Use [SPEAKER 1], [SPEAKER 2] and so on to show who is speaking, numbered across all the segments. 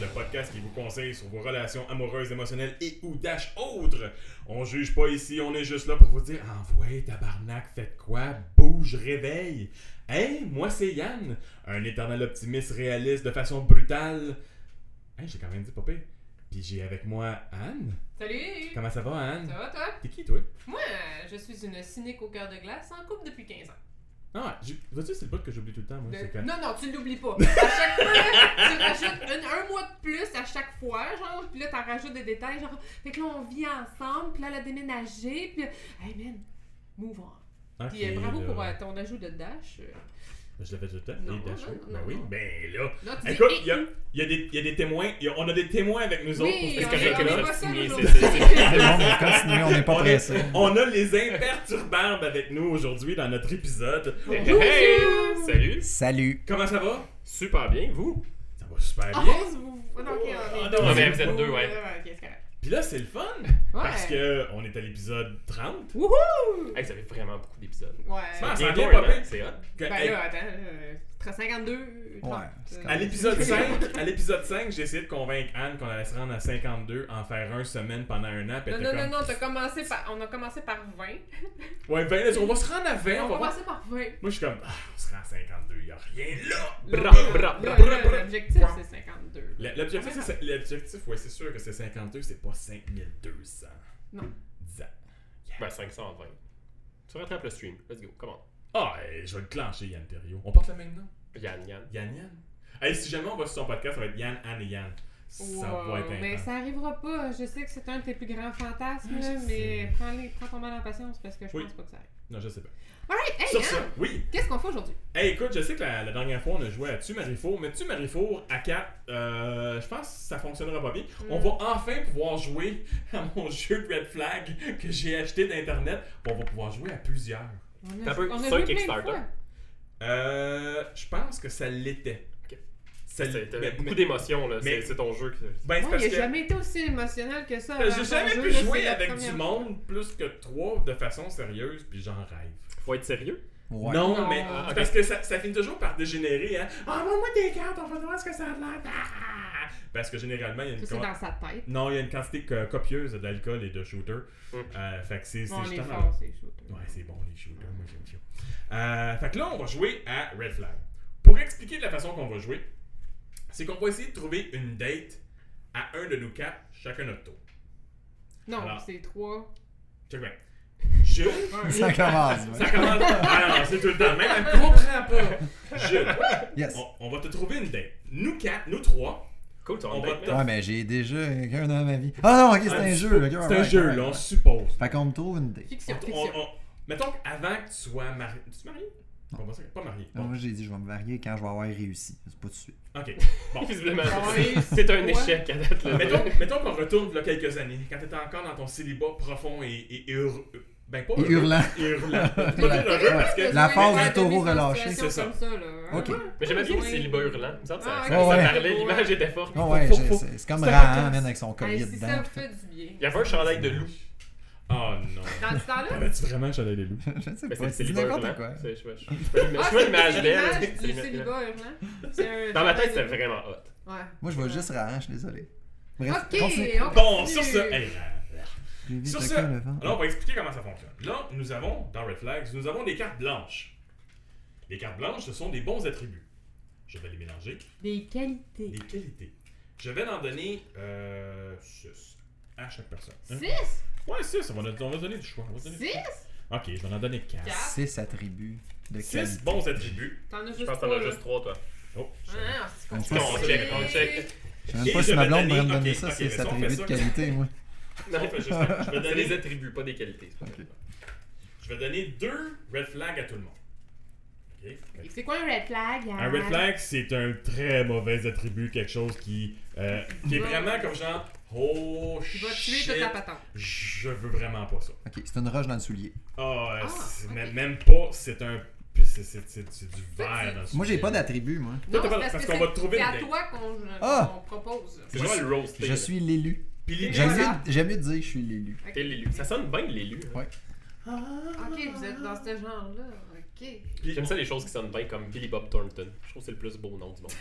[SPEAKER 1] le podcast qui vous conseille sur vos relations amoureuses, émotionnelles et ou dash autres. On juge pas ici, on est juste là pour vous dire envoyez tabarnak, faites quoi, bouge, réveille. Hey, moi c'est Yann, un éternel optimiste réaliste de façon brutale. Hey, j'ai quand même dit popé. Puis j'ai avec moi Anne.
[SPEAKER 2] Salut!
[SPEAKER 1] Comment ça va Anne?
[SPEAKER 2] Ça va toi?
[SPEAKER 1] T'es qui toi?
[SPEAKER 2] Moi, euh, je suis une cynique au cœur de glace en couple depuis 15 ans.
[SPEAKER 1] Ah, j'ai- vois-tu, c'est le bout que j'oublie tout le temps, moi.
[SPEAKER 2] Le-
[SPEAKER 1] c'est quand-
[SPEAKER 2] Non, non, tu l'oublies pas. À chaque fois, tu rajoutes une- un mois de plus à chaque fois, genre, puis là, t'en rajoutes des détails, genre, fait que là, on vit ensemble, puis là, elle a déménagé, puis hey man, move on.
[SPEAKER 1] Ok,
[SPEAKER 2] Puis euh, bravo
[SPEAKER 1] là.
[SPEAKER 2] pour euh, ton ajout de dash. euh.
[SPEAKER 1] Je l'avais tout le temps.
[SPEAKER 2] Non,
[SPEAKER 1] les Dash
[SPEAKER 2] non,
[SPEAKER 1] Out.
[SPEAKER 2] non,
[SPEAKER 1] Ben oui,
[SPEAKER 2] non.
[SPEAKER 1] ben là.
[SPEAKER 2] Là, tu dis,
[SPEAKER 1] Écoute,
[SPEAKER 2] eh,
[SPEAKER 1] il y a, il y a des- il y a des témoins. il y a- on a des témoins avec nous
[SPEAKER 2] Oui,
[SPEAKER 1] autres pour
[SPEAKER 2] on
[SPEAKER 1] cette
[SPEAKER 2] est- on est
[SPEAKER 1] chronique-là.
[SPEAKER 2] pas seuls
[SPEAKER 3] Mais c'est-
[SPEAKER 2] aujourd'hui.
[SPEAKER 3] C'est bon, on va continuer, on n'est pas
[SPEAKER 1] On est-
[SPEAKER 3] pressé.
[SPEAKER 1] On a les imperturbables avec nous aujourd'hui dans notre épisode.
[SPEAKER 2] Bonjour.
[SPEAKER 3] Hey, salut.
[SPEAKER 4] Salut.
[SPEAKER 1] Comment ça va?
[SPEAKER 3] Super bien, vous?
[SPEAKER 1] Ça va super bien.
[SPEAKER 2] 11, vous... ah, non, ok, on est
[SPEAKER 1] Ah, non, mais
[SPEAKER 3] vous êtes deux, ouais.
[SPEAKER 2] ok, c'est correct.
[SPEAKER 1] Puis là, c'est le fun
[SPEAKER 2] Ouais.
[SPEAKER 1] parce que on est à l'épisode 30.
[SPEAKER 2] Wouhou!
[SPEAKER 3] Hey, ça fait vraiment beaucoup d'épisodes.
[SPEAKER 2] Ouais.
[SPEAKER 1] Ah, ça
[SPEAKER 3] Bien
[SPEAKER 1] vient
[SPEAKER 3] tourné,
[SPEAKER 1] popper.
[SPEAKER 3] hein? C'est hot.
[SPEAKER 1] Que-
[SPEAKER 2] Ben
[SPEAKER 1] hey,
[SPEAKER 2] là, attends, euh, 52.
[SPEAKER 4] Ouais,
[SPEAKER 2] 30,
[SPEAKER 4] c'est
[SPEAKER 2] euh,
[SPEAKER 4] quand
[SPEAKER 1] à l'épisode 5, à l'épisode 5, j'ai essayé de convaincre Anne qu'on allait se rendre à 52, en faire un semaine pendant un an. puis
[SPEAKER 2] Non,
[SPEAKER 1] elle
[SPEAKER 2] non,
[SPEAKER 1] était
[SPEAKER 2] non,
[SPEAKER 1] comme,
[SPEAKER 2] non, t'as commencé par. On a commencé par 20.
[SPEAKER 1] Ouais, ben, là, on va se rendre à 20, on
[SPEAKER 2] on
[SPEAKER 1] va
[SPEAKER 2] a
[SPEAKER 1] voir.
[SPEAKER 2] commencé par 20.
[SPEAKER 1] Moi, je suis comme, ah, on se rend à 52, y a rien là!
[SPEAKER 3] Bra,
[SPEAKER 2] Là,
[SPEAKER 3] bra,
[SPEAKER 2] là,
[SPEAKER 3] bra,
[SPEAKER 2] là,
[SPEAKER 1] bra,
[SPEAKER 2] L'objectif,
[SPEAKER 1] bra.
[SPEAKER 2] c'est 52.
[SPEAKER 1] Le- L'objectif, c'est- c'est- l'objectif, ouais, c'est sûr que c'est 52, c'est pas 5200.
[SPEAKER 2] Non.
[SPEAKER 1] 10 ans.
[SPEAKER 3] Ben, 520. Tu rattrapes le stream. Let's go, come on.
[SPEAKER 1] Ah, eh, je vais le clencher, Yann Thériault. On porte le même nom.
[SPEAKER 3] Yann, Yann.
[SPEAKER 1] Yann Yann. Hey, si jamais on va sur son podcast, ça va être Yann, Anne et Yann. Ça
[SPEAKER 2] Wow,
[SPEAKER 1] va être
[SPEAKER 2] Mais
[SPEAKER 1] intense.
[SPEAKER 2] ça arrivera pas. Je sais que c'est un de tes plus grands fantasmes,
[SPEAKER 1] Ouais, je
[SPEAKER 2] là, mais
[SPEAKER 1] sais.
[SPEAKER 2] prends, les, prends ton mal en patience parce que je
[SPEAKER 1] Oui.
[SPEAKER 2] pense pas que ça arrive.
[SPEAKER 1] Non, je sais pas.
[SPEAKER 2] Alright, hey,
[SPEAKER 1] Sur
[SPEAKER 2] hein,
[SPEAKER 1] ça, oui.
[SPEAKER 2] qu'est-ce qu'on fait aujourd'hui?
[SPEAKER 1] Hey, écoute, je sais que la, la dernière fois, on a joué à Tu Marifour, mais Tu Marifour à 4, je pense que ça fonctionnera pas bien. On
[SPEAKER 2] Mm.
[SPEAKER 1] va enfin pouvoir jouer à mon jeu Red Flag que j'ai acheté d'Internet. Bon, on va pouvoir jouer à plusieurs.
[SPEAKER 2] On
[SPEAKER 3] T'as
[SPEAKER 2] joué-
[SPEAKER 3] peu-
[SPEAKER 2] on
[SPEAKER 3] c'est
[SPEAKER 2] joué
[SPEAKER 3] un
[SPEAKER 2] plein de
[SPEAKER 3] Kickstarter.
[SPEAKER 2] fois.
[SPEAKER 1] Euh, je pense que ça l'était.
[SPEAKER 3] Ok.
[SPEAKER 1] Ça
[SPEAKER 3] T'as
[SPEAKER 1] l'était.
[SPEAKER 3] t'as beaucoup d'émotions, là.
[SPEAKER 1] mais-
[SPEAKER 3] C'est c'est ton jeu. qui-
[SPEAKER 1] Ben, c'est
[SPEAKER 2] Moi,
[SPEAKER 1] parce
[SPEAKER 2] il a
[SPEAKER 1] que
[SPEAKER 2] jamais été aussi émotionnel que ça. avant
[SPEAKER 1] j'ai
[SPEAKER 2] ton
[SPEAKER 1] jamais
[SPEAKER 2] jeu,
[SPEAKER 1] pu
[SPEAKER 2] là, c'est
[SPEAKER 1] jouer
[SPEAKER 2] la
[SPEAKER 1] avec du
[SPEAKER 2] première
[SPEAKER 1] monde plus que trois de façon sérieuse, puis j'en rêve.
[SPEAKER 3] Faut être sérieux.
[SPEAKER 4] Ouais.
[SPEAKER 1] Non,
[SPEAKER 2] Non.
[SPEAKER 1] mais
[SPEAKER 3] Ah, ok.
[SPEAKER 1] parce que ça, ça finit toujours par dégénérer. Hein? Ah, moi, moi, des cartes, on va voir ce que ça a l'air. Ah! Parce que généralement, il y a
[SPEAKER 2] fois.
[SPEAKER 1] une
[SPEAKER 2] Ça, c'est
[SPEAKER 1] quan-
[SPEAKER 2] dans sa tête.
[SPEAKER 1] non, il y a une quantité co- copieuse d'alcool et de shooters.
[SPEAKER 3] Mm.
[SPEAKER 1] Euh, fait que c'est c'est
[SPEAKER 2] On est
[SPEAKER 1] justement-
[SPEAKER 2] fort, c'est chaud.
[SPEAKER 1] Ouais, c'est bon les shooters, moi j'aime ça. Euh, fait que là, on va jouer à Red Flag. Pour expliquer de la façon qu'on va jouer, c'est qu'on va essayer de trouver une date à un de nous quatre, chacun notre tour.
[SPEAKER 2] Non,
[SPEAKER 1] Alors.
[SPEAKER 2] c'est 3.
[SPEAKER 1] Check bien. Je.
[SPEAKER 4] Ça commence. ouais.
[SPEAKER 1] Ça commence. Ah non, c'est tout le temps. Même, elle ne comprend pas. Je.
[SPEAKER 4] Yes.
[SPEAKER 1] On, on va te trouver une date. Nous quatre, nous trois.
[SPEAKER 3] Cool, tu
[SPEAKER 1] On
[SPEAKER 3] on
[SPEAKER 1] va te-
[SPEAKER 4] Ouais, mais j'ai déjà quelqu'un dans ma vie. Ah non, ok, c'est un jeu. ok,
[SPEAKER 1] C'est un
[SPEAKER 4] alright,
[SPEAKER 1] jeu,
[SPEAKER 4] alright.
[SPEAKER 1] là, on suppose.
[SPEAKER 4] Fait qu'on me trouve une date.
[SPEAKER 2] Fiction,
[SPEAKER 1] On- on-
[SPEAKER 2] fiction.
[SPEAKER 1] on- mettons qu'avant que tu sois marié. Tu es marié? Pas possible, Pas marié.
[SPEAKER 4] Ah,
[SPEAKER 1] Bon,
[SPEAKER 4] Moi, j'ai dit, je vais me varier quand je vais avoir réussi. C'est pas tout de suite.
[SPEAKER 1] Ok. Bon.
[SPEAKER 3] Visiblement,
[SPEAKER 2] Ouais.
[SPEAKER 3] c'est- c'est un
[SPEAKER 2] Ouais.
[SPEAKER 3] échec à date, là.
[SPEAKER 1] Euh, mettons mettons qu'on retourne là quelques années, quand t'étais encore dans ton célibat profond et, et, et heureux. Ben, pas
[SPEAKER 4] Et
[SPEAKER 1] heureux,
[SPEAKER 4] hurlant.
[SPEAKER 1] Et hurlant. Pas dire heureux parce que.
[SPEAKER 4] La phase
[SPEAKER 2] Ouais,
[SPEAKER 4] du taureau
[SPEAKER 2] t'as mis
[SPEAKER 4] relâché.
[SPEAKER 2] une
[SPEAKER 1] C'est ça.
[SPEAKER 2] comme ça, là. hein.
[SPEAKER 4] Ok.
[SPEAKER 3] Mais j'aimais bien le
[SPEAKER 2] Ouais.
[SPEAKER 3] célibat hurlant. Il me semble que ça,
[SPEAKER 2] Ah,
[SPEAKER 3] ça,
[SPEAKER 4] ouais.
[SPEAKER 3] ça
[SPEAKER 4] Ouais.
[SPEAKER 3] parlait, l'image était forte.
[SPEAKER 4] Ah ouais,
[SPEAKER 1] faut-
[SPEAKER 4] j'ai-
[SPEAKER 1] faut-
[SPEAKER 4] c'est c'est comme
[SPEAKER 1] c'est un
[SPEAKER 4] Rahan,
[SPEAKER 1] contexte.
[SPEAKER 4] man, avec son collier
[SPEAKER 2] Hey, si ça
[SPEAKER 4] dedans.
[SPEAKER 2] vous fait du bien. Ah,
[SPEAKER 3] Il y avait un chandail de loup.
[SPEAKER 1] Oh non.
[SPEAKER 2] Dans ce temps-là,
[SPEAKER 1] T'avais-tu vraiment un chalet des loups?
[SPEAKER 4] Je sais
[SPEAKER 3] Mais c'est
[SPEAKER 4] pas,
[SPEAKER 3] le
[SPEAKER 4] c'est
[SPEAKER 3] célibat hurlant.
[SPEAKER 1] hein.
[SPEAKER 4] n'importe quoi.
[SPEAKER 3] C'est- Je je- je- je peux
[SPEAKER 2] Ah,
[SPEAKER 3] imaginer
[SPEAKER 2] c'est
[SPEAKER 3] l'image belle.
[SPEAKER 2] l'image du
[SPEAKER 3] C'est-
[SPEAKER 2] célibat hurlant. C'est un-
[SPEAKER 3] Dans ma tête, c'était vraiment hot.
[SPEAKER 2] Ouais.
[SPEAKER 4] Moi, je vais juste Rahan, je suis désolé. Bref,
[SPEAKER 2] Ok,
[SPEAKER 4] continue.
[SPEAKER 2] on
[SPEAKER 1] Bon,
[SPEAKER 2] continue.
[SPEAKER 1] sur ce. Hey,
[SPEAKER 4] J'ai vite
[SPEAKER 1] Sur
[SPEAKER 4] le
[SPEAKER 1] ce,
[SPEAKER 4] cas, le vent.
[SPEAKER 1] alors on va expliquer comment ça fonctionne. Là, nous avons, dans Red Flags, nous avons des cartes blanches. Les cartes blanches, ce sont des bons attributs. Je vais les mélanger.
[SPEAKER 2] Des qualités.
[SPEAKER 1] Les qualités. Je vais en donner 6 à chaque personne. Hein?
[SPEAKER 2] 6?
[SPEAKER 1] Ouais, 6, on va, on va donner du choix. on va donner du
[SPEAKER 2] 6?
[SPEAKER 1] choix. Ok, je vais en donner 4.
[SPEAKER 2] Quatre.
[SPEAKER 4] Six attributs de
[SPEAKER 1] 6
[SPEAKER 4] qualité.
[SPEAKER 1] bons attributs.
[SPEAKER 2] T'en as juste
[SPEAKER 3] Je pense que t'en
[SPEAKER 2] trois,
[SPEAKER 3] as
[SPEAKER 2] là.
[SPEAKER 3] juste trois, toi.
[SPEAKER 1] Oh, je-
[SPEAKER 2] Hein, on se
[SPEAKER 4] On
[SPEAKER 2] comprend.
[SPEAKER 4] check,
[SPEAKER 3] on check, on check.
[SPEAKER 4] Je sais même
[SPEAKER 1] Et
[SPEAKER 4] pas
[SPEAKER 1] je
[SPEAKER 4] si ma
[SPEAKER 1] vais
[SPEAKER 4] blonde pourrait me
[SPEAKER 1] donner-
[SPEAKER 4] donner
[SPEAKER 1] ok,
[SPEAKER 4] ça,
[SPEAKER 1] ok,
[SPEAKER 4] six
[SPEAKER 1] laissons, on fait
[SPEAKER 4] attributs de
[SPEAKER 1] ça.
[SPEAKER 4] qualité, moi.
[SPEAKER 1] Non, je, vais juste- je vais
[SPEAKER 3] C'est les
[SPEAKER 1] donner,
[SPEAKER 3] attributs, pas des qualités.
[SPEAKER 1] je vais donner deux red flags à tout le monde. Ok.
[SPEAKER 2] Et C'est quoi un red flag? hein? Yann?
[SPEAKER 1] Un red flag, c'est un très mauvais attribut, quelque chose qui, euh, qui est
[SPEAKER 2] Va-
[SPEAKER 1] vraiment comme genre Oh
[SPEAKER 2] Tu vas tuer
[SPEAKER 1] shit,
[SPEAKER 2] toute la patente.
[SPEAKER 1] je veux vraiment pas ça.
[SPEAKER 4] Ok, c'est une roche dans le soulier.
[SPEAKER 1] Ah, euh,
[SPEAKER 2] Ah,
[SPEAKER 1] c'est-
[SPEAKER 2] ok.
[SPEAKER 1] même, même pas, c'est un. C'est c'est- c'est- c'est du verre dans ce
[SPEAKER 4] Moi, j'ai
[SPEAKER 1] sujet.
[SPEAKER 4] pas d'attribut, moi.
[SPEAKER 1] Toi,
[SPEAKER 2] Non,
[SPEAKER 1] t'as pas-
[SPEAKER 2] c'est
[SPEAKER 1] parce
[SPEAKER 2] parce
[SPEAKER 1] qu'on
[SPEAKER 2] que
[SPEAKER 1] va
[SPEAKER 2] c'est-
[SPEAKER 1] te trouver
[SPEAKER 2] c'est
[SPEAKER 1] une
[SPEAKER 2] à
[SPEAKER 1] date.
[SPEAKER 2] toi qu'on
[SPEAKER 4] Ah!
[SPEAKER 2] qu'on propose.
[SPEAKER 3] C'est vraiment le roast.
[SPEAKER 4] Je suis l'élu.
[SPEAKER 1] Puis les-
[SPEAKER 2] J'ai-
[SPEAKER 4] J'aime mieux,
[SPEAKER 2] Voilà.
[SPEAKER 4] j'aime mieux dire que je suis l'élu.
[SPEAKER 2] Ok.
[SPEAKER 3] T'es l'élu. Ça sonne bien l'élu. hein.
[SPEAKER 4] Ouais.
[SPEAKER 2] Ok, vous êtes dans ce genre-là. Ok. Ok.
[SPEAKER 1] Puis-
[SPEAKER 3] J'aime ça les choses qui sonnent bien comme Billy Bob Thornton. Je trouve que c'est le plus beau nom du monde.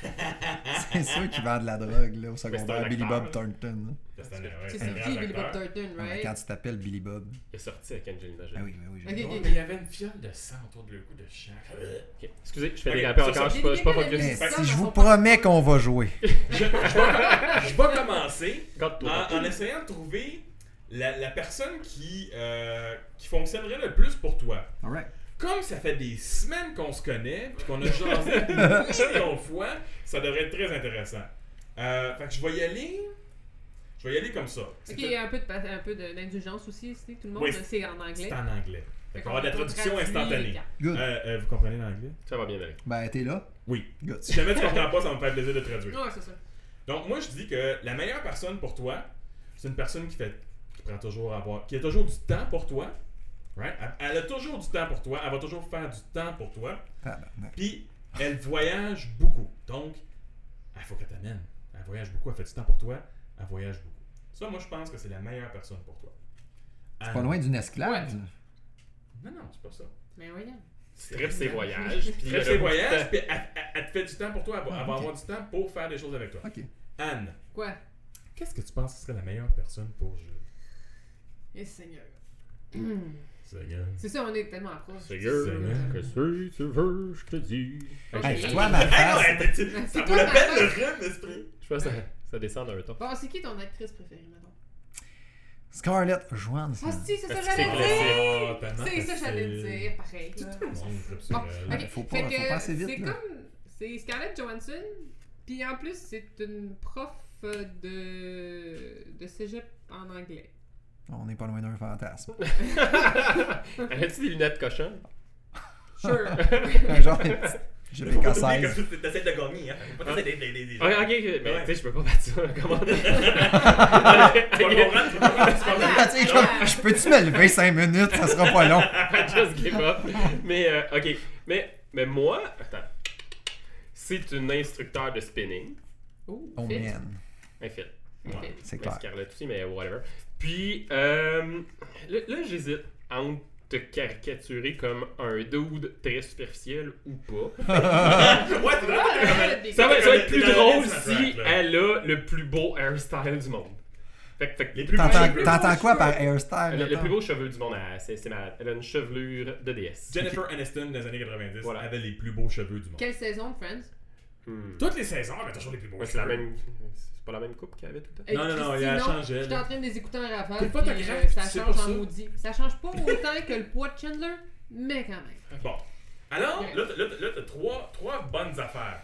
[SPEAKER 4] C'est sûr qu'il vend de la drogue là, au
[SPEAKER 3] c'est
[SPEAKER 4] secondaire,
[SPEAKER 3] un
[SPEAKER 4] Billy
[SPEAKER 3] acteur,
[SPEAKER 4] Bob
[SPEAKER 3] là.
[SPEAKER 4] Thornton. là.
[SPEAKER 1] C'est un- ouais,
[SPEAKER 2] Tu sais,
[SPEAKER 1] c'est un
[SPEAKER 2] c'est
[SPEAKER 1] grand
[SPEAKER 2] qui Billy Bob
[SPEAKER 1] acteur.
[SPEAKER 2] Thornton,
[SPEAKER 4] Ah, mais
[SPEAKER 2] right?
[SPEAKER 4] Quand tu t'appelles Billy Bob.
[SPEAKER 3] Il est sorti avec Angelina Jolie.
[SPEAKER 4] Ah oui, oui, oui. j'ai-
[SPEAKER 2] Ok.
[SPEAKER 1] Non, mais il y avait une fiole de sang autour de le cou de chaque.
[SPEAKER 3] Ah Ok. Excusez, je fais des
[SPEAKER 1] Ok,
[SPEAKER 3] gapés
[SPEAKER 1] ça, ça-
[SPEAKER 3] encore, je suis pas, je suis pas
[SPEAKER 4] Mais
[SPEAKER 3] focus.
[SPEAKER 2] ça,
[SPEAKER 4] Eh, si
[SPEAKER 2] dans
[SPEAKER 4] je vous
[SPEAKER 2] son
[SPEAKER 4] promets qu'on va jouer.
[SPEAKER 1] Je, je vais, Ah, je vais commencer
[SPEAKER 3] Garde-toi.
[SPEAKER 1] en, en essayant de trouver la, la personne qui, euh, qui fonctionnerait le plus pour toi.
[SPEAKER 4] Alright.
[SPEAKER 1] Comme ça fait des semaines qu'on se connaît, puis qu'on a jasé une million de fois, ça devrait être très intéressant. Euh, fait que je vais y aller. Je vais y aller comme ça. C'est
[SPEAKER 2] Ok, un peu de pa- un peu de- d'indulgence aussi, c'est que tout le monde
[SPEAKER 1] Oui,
[SPEAKER 2] euh, c'est en anglais.
[SPEAKER 1] c'est en anglais. Fait
[SPEAKER 2] Fait
[SPEAKER 1] qu'on va avoir de la
[SPEAKER 2] qu'on
[SPEAKER 1] traduction
[SPEAKER 2] traduit les
[SPEAKER 1] instantanée.
[SPEAKER 2] cartes.
[SPEAKER 1] Euh,
[SPEAKER 4] Good.
[SPEAKER 1] euh, vous comprenez l'anglais?
[SPEAKER 3] Ça va bien aller.
[SPEAKER 4] Ben, t'es là.
[SPEAKER 1] Oui.
[SPEAKER 4] Good.
[SPEAKER 1] Si jamais tu comprends pas, ça va me faire plaisir de traduire.
[SPEAKER 2] Ouais, c'est ça.
[SPEAKER 1] Donc moi je dis que la meilleure personne pour toi, c'est une personne qui fait qui prend toujours à avoir qui a toujours du temps pour toi. Right? Elle- Elle a toujours du temps pour toi, elle va toujours faire du temps pour toi,
[SPEAKER 4] Tabarnak.
[SPEAKER 1] puis elle voyage beaucoup. Donc il faut qu'elle t'amène. Elle voyage beaucoup, elle fait du temps pour toi, elle voyage beaucoup. Ça moi je pense que c'est la meilleure personne pour toi. Ah.
[SPEAKER 4] C'est pas loin d'une esclave.
[SPEAKER 1] Non non, c'est pas ça.
[SPEAKER 2] Mais Ben voyons.
[SPEAKER 3] Trip ses voyages. puis
[SPEAKER 1] Très
[SPEAKER 3] le-
[SPEAKER 1] ses voyages, puis elle, elle- elle te fait du temps pour toi, elle va,
[SPEAKER 4] Ah,
[SPEAKER 1] elle va
[SPEAKER 4] ok.
[SPEAKER 1] avoir du temps pour faire des choses avec toi.
[SPEAKER 4] Ok.
[SPEAKER 1] Anne,
[SPEAKER 2] Quoi?
[SPEAKER 1] qu'est-ce que tu penses que serait la meilleure personne pour Jules?
[SPEAKER 2] Et Eh, Seigneur.
[SPEAKER 1] Seigneur.
[SPEAKER 2] C'est ça, on est tellement proche.
[SPEAKER 3] Seigneur,
[SPEAKER 1] Seigneur.
[SPEAKER 3] que si tu veux, je te dis.
[SPEAKER 2] Ok.
[SPEAKER 4] Hey, c'est toi, ma
[SPEAKER 1] Ah non,
[SPEAKER 4] face.
[SPEAKER 1] elle était-
[SPEAKER 2] Mais
[SPEAKER 1] ça
[SPEAKER 2] c'est
[SPEAKER 1] vaut
[SPEAKER 2] toi,
[SPEAKER 1] la
[SPEAKER 2] ma
[SPEAKER 1] peine
[SPEAKER 2] face.
[SPEAKER 1] le rythme, l'esprit.
[SPEAKER 3] Je pense que ça, ça descend d'un ton.
[SPEAKER 2] Bon, c'est qui ton actrice préférée, maintenant?
[SPEAKER 4] Scarlett Johansson.
[SPEAKER 2] Ah, si, c'est ça,
[SPEAKER 3] Est-ce
[SPEAKER 2] que
[SPEAKER 3] que
[SPEAKER 2] j'allais
[SPEAKER 3] c'est
[SPEAKER 2] dire!
[SPEAKER 1] Oh, tellement
[SPEAKER 2] C'est ça,
[SPEAKER 1] facile.
[SPEAKER 2] j'allais dire, pareil. là.
[SPEAKER 1] Tout le monde tripe sur
[SPEAKER 3] euh,
[SPEAKER 2] Bon,
[SPEAKER 1] elle.
[SPEAKER 2] ok.
[SPEAKER 4] Faut pas-
[SPEAKER 2] Fait
[SPEAKER 4] faut
[SPEAKER 2] que
[SPEAKER 4] pas assez vite,
[SPEAKER 2] C'est
[SPEAKER 4] là.
[SPEAKER 2] comme. C'est Scarlett Johansson, puis en plus, c'est une prof de. de cégep en anglais.
[SPEAKER 4] On n'est pas loin d'un fantasme.
[SPEAKER 3] Elle a-tu des lunettes cochonnes?
[SPEAKER 2] Sure!
[SPEAKER 4] Un genre de petite
[SPEAKER 1] Faut pas oublier
[SPEAKER 4] québécoise.
[SPEAKER 1] que tu- t'essaies de gagner, hein. Faut pas t'essayer de- de- de- de-
[SPEAKER 3] Ok, ok, mais
[SPEAKER 1] Ouais.
[SPEAKER 3] tu sais, je peux pas battre ça. Comment?
[SPEAKER 1] Tu vas
[SPEAKER 3] Ok,
[SPEAKER 1] comprendre, tu vas comprendre, tu vas comprendre.
[SPEAKER 4] Ah, Tu sais, comme, je peux-tu me lever 5 minutes, ça sera pas long.
[SPEAKER 3] I just give up. Mais, euh, ok. Mais, mais moi, attends. C'est une instructeur de spinning.
[SPEAKER 2] Oh,
[SPEAKER 4] Oh
[SPEAKER 2] fit.
[SPEAKER 4] man,
[SPEAKER 3] Un fait.
[SPEAKER 2] Un
[SPEAKER 3] Ouais.
[SPEAKER 2] fit.
[SPEAKER 4] c'est
[SPEAKER 3] Mais
[SPEAKER 4] clair.
[SPEAKER 3] Scarlett aussi, mais whatever. Puis, euh, là, là, j'hésite entre te caricaturer comme un dude très superficiel ou pas.
[SPEAKER 1] Ouais, c'est vrai, t'es comme elle.
[SPEAKER 3] Ça va, ça va être plus
[SPEAKER 1] Dans la
[SPEAKER 3] drôle
[SPEAKER 1] liste, ma
[SPEAKER 3] si
[SPEAKER 1] track, là.
[SPEAKER 3] elle a le plus beau hairstyle du monde. Fait, que- fait que
[SPEAKER 1] Les plus
[SPEAKER 4] T'entends
[SPEAKER 1] beaux-
[SPEAKER 4] t'entends quoi par
[SPEAKER 3] le,
[SPEAKER 4] hairstyle?
[SPEAKER 3] le
[SPEAKER 4] mettons?
[SPEAKER 3] plus beau cheveux du monde, elle- c'est c'est malade. Elle a une chevelure de déesse.
[SPEAKER 1] Jennifer Aniston dans les années 90
[SPEAKER 3] Voilà.
[SPEAKER 1] avait les plus beaux cheveux du monde.
[SPEAKER 2] Quelle saison de Friends?
[SPEAKER 3] Hmm.
[SPEAKER 1] Toutes les saisons, elle avait toujours les plus beaux
[SPEAKER 3] Ouais, c'est la
[SPEAKER 1] cheveux.
[SPEAKER 3] même. C'est pas la même coupe qu'elle avait tout le temps.
[SPEAKER 2] Hey,
[SPEAKER 1] Non, non, non,
[SPEAKER 2] Christy,
[SPEAKER 1] il a changé,
[SPEAKER 2] J'étais
[SPEAKER 1] là.
[SPEAKER 2] en train de les écouter en
[SPEAKER 1] T'es
[SPEAKER 2] rafale.
[SPEAKER 1] pas
[SPEAKER 2] puis,
[SPEAKER 1] autographe,
[SPEAKER 2] euh, ça
[SPEAKER 1] c'est
[SPEAKER 2] change
[SPEAKER 1] pour
[SPEAKER 2] en
[SPEAKER 1] ça.
[SPEAKER 2] maudit. Ça change pas autant que le poids de Chandler, mais quand même.
[SPEAKER 1] Bon. Alors, là, t'as- là, t'as- là, t'as trois, trois bonnes affaires.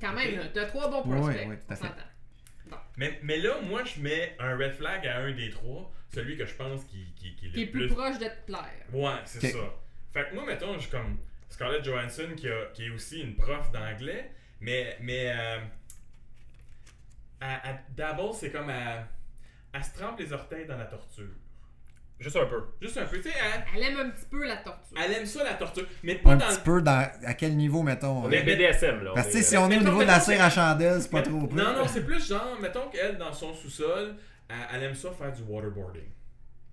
[SPEAKER 2] Quand même,
[SPEAKER 1] Ok.
[SPEAKER 2] là, t'as trois bons
[SPEAKER 4] Ouais,
[SPEAKER 2] prospects.
[SPEAKER 4] ouais, tout à
[SPEAKER 2] on
[SPEAKER 4] fait.
[SPEAKER 2] s'entend.
[SPEAKER 1] Mais, mais là, moi, je mets un red flag à un des trois, celui que je pense qui, qui, qui est le
[SPEAKER 2] Qui est plus
[SPEAKER 1] plus
[SPEAKER 2] proche de te plaire.
[SPEAKER 1] Ouais, c'est
[SPEAKER 4] Ok.
[SPEAKER 1] ça. Fait que moi, mettons, je suis comme Scarlett Johansson, qui, a- qui est aussi une prof d'anglais, mais, mais euh, à, à Davos, c'est comme à, à se trempe les orteils dans la torture.
[SPEAKER 3] Juste un peu.
[SPEAKER 1] Juste un peu, tu sais, elle,
[SPEAKER 2] Elle aime un petit peu la torture.
[SPEAKER 1] elle aime ça, la torture, mais pas
[SPEAKER 4] Un
[SPEAKER 1] dans
[SPEAKER 4] petit peu dans. À quel niveau, mettons?
[SPEAKER 3] On
[SPEAKER 4] là?
[SPEAKER 3] est BDSM là.
[SPEAKER 4] Parce que
[SPEAKER 3] est-
[SPEAKER 4] tu sais, si on est au
[SPEAKER 1] Mettons,
[SPEAKER 4] niveau de la
[SPEAKER 1] mettons,
[SPEAKER 4] cire à chandelle, c'est pas trop.
[SPEAKER 1] Non,
[SPEAKER 4] peu.
[SPEAKER 1] non, c'est plus genre, mettons qu'elle, dans son sous-sol, elle, elle aime ça faire du waterboarding.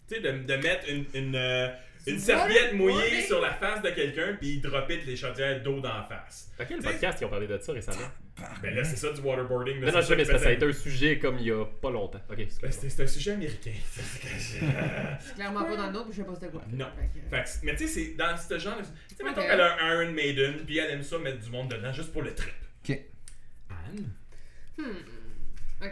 [SPEAKER 1] Tu sais, de, de mettre une, une, euh, une
[SPEAKER 2] Du
[SPEAKER 1] serviette mouillée
[SPEAKER 2] waterboarding?
[SPEAKER 1] sur la face de quelqu'un, puis il dropper de l'échantillon d'eau dans la face.
[SPEAKER 3] Dans quel
[SPEAKER 1] T'sais-
[SPEAKER 3] podcast ils ont parlé de ça récemment?
[SPEAKER 1] Ben là, c'est ça du waterboarding. là,
[SPEAKER 3] Ben Non, non, je
[SPEAKER 1] c'est
[SPEAKER 3] sais, mais
[SPEAKER 1] ça
[SPEAKER 3] c'est parce que ça a
[SPEAKER 1] qu'il
[SPEAKER 3] été un sujet comme il y a pas longtemps. Ok, excuse-moi.
[SPEAKER 1] Ben, c'est c'est un sujet américain.
[SPEAKER 2] C'est clairement pas dans le nôtre, puis je sais pas c'était quoi.
[SPEAKER 1] Non.
[SPEAKER 2] Fait que-
[SPEAKER 1] Fait que- mais tu sais, c'est dans ce genre de. Tu sais, mettons
[SPEAKER 2] Ok.
[SPEAKER 1] qu'elle a un Iron Maiden, puis elle aime ça mettre du monde dedans juste pour le trip.
[SPEAKER 4] Ok.
[SPEAKER 1] Anne
[SPEAKER 2] Hmm. Ok.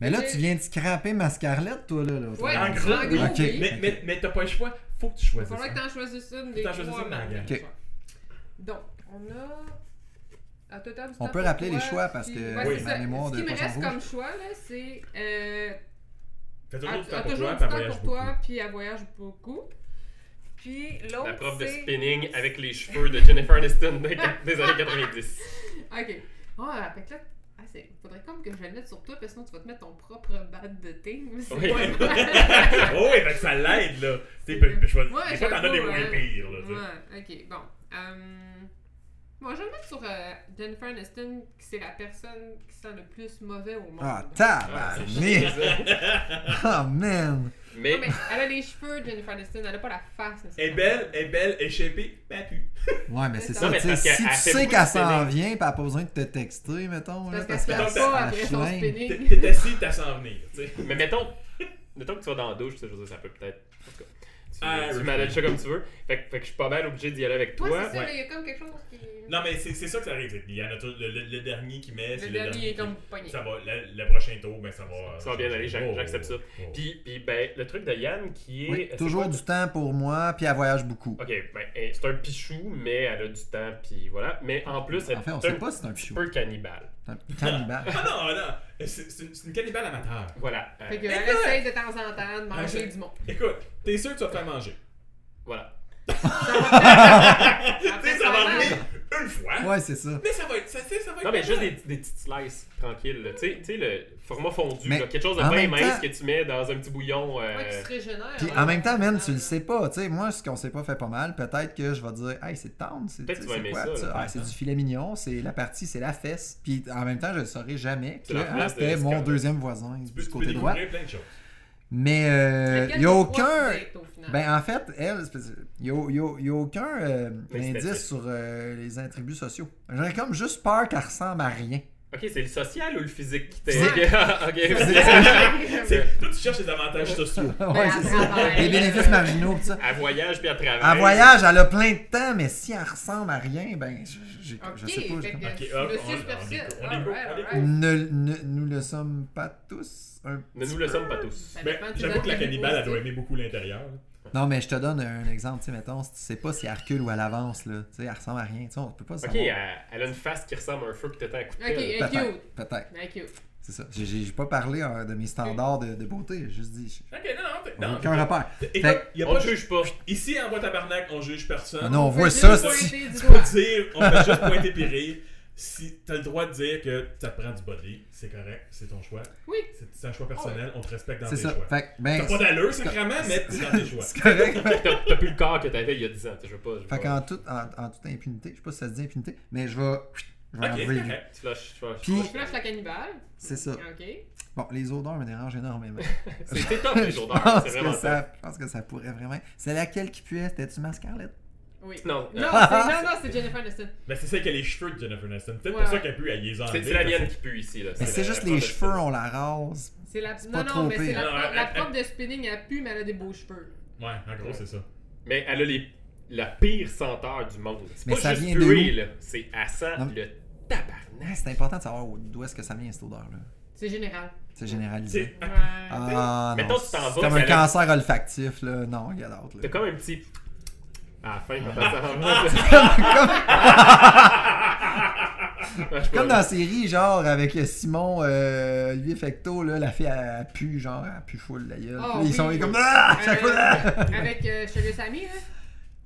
[SPEAKER 4] Mais là, tu viens de scraper ma Scarlett, toi, là. là
[SPEAKER 2] Ouais,
[SPEAKER 1] En gros,
[SPEAKER 2] en gros,
[SPEAKER 4] Ok.
[SPEAKER 2] oui.
[SPEAKER 1] Mais, mais, mais t'as pas le choix, faut que tu
[SPEAKER 2] Il
[SPEAKER 1] choisisses.
[SPEAKER 2] faudrait
[SPEAKER 1] hein.
[SPEAKER 2] que t'en choisisses une des
[SPEAKER 1] T'en
[SPEAKER 2] trois.
[SPEAKER 1] choisis une,
[SPEAKER 2] maintenant.
[SPEAKER 1] Marianne.
[SPEAKER 4] Ok.
[SPEAKER 2] Donc, on a... à total du
[SPEAKER 4] On
[SPEAKER 2] temps
[SPEAKER 4] peut
[SPEAKER 2] pour
[SPEAKER 4] rappeler
[SPEAKER 2] toi,
[SPEAKER 4] les choix parce
[SPEAKER 2] puis-
[SPEAKER 4] que
[SPEAKER 2] ouais,
[SPEAKER 1] Oui.
[SPEAKER 2] c'est
[SPEAKER 1] ma
[SPEAKER 2] ça.
[SPEAKER 4] mémoire
[SPEAKER 2] Ce
[SPEAKER 4] de
[SPEAKER 2] qui me
[SPEAKER 4] poisson
[SPEAKER 2] reste
[SPEAKER 4] rouge.
[SPEAKER 2] comme choix, là, c'est... euh,
[SPEAKER 1] Fais
[SPEAKER 2] a
[SPEAKER 1] toujours du temps
[SPEAKER 2] a
[SPEAKER 1] pour
[SPEAKER 2] toujours
[SPEAKER 1] toi,
[SPEAKER 2] du
[SPEAKER 1] puis elle
[SPEAKER 2] temps
[SPEAKER 1] voyage
[SPEAKER 2] pour toi,
[SPEAKER 1] beaucoup.
[SPEAKER 2] puis elle voyage beaucoup. Puis l'autre,
[SPEAKER 3] La prof de
[SPEAKER 2] c'est-
[SPEAKER 3] spinning avec les cheveux de Jennifer Aniston des des années 90.
[SPEAKER 2] Ok. Ah, fait que là, ah, c'est- faudrait comme que je le note sur toi, parce que sinon tu vas te mettre ton propre bad de team. C'est
[SPEAKER 3] Oui.
[SPEAKER 2] pas
[SPEAKER 1] oh, oui, fait que ça l'aide, là. Tu sais, ben, ben, je vois-
[SPEAKER 2] Ouais,
[SPEAKER 1] des fois, t'en as
[SPEAKER 2] j'avoue,
[SPEAKER 1] des
[SPEAKER 2] hein.
[SPEAKER 1] moins pires, là. tu sais.
[SPEAKER 2] Ouais, ok, bon. Euh, Bon, je vais me mettre sur euh, Jennifer Aniston, qui c'est la personne qui sent le plus mauvais au monde.
[SPEAKER 4] Ah,
[SPEAKER 3] Ah, c'est
[SPEAKER 4] tabarnak!
[SPEAKER 3] chiant, ça.
[SPEAKER 4] Oh, man!
[SPEAKER 3] Mais,
[SPEAKER 2] Non, mais elle a les cheveux, Jennifer Aniston, elle a pas la face. n'est-ce
[SPEAKER 1] Elle est
[SPEAKER 2] pas?
[SPEAKER 1] belle, elle est belle, elle est shapée, ben elle pue.
[SPEAKER 4] Ouais, mais c'est
[SPEAKER 2] Non,
[SPEAKER 4] ça,
[SPEAKER 2] mais
[SPEAKER 4] tu sais,
[SPEAKER 3] parce qu'elle-
[SPEAKER 4] si
[SPEAKER 3] elle fait
[SPEAKER 4] tu sais
[SPEAKER 3] beaucoup
[SPEAKER 4] qu'elle
[SPEAKER 3] de
[SPEAKER 4] s'en
[SPEAKER 3] spinning.
[SPEAKER 4] vient, pis elle a pas besoin de te texter, mettons. là,
[SPEAKER 2] Parce qu'elle se lave
[SPEAKER 4] elle-
[SPEAKER 2] pas
[SPEAKER 4] elle
[SPEAKER 2] après son
[SPEAKER 4] flingue.
[SPEAKER 1] T'es
[SPEAKER 2] spinning.
[SPEAKER 1] t'es assis, t'as s'en venir, tu sais.
[SPEAKER 3] mais mettons, mettons que tu vas dans la douche, ça, je veux dire, ça peut peut-être. En tout cas, tu,
[SPEAKER 1] Ah,
[SPEAKER 3] tu
[SPEAKER 1] oui.
[SPEAKER 3] manages ça comme tu veux. Fait, que- fait que je suis pas mal obligé d'y aller avec toi.
[SPEAKER 2] Toi, c'est ça,
[SPEAKER 1] ouais.
[SPEAKER 2] là, il y a comme quelque chose qui.
[SPEAKER 1] Non, mais c'est c'est ça que ça arrive. Il y en a tout- le, le- le dernier qui met, c'est
[SPEAKER 2] le
[SPEAKER 1] le
[SPEAKER 2] dernier est
[SPEAKER 1] qui-
[SPEAKER 2] comme pogné.
[SPEAKER 1] Ça va, le, le prochain tour, ben ça va.
[SPEAKER 3] Ça va bien aller, j'ac-
[SPEAKER 1] Oh,
[SPEAKER 3] j'accepte ça.
[SPEAKER 1] oh, oh.
[SPEAKER 3] Puis, puis, ben, le truc de Yann qui est.
[SPEAKER 4] Oui,
[SPEAKER 3] c'est
[SPEAKER 4] toujours
[SPEAKER 3] quoi?
[SPEAKER 4] du temps pour moi, puis elle voyage beaucoup.
[SPEAKER 3] Ok, ben, eh, c'est un pichou, mais elle a du temps, puis voilà. Mais en plus, elle
[SPEAKER 4] En fait, on
[SPEAKER 3] est un
[SPEAKER 4] sait pas si c'est un
[SPEAKER 3] petit
[SPEAKER 4] pichou.
[SPEAKER 3] peu cannibale.
[SPEAKER 4] C'est un cannibale.
[SPEAKER 1] Ah non, ah non, c'est c'est une, c'est une cannibale amateur.
[SPEAKER 3] Voilà. euh,
[SPEAKER 2] Fait qu'elle
[SPEAKER 1] Mais quoi?
[SPEAKER 2] essaye de temps en temps de manger
[SPEAKER 1] Ah,
[SPEAKER 2] du monde.
[SPEAKER 1] Écoute, t'es sûr que tu vas te faire manger.
[SPEAKER 3] voilà.
[SPEAKER 1] Tu sais, Ah, ça va arriver une fois.
[SPEAKER 4] Ouais, c'est ça.
[SPEAKER 1] Mais ça va être, ça, tu sais, ça va être.
[SPEAKER 3] Non, mais juste
[SPEAKER 1] pas
[SPEAKER 3] des,
[SPEAKER 1] mal.
[SPEAKER 3] des petites slices tranquilles. là. Tu sais- tu sais, le format fondu,
[SPEAKER 4] Mais
[SPEAKER 3] là, quelque chose de
[SPEAKER 4] en
[SPEAKER 3] bien
[SPEAKER 4] même
[SPEAKER 3] mince
[SPEAKER 4] temps-
[SPEAKER 3] que tu mets dans un petit bouillon. euh,
[SPEAKER 2] Ouais, qui se régénère.
[SPEAKER 4] Puis en même temps, man, tu le sais pas. Tu sais, moi, ce qu'on sait pas fait pas mal, peut-être que je vais dire, hey, c'est tendre. C'est
[SPEAKER 3] Peut-être
[SPEAKER 4] tu
[SPEAKER 3] tu vas
[SPEAKER 4] sais, c'est
[SPEAKER 3] aimer
[SPEAKER 4] quoi
[SPEAKER 3] ça, là,
[SPEAKER 4] ça?
[SPEAKER 3] par
[SPEAKER 4] Ah, c'est du filet mignon, c'est la partie, c'est la fesse. Puis en même temps, je ne saurais jamais
[SPEAKER 3] C'est
[SPEAKER 4] que
[SPEAKER 3] la
[SPEAKER 4] hein,
[SPEAKER 3] fesse de
[SPEAKER 4] c'était mon
[SPEAKER 3] Scarlett.
[SPEAKER 4] deuxième voisin
[SPEAKER 1] Tu peux,
[SPEAKER 4] du
[SPEAKER 1] tu peux
[SPEAKER 4] côté droit.
[SPEAKER 1] découvrir plein de choses.
[SPEAKER 4] Mais il
[SPEAKER 2] Lequel
[SPEAKER 4] n'y euh, a
[SPEAKER 2] des trois
[SPEAKER 4] aucun.
[SPEAKER 2] tu dates, au final?
[SPEAKER 4] Ben, en fait, elle, il n'y a, y a- y a aucun euh,
[SPEAKER 3] Incitatif.
[SPEAKER 4] indice sur euh, les attributs sociaux. J'aurais comme juste peur qu'elle ressemble à rien.
[SPEAKER 3] Ok, c'est le social ou le physique qui t'est. Ah,
[SPEAKER 4] Physique.
[SPEAKER 3] ok.
[SPEAKER 2] Ben,
[SPEAKER 1] C'est- Toi, tu cherches les avantages sociaux.
[SPEAKER 4] ouais,
[SPEAKER 2] elle
[SPEAKER 4] c'est ça.
[SPEAKER 2] travaille.
[SPEAKER 4] Les bénéfices marginaux, pis ça.
[SPEAKER 3] Elle voyage puis elle travaille.
[SPEAKER 4] Elle voyage, elle a plein de temps, mais si elle ressemble à rien, ben, je, je, je- je
[SPEAKER 2] Ok,
[SPEAKER 4] sais pas. je-
[SPEAKER 2] fait que
[SPEAKER 1] Ok, hop,
[SPEAKER 2] monsieur
[SPEAKER 1] on- on
[SPEAKER 2] superficiel.
[SPEAKER 1] découvre, on
[SPEAKER 2] Alright,
[SPEAKER 1] découvre, on
[SPEAKER 2] alright.
[SPEAKER 1] découvre.
[SPEAKER 4] Ne, ne- nous le sommes pas tous. un
[SPEAKER 3] Ne
[SPEAKER 4] petit
[SPEAKER 3] nous le
[SPEAKER 4] peu.
[SPEAKER 3] sommes pas tous.
[SPEAKER 2] Ça
[SPEAKER 1] Ben,
[SPEAKER 2] dépend du
[SPEAKER 1] j'avoue que la
[SPEAKER 2] degré de
[SPEAKER 1] cannibale, elle
[SPEAKER 2] positif.
[SPEAKER 1] doit aimer beaucoup l'intérieur.
[SPEAKER 4] Non, mais je te donne un exemple. Tu sais, mettons, si tu sais pas si elle recule ou elle avance, là, tu sais, elle ressemble à rien. Tu sais, on peut pas
[SPEAKER 3] Ok,
[SPEAKER 4] savoir.
[SPEAKER 3] elle, elle a une face qui ressemble à un feu qui t'éteint à coup de pelle.
[SPEAKER 2] Ok,
[SPEAKER 4] Peut-être.
[SPEAKER 2] cute.
[SPEAKER 4] Peut-être.
[SPEAKER 2] Ben, cute.
[SPEAKER 4] C'est ça. J'ai- J'ai j'ai pas parlé hein, de mes standards de, de beauté. J'ai juste dit.
[SPEAKER 1] Ok, non, non, t'es-
[SPEAKER 4] on a
[SPEAKER 1] non.
[SPEAKER 4] Aucun repère.
[SPEAKER 1] Écoute, y a
[SPEAKER 3] On
[SPEAKER 1] pas
[SPEAKER 3] ne juge pas.
[SPEAKER 1] Ici, en voie tabarnak, on juge personne.
[SPEAKER 4] Ah non, on
[SPEAKER 2] peut
[SPEAKER 4] voit
[SPEAKER 2] juste
[SPEAKER 4] ça.
[SPEAKER 2] pointer
[SPEAKER 4] si-
[SPEAKER 2] du
[SPEAKER 1] Tu
[SPEAKER 2] doigt.
[SPEAKER 1] peux dire, on fait juste pointer pis rire. Si t'as le droit de dire que ça te prend du body, c'est correct, c'est ton choix.
[SPEAKER 2] Oui.
[SPEAKER 1] C'est c'est un choix personnel, on te respecte dans
[SPEAKER 4] Ah C'est
[SPEAKER 1] tes
[SPEAKER 4] ça.
[SPEAKER 1] choix.
[SPEAKER 4] Fait que,
[SPEAKER 1] T'as
[SPEAKER 4] ben,
[SPEAKER 1] pas d'allure, sacrément, mais c'est dans tes choix.
[SPEAKER 4] c'est correct.
[SPEAKER 3] T'as t'as plus le corps que t'avais il y a 10 ans. tu sais, Je veux pas. je veux
[SPEAKER 4] Fait
[SPEAKER 3] pas-
[SPEAKER 4] qu'en toute, en, en toute impunité, je sais pas si ça se dit impunité, mais je vais. Je vais
[SPEAKER 1] Ok,
[SPEAKER 4] enlever.
[SPEAKER 1] correct.
[SPEAKER 3] Tu flushes, tu flushes.
[SPEAKER 4] Puis-
[SPEAKER 2] Je flash la cannibale.
[SPEAKER 4] C'est ça.
[SPEAKER 2] Ok.
[SPEAKER 4] Bon, les odeurs me dérangent énormément.
[SPEAKER 3] C'est c'est top
[SPEAKER 4] je,
[SPEAKER 3] les odeurs.
[SPEAKER 4] pense
[SPEAKER 3] C'est
[SPEAKER 4] que
[SPEAKER 3] vraiment top.
[SPEAKER 4] ça, je pense que ça pourrait vraiment. C'est laquelle qui puait C'était-tu ma Scarlett
[SPEAKER 2] Oui.
[SPEAKER 3] Non,
[SPEAKER 2] Non,
[SPEAKER 3] euh,
[SPEAKER 2] c'est- non, non, c'est Jennifer Aniston.
[SPEAKER 1] Mais c'est ça qui a les cheveux de Jennifer Aniston. Peut-être
[SPEAKER 2] Ouais.
[SPEAKER 1] pour ça qu'elle pue, elle les a
[SPEAKER 3] c'est
[SPEAKER 1] enlevés,
[SPEAKER 3] c'est la
[SPEAKER 1] parce
[SPEAKER 3] mienne
[SPEAKER 1] que-
[SPEAKER 3] qui pue ici. là.
[SPEAKER 4] Mais
[SPEAKER 3] la-
[SPEAKER 4] c'est juste
[SPEAKER 3] la-
[SPEAKER 4] les
[SPEAKER 3] la-
[SPEAKER 4] cheveux, on la rase.
[SPEAKER 2] C'est la.
[SPEAKER 4] pas
[SPEAKER 2] Non,
[SPEAKER 4] trop
[SPEAKER 2] non, mais c'est
[SPEAKER 4] pire.
[SPEAKER 2] la,
[SPEAKER 1] Non,
[SPEAKER 2] pro-
[SPEAKER 1] elle-
[SPEAKER 2] la
[SPEAKER 1] elle-
[SPEAKER 2] prof de spinning, elle pue, mais elle a des beaux cheveux.
[SPEAKER 1] Ouais, en gros, c'est ça.
[SPEAKER 3] Mais elle a les, la pire senteur du monde. C'est
[SPEAKER 4] Mais
[SPEAKER 3] pas
[SPEAKER 4] ça
[SPEAKER 3] juste
[SPEAKER 4] vient de
[SPEAKER 3] puer,
[SPEAKER 4] où?
[SPEAKER 3] là. C'est à sent
[SPEAKER 4] Non, mais-
[SPEAKER 3] le tabarnak.
[SPEAKER 4] Ouais, c'est important de savoir où- d'où est-ce que ça vient cette odeur-là.
[SPEAKER 2] C'est général.
[SPEAKER 4] C'est
[SPEAKER 1] C'est-
[SPEAKER 4] généralisé.
[SPEAKER 2] Ouais.
[SPEAKER 4] Ah,
[SPEAKER 3] Mettons,
[SPEAKER 4] non,
[SPEAKER 3] tu t'en vas,
[SPEAKER 4] c'est comme un
[SPEAKER 3] puis elle a-
[SPEAKER 4] cancer olfactif, là. Non, il y a d'autres,
[SPEAKER 3] T'as
[SPEAKER 4] là.
[SPEAKER 3] comme un petit. À la fin, quand t'as ça Ah, en main, ça-
[SPEAKER 4] Comme dans la série, genre, avec Simon, euh, lui et Fecto, là, la fille, elle pue, genre, elle pue full, la gueule.
[SPEAKER 2] Ah,
[SPEAKER 4] Puis là, ils
[SPEAKER 2] oui.
[SPEAKER 4] sont comme, ah, à chaque
[SPEAKER 2] Euh,
[SPEAKER 4] fois, ah!
[SPEAKER 2] Avec euh, Sugar Sammy, là.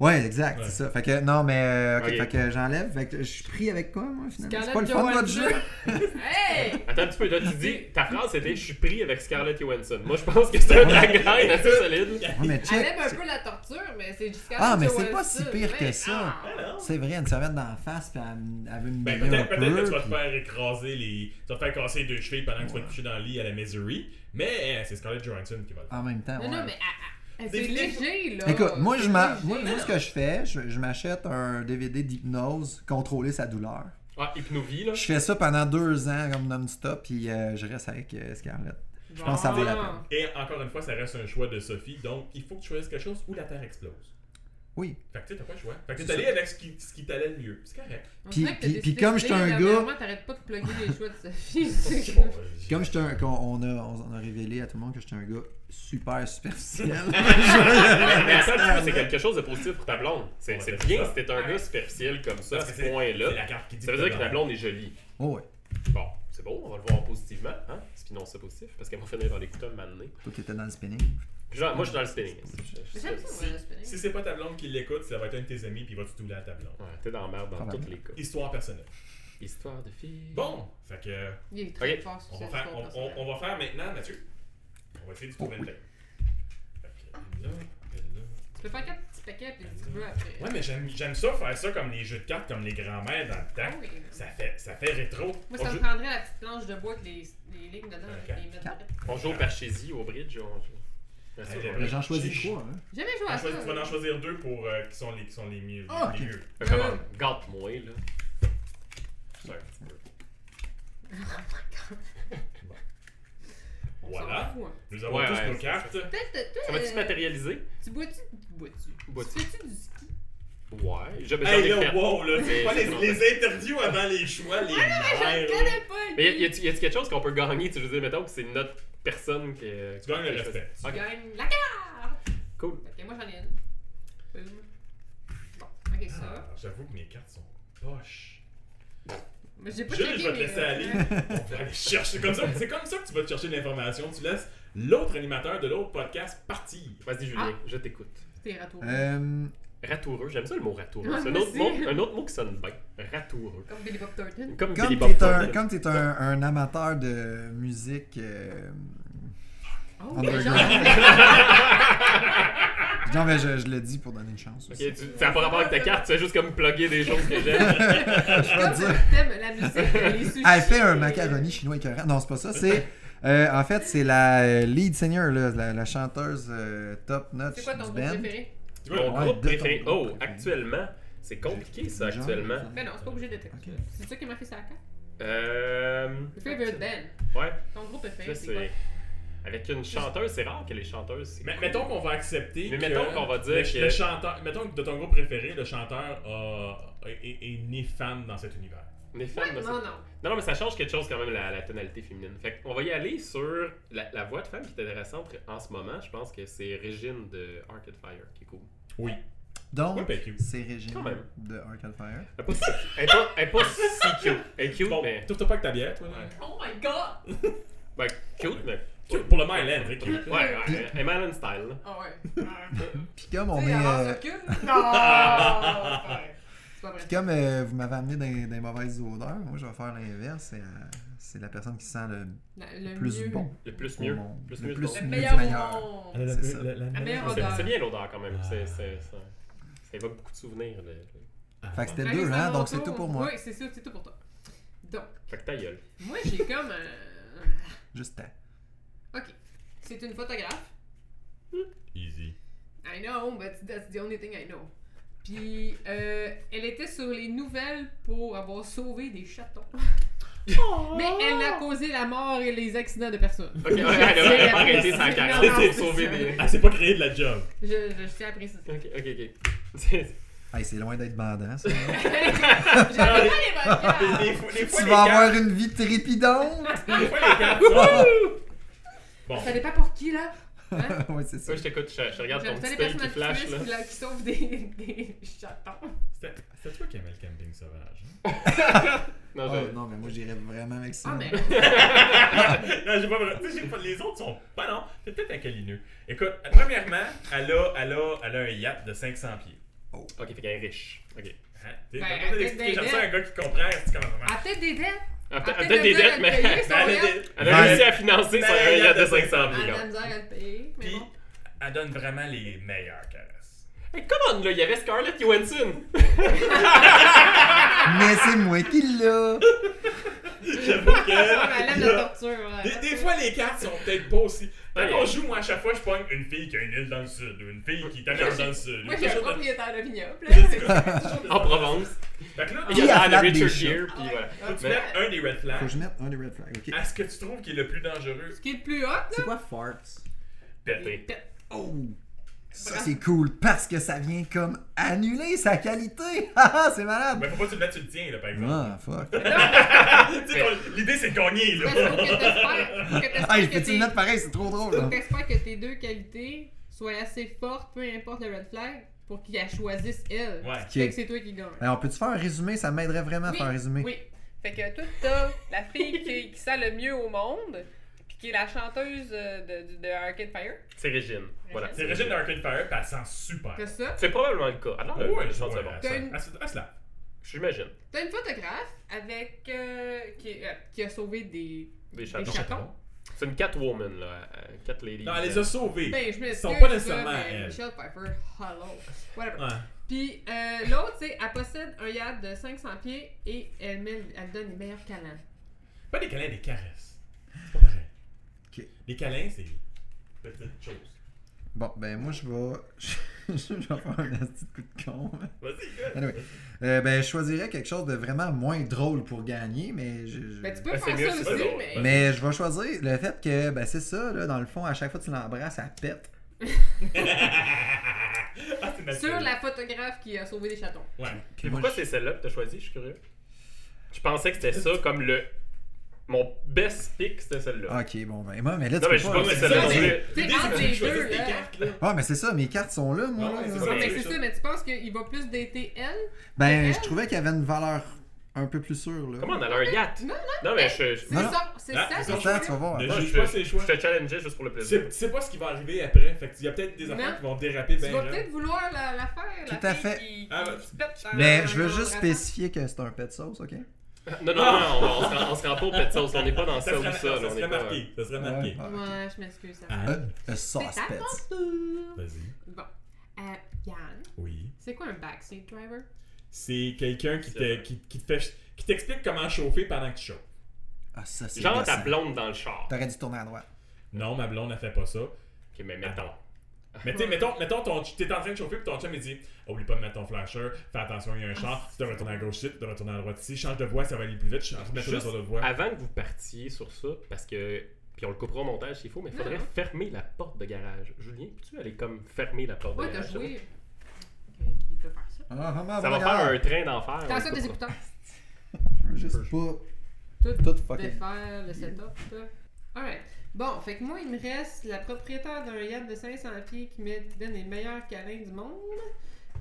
[SPEAKER 4] Ouais, exact,
[SPEAKER 1] Ouais.
[SPEAKER 4] c'est ça. Fait que, non, mais, euh, ok,
[SPEAKER 3] Ok.
[SPEAKER 4] fait que j'enlève, fait que je suis pris avec quoi, moi, finalement? C'est pas le
[SPEAKER 2] Scarlett
[SPEAKER 4] fun, votre jeu.
[SPEAKER 2] Johansson. Hey!
[SPEAKER 3] Attends un petit peu, là, tu dis, ta phrase c'était Je suis pris avec Scarlett Johansson. Moi, je pense que c'est un tagline assez solide.
[SPEAKER 4] Ouais, mais
[SPEAKER 2] Elle
[SPEAKER 4] check.
[SPEAKER 2] aime un peu la torture, mais c'est jusqu'à
[SPEAKER 4] Ah,
[SPEAKER 2] la
[SPEAKER 4] mais c'est pas
[SPEAKER 2] Johansson,
[SPEAKER 4] si pire que
[SPEAKER 2] mais-
[SPEAKER 4] ça.
[SPEAKER 2] Ah.
[SPEAKER 1] Ah non.
[SPEAKER 4] C'est vrai, une serviette d'en face, puis elle, me- elle veut me
[SPEAKER 1] Ben,
[SPEAKER 4] baigner un
[SPEAKER 1] peut-être peut-être que tu
[SPEAKER 4] peu.
[SPEAKER 1] vas te faire écraser les. Tu vas te faire casser les deux chevilles pendant que tu vas te coucher dans le lit à la Misery. Mais euh, c'est Scarlett Johansson qui va le faire.
[SPEAKER 4] En même temps,
[SPEAKER 2] Non,
[SPEAKER 4] ouais.
[SPEAKER 2] non, mais ah, ah, c'est
[SPEAKER 1] Des-
[SPEAKER 2] léger, là.
[SPEAKER 4] Écoute, moi, je
[SPEAKER 2] C'est
[SPEAKER 4] m'a-
[SPEAKER 2] léger.
[SPEAKER 4] moi, moi, ce que je fais, je, je m'achète un DVD d'hypnose, contrôler sa douleur.
[SPEAKER 3] Ah, Hypnovie, là.
[SPEAKER 4] Je fais ça pendant deux ans, comme non-stop, puis euh, je reste avec euh, Scarlett. Je pense que ça vaut la peine.
[SPEAKER 1] Et encore une fois, ça reste un choix de Sophie. Donc, il faut que tu choisisses quelque chose où la Terre explose.
[SPEAKER 4] Oui.
[SPEAKER 1] Fait que tu sais, t'as pas le choix. Fait que
[SPEAKER 4] C'est
[SPEAKER 1] t'es allé avec ce qui, ce qui t'allait le mieux. C'est correct.
[SPEAKER 2] On
[SPEAKER 4] Puis-
[SPEAKER 2] dirait que t'as
[SPEAKER 4] puis- puis
[SPEAKER 2] décidé
[SPEAKER 4] comme
[SPEAKER 2] de
[SPEAKER 4] j'étais un
[SPEAKER 2] dire,
[SPEAKER 4] gars-
[SPEAKER 2] dernièrement, T'arrêtes pas de plugger les choix de
[SPEAKER 1] Je sais
[SPEAKER 2] Sophie.
[SPEAKER 1] pas, euh, j'ai-
[SPEAKER 4] Comme j'étais un- qu'on- on, a, on a révélé à tout le monde que j'étais un gars super superficiel.
[SPEAKER 3] Mais, mais attends, tu vois, c'est quelque chose de positif pour ta blonde. C'est
[SPEAKER 1] Ouais,
[SPEAKER 3] c'est
[SPEAKER 1] c'est
[SPEAKER 3] bien
[SPEAKER 1] ça.
[SPEAKER 3] si t'es un gars superficiel comme ça, à
[SPEAKER 1] Parce que
[SPEAKER 3] ce
[SPEAKER 1] c'est- c'est
[SPEAKER 3] point-là.
[SPEAKER 1] la carte qui dit
[SPEAKER 3] Ça veut
[SPEAKER 1] t'es
[SPEAKER 3] dire que ta
[SPEAKER 1] dans-
[SPEAKER 3] blonde est jolie.
[SPEAKER 4] oh ouais,
[SPEAKER 3] Bon, c'est beau, on va le voir positivement, hein? Spinons ça positif, parce qu'elle va finir dans les couteaux de m'amener.
[SPEAKER 4] toi qui étais dans le spinning.
[SPEAKER 3] Genre, moi, je suis dans le spinning. Je- je-
[SPEAKER 2] J'aime ça, moi, le spinning.
[SPEAKER 1] Si c'est pas ta blonde qui l'écoute, ça va être un de tes amis puis il va te douler à ta blonde.
[SPEAKER 3] Ouais, t'es dans la merde dans
[SPEAKER 4] Probablement.
[SPEAKER 3] tous les cas.
[SPEAKER 1] Histoire personnelle.
[SPEAKER 3] Histoire de filles.
[SPEAKER 1] Bon, fait que euh,
[SPEAKER 2] Il est très
[SPEAKER 3] Ok,
[SPEAKER 2] fort sur
[SPEAKER 1] on
[SPEAKER 2] ses
[SPEAKER 1] va faire,
[SPEAKER 2] histoires
[SPEAKER 1] on, on-
[SPEAKER 2] personnelles.
[SPEAKER 1] on va faire maintenant, Mathieu. On va essayer de trouver
[SPEAKER 4] Oh,
[SPEAKER 1] une tête. Fait que, elle là, elle là.
[SPEAKER 2] Tu peux faire quatre petits paquets, puis tu veux après.
[SPEAKER 1] Ouais, mais j'aime j'aime ça, faire ça comme les jeux de cartes, comme les grands-mères dans le
[SPEAKER 2] Ah
[SPEAKER 1] temps.
[SPEAKER 2] oui.
[SPEAKER 1] Ça fait, ça fait rétro.
[SPEAKER 2] Moi,
[SPEAKER 1] On
[SPEAKER 2] ça me
[SPEAKER 1] joue-
[SPEAKER 2] prendrait la petite planche de bois avec les, les lignes dedans.
[SPEAKER 1] Ok.
[SPEAKER 2] avec les mètres.
[SPEAKER 4] Quatre.
[SPEAKER 3] On joue au Parchésie, au bridge, on joue. Mais ça,
[SPEAKER 1] Ouais,
[SPEAKER 3] j'aurais-
[SPEAKER 1] ouais.
[SPEAKER 4] J'en choisis
[SPEAKER 1] J'ai-
[SPEAKER 4] trois. Hein.
[SPEAKER 2] Jamais joué
[SPEAKER 1] On
[SPEAKER 2] à ça.
[SPEAKER 1] choisit- faut en choisir deux pour euh, qui sont les qui sont les mieux.
[SPEAKER 4] Ah,
[SPEAKER 1] les
[SPEAKER 4] ok.
[SPEAKER 1] mieux.
[SPEAKER 3] Fait comme, Euh, garde-moi, là.
[SPEAKER 1] Ça, un petit peu.
[SPEAKER 2] Oh On s'en
[SPEAKER 1] Voilà.
[SPEAKER 2] fout, hein.
[SPEAKER 1] Nous avons
[SPEAKER 3] Ouais,
[SPEAKER 1] tous
[SPEAKER 3] ouais,
[SPEAKER 1] nos
[SPEAKER 3] c'est
[SPEAKER 1] cartes.
[SPEAKER 2] Toi, toi, toi,
[SPEAKER 3] Ça va-tu se
[SPEAKER 2] euh,
[SPEAKER 3] matérialiser?
[SPEAKER 2] Tu bois-tu? Tu bois-tu?
[SPEAKER 3] Bois-tu.
[SPEAKER 2] Tu fais-tu du ski?
[SPEAKER 3] Ouais. J'avais
[SPEAKER 1] Hey
[SPEAKER 3] j'en ai
[SPEAKER 1] là,
[SPEAKER 3] fait.
[SPEAKER 1] wow, là,
[SPEAKER 3] Mais
[SPEAKER 1] c'est pas
[SPEAKER 3] c'est
[SPEAKER 1] les,
[SPEAKER 3] bon.
[SPEAKER 1] les interviews avant les choix, les nerfs,
[SPEAKER 2] Je
[SPEAKER 1] là.
[SPEAKER 2] connais pas, lui.
[SPEAKER 3] Mais y a-t-il y a-t-il quelque chose qu'on peut gagner? Tu veux dire, mettons que c'est notre personne qui.
[SPEAKER 1] Tu gagnes le respect.
[SPEAKER 2] Tu
[SPEAKER 3] Ok,
[SPEAKER 2] gagnes la carte!
[SPEAKER 3] cool.
[SPEAKER 2] Ok, moi j'en ai une. Boum. Bon, ok, ça.
[SPEAKER 1] Ah, J'avoue que mes cartes sont poches.
[SPEAKER 2] Mais j'ai pas
[SPEAKER 1] Jules,
[SPEAKER 2] checké,
[SPEAKER 1] je vais te
[SPEAKER 2] mais,
[SPEAKER 1] laisser
[SPEAKER 2] euh,
[SPEAKER 1] aller. On va aller chercher comme ça. C'est comme ça que tu vas te chercher l'information. Tu laisses l'autre animateur de l'autre podcast partir.
[SPEAKER 3] Vas-y, Julien,
[SPEAKER 2] Ah.
[SPEAKER 3] je t'écoute.
[SPEAKER 2] T'es ratoureux.
[SPEAKER 4] Euh,
[SPEAKER 3] Ratoureux, j'aime ça le mot ratoureux.
[SPEAKER 2] Ouais,
[SPEAKER 3] C'est un,
[SPEAKER 2] moi
[SPEAKER 3] autre
[SPEAKER 2] aussi.
[SPEAKER 3] mot- un autre mot qui sonne bien. Ratoureux.
[SPEAKER 2] Comme Billy Bob Thornton.
[SPEAKER 3] Comme,
[SPEAKER 4] comme
[SPEAKER 3] Billy
[SPEAKER 4] t'es
[SPEAKER 3] Bob
[SPEAKER 4] un,
[SPEAKER 3] Thornton.
[SPEAKER 4] comme t'es un, un amateur de musique euh,
[SPEAKER 2] Oh,
[SPEAKER 4] underground. non, mais je, je le dis pour donner une chance.
[SPEAKER 3] Ok,
[SPEAKER 4] aussi.
[SPEAKER 3] tu- ça n'a pas rapport avec ta carte, tu fais juste comme plugger des choses que j'aime.
[SPEAKER 4] Je vais te dire.
[SPEAKER 2] T'aimes la musique, les sushis.
[SPEAKER 4] Ah, Elle fait un macaroni chinois écœurant. Non, c'est pas ça. C'est. euh, en fait, c'est la euh, lead singer, là, la, la chanteuse euh, top notch
[SPEAKER 2] C'est quoi ton
[SPEAKER 4] du
[SPEAKER 2] groupe
[SPEAKER 4] band.
[SPEAKER 2] préféré?
[SPEAKER 1] Tu vois,
[SPEAKER 3] Mon
[SPEAKER 4] Ouais,
[SPEAKER 3] groupe
[SPEAKER 4] de ton
[SPEAKER 3] préféré.
[SPEAKER 4] groupe
[SPEAKER 3] Oh,
[SPEAKER 4] préféré.
[SPEAKER 3] actuellement, c'est compliqué ça
[SPEAKER 4] Genre,
[SPEAKER 3] actuellement.
[SPEAKER 2] Ben non, c'est pas obligé d'être
[SPEAKER 4] Ok.
[SPEAKER 2] C'est ça qui m'a fait ça la carte.
[SPEAKER 3] Euh.
[SPEAKER 2] Your favorite band.
[SPEAKER 3] Ouais,
[SPEAKER 2] Ton groupe
[SPEAKER 3] ça
[SPEAKER 2] préféré, Ben, c'est quoi?
[SPEAKER 3] c'est. Avec une chanteuse, c'est rare que les chanteuses. c'est-
[SPEAKER 1] Mais mettons qu'on va accepter.
[SPEAKER 3] Mais
[SPEAKER 1] que
[SPEAKER 3] mettons qu'on va dire
[SPEAKER 1] le,
[SPEAKER 3] que-
[SPEAKER 1] le chanteur. Mettons que de ton groupe préféré, le chanteur a- est, est- est né fan dans cet univers.
[SPEAKER 3] On est fan
[SPEAKER 2] Ouais,
[SPEAKER 3] de ça.
[SPEAKER 2] non, non.
[SPEAKER 3] Non, non, mais ça change quelque chose quand même, la, la tonalité féminine. Fait qu'on va y aller sur la, la voix de femme qui est intéressante en ce moment. Je pense que c'est Régine de Arcade Fire qui est cool.
[SPEAKER 1] Oui. Oui,
[SPEAKER 4] Donc,
[SPEAKER 1] ben, cute.
[SPEAKER 4] c'est Régine
[SPEAKER 3] Quand même.
[SPEAKER 4] de Arcade Fire.
[SPEAKER 3] Elle est pas si, elle est pas, elle est pas si cute. Elle est cute,
[SPEAKER 1] Bon,
[SPEAKER 3] mais.
[SPEAKER 1] t'ouvres pas que ta bière, toi. là?
[SPEAKER 3] Ouais.
[SPEAKER 2] Oh my god!
[SPEAKER 3] Ben, cute, mais.
[SPEAKER 1] Cute pour le Myland, Rick.
[SPEAKER 3] Ouais, ouais, elle est Marilyn style. là.
[SPEAKER 2] Ah ouais.
[SPEAKER 4] Puis comme on
[SPEAKER 2] Tu sais,
[SPEAKER 4] est.
[SPEAKER 2] avance
[SPEAKER 4] euh,
[SPEAKER 2] aucune. Non! Ouais. C'est pas vrai.
[SPEAKER 4] puis comme euh, vous m'avez amené dans des mauvaises odeurs, moi je vais faire l'inverse. C'est, euh, c'est la personne qui sent le
[SPEAKER 2] La- Le
[SPEAKER 4] plus
[SPEAKER 2] mieux.
[SPEAKER 4] bon.
[SPEAKER 3] Le plus
[SPEAKER 4] au
[SPEAKER 3] mieux.
[SPEAKER 4] monde.
[SPEAKER 3] Plus
[SPEAKER 4] le
[SPEAKER 3] mieux,
[SPEAKER 4] plus
[SPEAKER 3] c'est
[SPEAKER 2] Le
[SPEAKER 3] bon.
[SPEAKER 4] mieux
[SPEAKER 2] meilleur
[SPEAKER 4] du meilleur.
[SPEAKER 2] monde.
[SPEAKER 1] Elle a
[SPEAKER 4] C'est ça.
[SPEAKER 1] la- la- la-
[SPEAKER 2] La meilleure
[SPEAKER 3] C'est
[SPEAKER 2] odeur.
[SPEAKER 3] c'est bien l'odeur quand même.
[SPEAKER 4] Euh.
[SPEAKER 3] C'est, c'est, ça, ça évoque beaucoup de souvenirs. le- le-
[SPEAKER 4] Fait que c'était
[SPEAKER 2] Allez,
[SPEAKER 4] deux,
[SPEAKER 2] c'est à
[SPEAKER 4] hein,
[SPEAKER 2] mon
[SPEAKER 4] donc c'est
[SPEAKER 2] tour.
[SPEAKER 4] tout pour moi.
[SPEAKER 2] Oui, c'est ça, c'est tout pour toi. Donc,
[SPEAKER 3] Fait que ta gueule.
[SPEAKER 2] moi j'ai comme un.
[SPEAKER 4] Juste euh, à-
[SPEAKER 2] Ok. C'est une photographe.
[SPEAKER 1] Easy.
[SPEAKER 2] I know, but that's the only thing I know. Puis, euh, elle était sur les nouvelles pour avoir sauvé des chatons. Mais elle a causé la mort et les accidents de personnes.
[SPEAKER 3] Ok, ouais, elle a- elle a pas arrêté sa
[SPEAKER 2] Non,
[SPEAKER 3] carrière
[SPEAKER 2] non,
[SPEAKER 3] pour
[SPEAKER 2] c'est
[SPEAKER 3] sauver
[SPEAKER 2] ça.
[SPEAKER 3] des.
[SPEAKER 1] Elle s'est Ah, pas créée de la job.
[SPEAKER 2] Je, je tiens à préciser.
[SPEAKER 3] Ok, ok, ok.
[SPEAKER 4] Hey, c'est loin d'être bandant, ça.
[SPEAKER 3] Ah,
[SPEAKER 2] J'avais pas les bonnes cartes.
[SPEAKER 1] Ah, Des fois, des fois,
[SPEAKER 4] tu
[SPEAKER 1] les
[SPEAKER 4] vas
[SPEAKER 1] cartes-
[SPEAKER 4] avoir une vie trépidante!
[SPEAKER 1] des fois, les cartes sont- Bon,
[SPEAKER 2] Ça dépend pour qui, là. Hein?
[SPEAKER 4] ouais, c'est ça.
[SPEAKER 3] Moi, je t'écoute, je, je regarde ton
[SPEAKER 2] J'aime ça
[SPEAKER 3] petit
[SPEAKER 2] les
[SPEAKER 3] œil qui
[SPEAKER 2] personnes
[SPEAKER 3] flash là.
[SPEAKER 2] altruistes qui, là, qui sauvent des, des chatons.
[SPEAKER 1] c'était c'était toi qui aimais le camping sauvage. hein?
[SPEAKER 3] Non,
[SPEAKER 4] Oh,
[SPEAKER 3] je-
[SPEAKER 4] non, mais moi j'irais vraiment avec ça.
[SPEAKER 2] Ah, mais.
[SPEAKER 1] non, j'ai pas vrai- tu sais, j'ai pas- Les autres sont pas non. C'est peut-être un câlineux. Écoute, premièrement, elle a, elle, a, elle a un yacht de 500 pieds.
[SPEAKER 3] Ok, fait qu'elle est riche. Ok.
[SPEAKER 1] Hein? T'es
[SPEAKER 2] Ben,
[SPEAKER 1] t'es en train
[SPEAKER 2] elle
[SPEAKER 1] d'expliquer,
[SPEAKER 2] fait
[SPEAKER 1] j'aime
[SPEAKER 2] des
[SPEAKER 1] ça un gars qui comprend. C'est comme
[SPEAKER 2] À tête des dettes.
[SPEAKER 3] Elle a
[SPEAKER 2] À
[SPEAKER 3] peut-
[SPEAKER 2] tête
[SPEAKER 3] elle a peut-être des dettes, mais
[SPEAKER 2] à le payer,
[SPEAKER 3] elle
[SPEAKER 2] son
[SPEAKER 1] Ben, elle, a
[SPEAKER 2] yacht.
[SPEAKER 1] des-
[SPEAKER 3] a
[SPEAKER 4] Ben,
[SPEAKER 3] réussi à financer
[SPEAKER 1] ben,
[SPEAKER 3] son
[SPEAKER 1] elle
[SPEAKER 3] yacht
[SPEAKER 1] a
[SPEAKER 3] de
[SPEAKER 1] de
[SPEAKER 3] 500
[SPEAKER 2] Elle a de la
[SPEAKER 3] millions.
[SPEAKER 2] misère à le payer. Mais
[SPEAKER 1] Puis,
[SPEAKER 2] bon.
[SPEAKER 1] elle donne vraiment les meilleures caresses.
[SPEAKER 3] Hey, come on, là, il y avait Scarlett Johansson.
[SPEAKER 4] Mais c'est moi qui l'a!
[SPEAKER 1] J'avoue
[SPEAKER 2] Ah, mais elle aime la
[SPEAKER 1] que.
[SPEAKER 2] torture. ouais.
[SPEAKER 1] Des, des fois, les cartes sont peut-être pas aussi. Quand
[SPEAKER 3] Ouais.
[SPEAKER 1] on joue, moi, à chaque fois, je pogne une fille qui a une île dans le sud, ou une fille qui est ailleurs dans le sud. ou
[SPEAKER 2] Moi,
[SPEAKER 1] quelque
[SPEAKER 2] j'ai un
[SPEAKER 1] chose de-
[SPEAKER 2] propriétaire de vignoble.
[SPEAKER 3] En Provence.
[SPEAKER 1] Fait que là,
[SPEAKER 3] Il y
[SPEAKER 4] Qui a
[SPEAKER 3] a Anne
[SPEAKER 4] flatté
[SPEAKER 3] Richard
[SPEAKER 4] ça?
[SPEAKER 3] Gere,
[SPEAKER 2] Ah
[SPEAKER 3] puis voilà.
[SPEAKER 2] euh,
[SPEAKER 1] faut que Ah, tu
[SPEAKER 3] Mais-
[SPEAKER 1] mettes un des red
[SPEAKER 4] Faut que
[SPEAKER 1] flags
[SPEAKER 4] je mette un des red flags, ok.
[SPEAKER 3] Ah.
[SPEAKER 1] à ce que tu trouves qui est le plus dangereux.
[SPEAKER 2] Ce qui est le plus hot, là.
[SPEAKER 4] C'est quoi farts?
[SPEAKER 3] Pété.
[SPEAKER 4] Oh! Ça c'est cool parce que ça vient comme annuler sa qualité! Haha, c'est malade!
[SPEAKER 1] Mais faut pas que tu le mettes sur le tien, là, par exemple.
[SPEAKER 4] Ah, fuck!
[SPEAKER 1] Tu sais, ton- L'idée, c'est de gagner,
[SPEAKER 2] Mais faut
[SPEAKER 1] là.
[SPEAKER 2] que t'espères- faut que t'espères
[SPEAKER 4] Hey, je
[SPEAKER 2] que
[SPEAKER 4] peux-tu
[SPEAKER 2] tes-
[SPEAKER 4] le mettre pareil? C'est trop drôle! hein?
[SPEAKER 2] faut
[SPEAKER 4] là.
[SPEAKER 2] que t'espères que tes deux qualités soient assez fortes, peu importe le red flag, pour qu'il la choisisse elle.
[SPEAKER 1] Ouais.
[SPEAKER 2] Fait que c'est toi qui gagne.
[SPEAKER 4] Alors, peux-tu Ben, faire un résumé? Ça m'aiderait vraiment à Ah, faire un résumé.
[SPEAKER 2] Oui. Fait que toi, t'as la fille qui, qui sent le mieux au monde, puis qui est la chanteuse euh, de, de, de Arcade Fire.
[SPEAKER 3] C'est Régine. Voilà.
[SPEAKER 1] C'est Régine d'Arcade Fire, pis elle sent super. Euh,
[SPEAKER 2] T'as ça.
[SPEAKER 3] C'est probablement le cas. Alors,
[SPEAKER 1] Ouais,
[SPEAKER 3] je pense que c'est
[SPEAKER 1] ouais,
[SPEAKER 3] bon.
[SPEAKER 1] elle sent-
[SPEAKER 2] T'as une-
[SPEAKER 1] elle se- elle se lave.
[SPEAKER 3] J'imagine.
[SPEAKER 2] T'as une photographe avec euh, qui, euh, qui a sauvé des,
[SPEAKER 3] Des
[SPEAKER 2] des
[SPEAKER 3] chatons.
[SPEAKER 2] chatons.
[SPEAKER 3] C'est une Catwoman, là. euh, Cat Lady.
[SPEAKER 1] Non, elle les a sauvés.
[SPEAKER 2] Ben, je
[SPEAKER 1] Ils
[SPEAKER 2] m'excuse.
[SPEAKER 1] sont pas
[SPEAKER 2] là,
[SPEAKER 1] nécessairement
[SPEAKER 2] mais
[SPEAKER 1] elles.
[SPEAKER 2] Michelle Pfeiffer, hello. Whatever.
[SPEAKER 1] Ouais.
[SPEAKER 2] Puis euh, l'autre, c'est elle possède un yacht de 500 pieds et elle, met, elle donne les meilleurs câlins.
[SPEAKER 1] Pas des câlins, des caresses. C'est pas pareil.
[SPEAKER 4] Ok.
[SPEAKER 1] Les câlins, c'est petites choses.
[SPEAKER 4] Bon, ben moi, je vais. Je vais faire un petit coup de con. mais-
[SPEAKER 1] Vas-y, gars.
[SPEAKER 4] Anyway. Euh, ben, je choisirais quelque chose de vraiment moins drôle pour gagner, mais je. je-
[SPEAKER 2] Ben, tu peux
[SPEAKER 3] Ben, c'est
[SPEAKER 2] faire
[SPEAKER 3] mieux
[SPEAKER 2] ça
[SPEAKER 3] si
[SPEAKER 2] aussi,
[SPEAKER 3] c'est drôle.
[SPEAKER 2] mais.
[SPEAKER 3] Ben,
[SPEAKER 4] Mais je vais choisir le fait que, ben, c'est ça, là, dans le fond, à chaque fois que tu l'embrasses, elle pète.
[SPEAKER 1] ah, c'est
[SPEAKER 2] Sur
[SPEAKER 1] naturel.
[SPEAKER 2] la photographe qui a sauvé des chatons.
[SPEAKER 1] Ouais.
[SPEAKER 4] Puis
[SPEAKER 3] Mais
[SPEAKER 4] moi,
[SPEAKER 3] pourquoi
[SPEAKER 4] je-
[SPEAKER 3] c'est celle-là que t'as choisi Je suis curieux. Je pensais que c'était ça comme le. Mon best pick, c'était celle-là.
[SPEAKER 4] Ok, bon, ben, moi, mais là, tu
[SPEAKER 3] non, mais
[SPEAKER 4] peux
[SPEAKER 3] je sais
[SPEAKER 4] pas.
[SPEAKER 3] pas, mais
[SPEAKER 4] c'est
[SPEAKER 3] celle-là,
[SPEAKER 4] ça,
[SPEAKER 3] on
[SPEAKER 4] j'ai-
[SPEAKER 3] voulait-
[SPEAKER 2] Tu sais,
[SPEAKER 1] L'idée,
[SPEAKER 2] entre
[SPEAKER 1] c'est de
[SPEAKER 2] les
[SPEAKER 1] choisir
[SPEAKER 2] deux, hein.
[SPEAKER 1] tes
[SPEAKER 2] là.
[SPEAKER 1] cartes, là.
[SPEAKER 4] Ah, mais c'est ça, mes cartes sont là, moi.
[SPEAKER 1] Ah ouais,
[SPEAKER 4] là.
[SPEAKER 1] c'est
[SPEAKER 2] Ouais, mais
[SPEAKER 3] c'est
[SPEAKER 2] c'est
[SPEAKER 3] ça.
[SPEAKER 2] ça, mais tu penses qu'il va plus dater elle
[SPEAKER 4] Ben, je trouvais qu'il y avait une valeur un peu plus sûre, là.
[SPEAKER 3] Comment on a un yacht
[SPEAKER 2] Non,
[SPEAKER 3] Non, mais je. je-
[SPEAKER 2] C'est
[SPEAKER 4] Non, non.
[SPEAKER 2] ça, c'est
[SPEAKER 1] Ah,
[SPEAKER 2] ça.
[SPEAKER 1] c'est
[SPEAKER 2] que
[SPEAKER 4] Attends, tu
[SPEAKER 2] je
[SPEAKER 4] vas
[SPEAKER 2] veux.
[SPEAKER 4] voir.
[SPEAKER 1] Ne
[SPEAKER 3] Moi,
[SPEAKER 1] juge
[SPEAKER 3] je-
[SPEAKER 1] pas ses
[SPEAKER 3] Je
[SPEAKER 1] choix.
[SPEAKER 3] te challengeais juste pour le
[SPEAKER 1] Tu
[SPEAKER 3] plaisir.
[SPEAKER 1] sais- tu sais pas ce qui va arriver après. Fait qu'il y a peut-être des
[SPEAKER 2] Non.
[SPEAKER 1] affaires qui vont déraper.
[SPEAKER 2] Tu
[SPEAKER 1] Ben,
[SPEAKER 2] vas
[SPEAKER 1] raide.
[SPEAKER 2] peut-être vouloir la, la faire.
[SPEAKER 4] Tout à fait.
[SPEAKER 1] Ah, bah,
[SPEAKER 4] Mais je veux juste spécifier que c'est un pet de sauce, ok?
[SPEAKER 3] Non, non, non, non, on, on se rend- on se rend pas au pet sauce. On n'est pas dans ça,
[SPEAKER 1] Ah! ça
[SPEAKER 3] ou
[SPEAKER 1] serait,
[SPEAKER 3] ça. là,
[SPEAKER 1] ça
[SPEAKER 3] on est
[SPEAKER 1] serait
[SPEAKER 3] pas-
[SPEAKER 1] marqué. Ça serait marqué.
[SPEAKER 4] Ah, ok.
[SPEAKER 2] Ouais, je m'excuse. ça.
[SPEAKER 4] Ah,
[SPEAKER 1] Anne,
[SPEAKER 4] A, a sauce
[SPEAKER 2] C'est à
[SPEAKER 4] pet.
[SPEAKER 2] ton tour.
[SPEAKER 1] vas-y.
[SPEAKER 2] Bon. Euh, Yann,
[SPEAKER 1] Oui.
[SPEAKER 2] c'est quoi un backseat driver?
[SPEAKER 1] C'est quelqu'un qui
[SPEAKER 3] C'est
[SPEAKER 1] te-
[SPEAKER 3] vrai.
[SPEAKER 1] qui- qui te fait- qui t'explique comment chauffer pendant que tu chauffes.
[SPEAKER 4] Ah, ça, c'est
[SPEAKER 3] Genre ta
[SPEAKER 4] gossant.
[SPEAKER 3] blonde dans le char.
[SPEAKER 4] T'aurais dû tourner à droite.
[SPEAKER 1] Non, ma blonde, elle fait pas ça.
[SPEAKER 3] Ok,
[SPEAKER 1] Ah.
[SPEAKER 3] mais mettons.
[SPEAKER 1] Mais tu sais, mettons, mettons ton, t'es en train de chauffer, puis ton chum, il dit Oublie pas de mettre ton flasher, fais attention, il y a un char, tu dois retourner à gauche ici, tu dois retourner à droite ici, change de voie, ça va aller plus vite, change de
[SPEAKER 3] Juste
[SPEAKER 1] sur l'autre voie.
[SPEAKER 3] Avant que vous partiez sur ça, parce que. Puis on le coupera au montage s'il faut, mais il faudrait
[SPEAKER 2] Non.
[SPEAKER 3] fermer la porte de garage. Julien, peux-tu aller comme fermer la porte
[SPEAKER 2] Ouais,
[SPEAKER 3] de
[SPEAKER 2] t'as
[SPEAKER 3] garage?
[SPEAKER 2] joué. Ok, Il peut faire ça.
[SPEAKER 4] Ah, ah, ah,
[SPEAKER 3] Ça va
[SPEAKER 4] regarde.
[SPEAKER 3] faire un train d'enfer. on
[SPEAKER 2] Attention
[SPEAKER 3] le
[SPEAKER 2] tes
[SPEAKER 3] coupera.
[SPEAKER 2] écouteurs.
[SPEAKER 4] Je veux juste pas
[SPEAKER 2] Tout,
[SPEAKER 4] tout
[SPEAKER 2] de
[SPEAKER 4] fucking.
[SPEAKER 2] faire le setup. là. Alright. Bon, fait que moi, il me reste la propriétaire d'un yacht de 500 pieds qui, met, qui donne les meilleurs câlins du monde.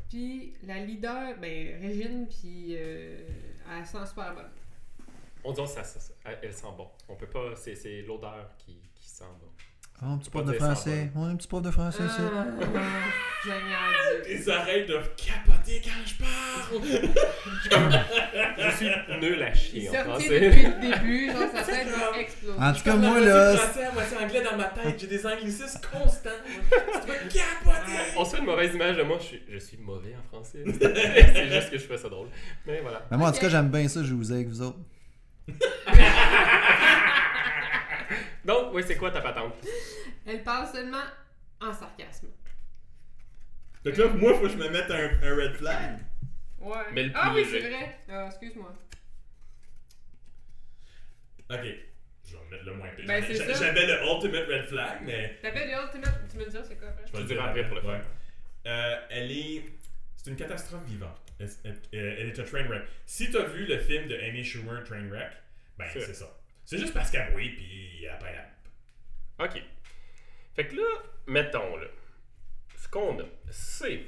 [SPEAKER 2] Puis la leader, ben, Régine, puis euh, elle sent super bonne.
[SPEAKER 3] On dit, ça, ça, ça- elle- elle sent bon. On peut pas, c'est, c'est l'odeur qui, qui sent bon.
[SPEAKER 4] Ah, un petit
[SPEAKER 3] Pas
[SPEAKER 4] prof
[SPEAKER 3] de
[SPEAKER 4] de français. Ouais, un petit prof de français, ça.
[SPEAKER 2] Ah, génial. Dieu.
[SPEAKER 1] Les oreilles doivent capoter quand je parle.
[SPEAKER 3] Je suis nul à chier
[SPEAKER 2] Il
[SPEAKER 3] en
[SPEAKER 2] sortit
[SPEAKER 3] français.
[SPEAKER 2] depuis le début, genre sa tête va exploser.
[SPEAKER 4] En tout cas,
[SPEAKER 1] Comme
[SPEAKER 4] moi, là. c'est-
[SPEAKER 1] Français, à moitié anglais dans ma tête, j'ai des anglicismes constants. moi. tu vas capoter.
[SPEAKER 3] On se fait une mauvaise image de moi, je suis, je suis mauvais en français. c'est juste que je fais ça drôle. Mais voilà.
[SPEAKER 4] Mais ben, moi, en
[SPEAKER 2] Ok.
[SPEAKER 4] tout cas, j'aime bien ça, je vous ai avec vous autres.
[SPEAKER 3] Donc, oui, c'est quoi ta patente?
[SPEAKER 2] Elle parle seulement en sarcasme.
[SPEAKER 1] Donc là, moi, faut que je me mette un, un red flag.
[SPEAKER 2] Ouais.
[SPEAKER 3] Mais le
[SPEAKER 2] ah
[SPEAKER 3] plus
[SPEAKER 2] oui, c'est
[SPEAKER 3] léger.
[SPEAKER 2] vrai. Ah, excuse-moi.
[SPEAKER 1] Ok. Je vais mettre le moins pire.
[SPEAKER 2] Ben, c'est
[SPEAKER 1] J'a-
[SPEAKER 2] ça.
[SPEAKER 1] J'avais le ultimate red flag, mais.
[SPEAKER 2] T'appelles les autres, tu me- tu me dis c'est quoi après?
[SPEAKER 1] Je vais
[SPEAKER 3] Tu
[SPEAKER 1] le
[SPEAKER 3] diras après pour le
[SPEAKER 1] ouais.
[SPEAKER 3] fun.
[SPEAKER 1] Euh, elle est. C'est une catastrophe vivante. Elle, elle- elle est un train wreck. Si t'as vu le film de Amy Schumer, Train Wreck, ben
[SPEAKER 3] C'est-
[SPEAKER 1] c'est ça. C'est juste parce qu'elle bruit puis elle peint
[SPEAKER 3] OK. Fait que là, mettons, là, ce qu'on a, c'est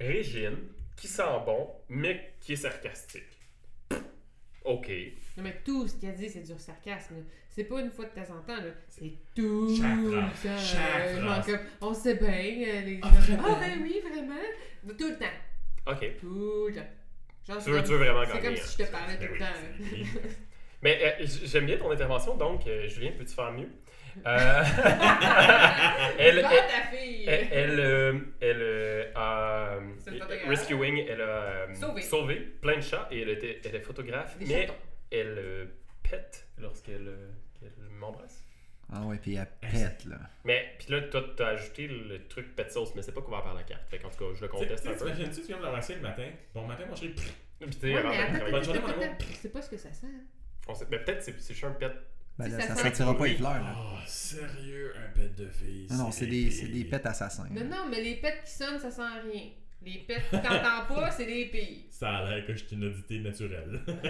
[SPEAKER 3] Régine qui sent bon, mais qui est sarcastique. OK.
[SPEAKER 2] Non, mais tout ce qu'elle dit, c'est du sarcasme. là. C'est pas une fois de temps en temps, là. C'est tout
[SPEAKER 1] Chaque
[SPEAKER 2] le
[SPEAKER 1] phrase,
[SPEAKER 2] temps.
[SPEAKER 1] chaque
[SPEAKER 2] Je m'en
[SPEAKER 1] phrase.
[SPEAKER 2] comme, on sait bien, euh, les
[SPEAKER 1] Ah,
[SPEAKER 2] gens-
[SPEAKER 1] vraiment?
[SPEAKER 2] Ah, ben oui, vraiment. Tout le temps.
[SPEAKER 3] OK.
[SPEAKER 2] Tout le temps. Genre,
[SPEAKER 3] Tu
[SPEAKER 2] c'est
[SPEAKER 3] veux,
[SPEAKER 2] comme-
[SPEAKER 3] tu veux vraiment
[SPEAKER 2] C'est
[SPEAKER 3] gagner.
[SPEAKER 2] comme
[SPEAKER 3] hein.
[SPEAKER 2] si je te parlais tout
[SPEAKER 1] Ben
[SPEAKER 2] le
[SPEAKER 1] oui,
[SPEAKER 2] temps. hein. là.
[SPEAKER 1] c'est- oui.
[SPEAKER 3] Mais euh, j- j'aime bien ton intervention, donc euh, Julien, peux-tu faire mieux? Euh, elle,
[SPEAKER 2] Va,
[SPEAKER 3] elle,
[SPEAKER 2] ta fille!
[SPEAKER 3] elle, elle, euh, elle, euh, a,
[SPEAKER 2] C'est une photographe.
[SPEAKER 3] Rescuing, elle a euh,
[SPEAKER 2] Sauvé.
[SPEAKER 3] plein de chats et elle, était, elle est photographe,
[SPEAKER 2] Des
[SPEAKER 3] mais
[SPEAKER 2] chatons.
[SPEAKER 3] elle euh, pète lorsqu'elle euh, qu'elle m'embrasse.
[SPEAKER 4] Ah ouais, puis elle pète, là.
[SPEAKER 3] Mais puis là, toi, t'as ajouté le truc pet sauce, mais c'est pas couvert par la carte. Fait qu'en tout cas, je le
[SPEAKER 1] Tu sais,
[SPEAKER 3] conteste un peu.
[SPEAKER 1] T'imagines-tu, tu viens de l'embrasser le matin? Bon matin, moi je pris.
[SPEAKER 3] Puis tu sais,
[SPEAKER 2] Ouais,
[SPEAKER 3] avant
[SPEAKER 2] mais
[SPEAKER 3] de
[SPEAKER 2] attends,
[SPEAKER 3] travailler-
[SPEAKER 1] Bonne
[SPEAKER 2] attends,
[SPEAKER 1] journée,
[SPEAKER 2] attends,
[SPEAKER 1] madame.
[SPEAKER 2] attends. C'est pas ce que ça sent. hein.
[SPEAKER 3] on sait- mais peut-être c'est c'est juste un pet.
[SPEAKER 4] Ben,
[SPEAKER 2] Si
[SPEAKER 4] là,
[SPEAKER 2] ça
[SPEAKER 4] ça
[SPEAKER 2] sent-
[SPEAKER 4] sortira pas les fleurs, là.
[SPEAKER 1] Oh, sérieux, un pet de fille.
[SPEAKER 4] Non, non, c'est des, c'est des pets assassins.
[SPEAKER 2] Non, non, mais les pets qui sonnent, ça sent rien. Les pets que t'entends pas, c'est des pays.
[SPEAKER 1] Ça a l'air que je suis une nudité naturelle.
[SPEAKER 2] En tout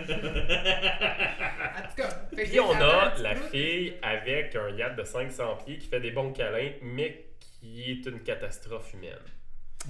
[SPEAKER 2] cas. fait que
[SPEAKER 3] Puis on
[SPEAKER 2] ça sent un
[SPEAKER 3] a
[SPEAKER 2] petit
[SPEAKER 3] la
[SPEAKER 2] bout.
[SPEAKER 3] fille avec un yacht de 500 pieds qui fait des bons câlins, mais qui est une catastrophe humaine.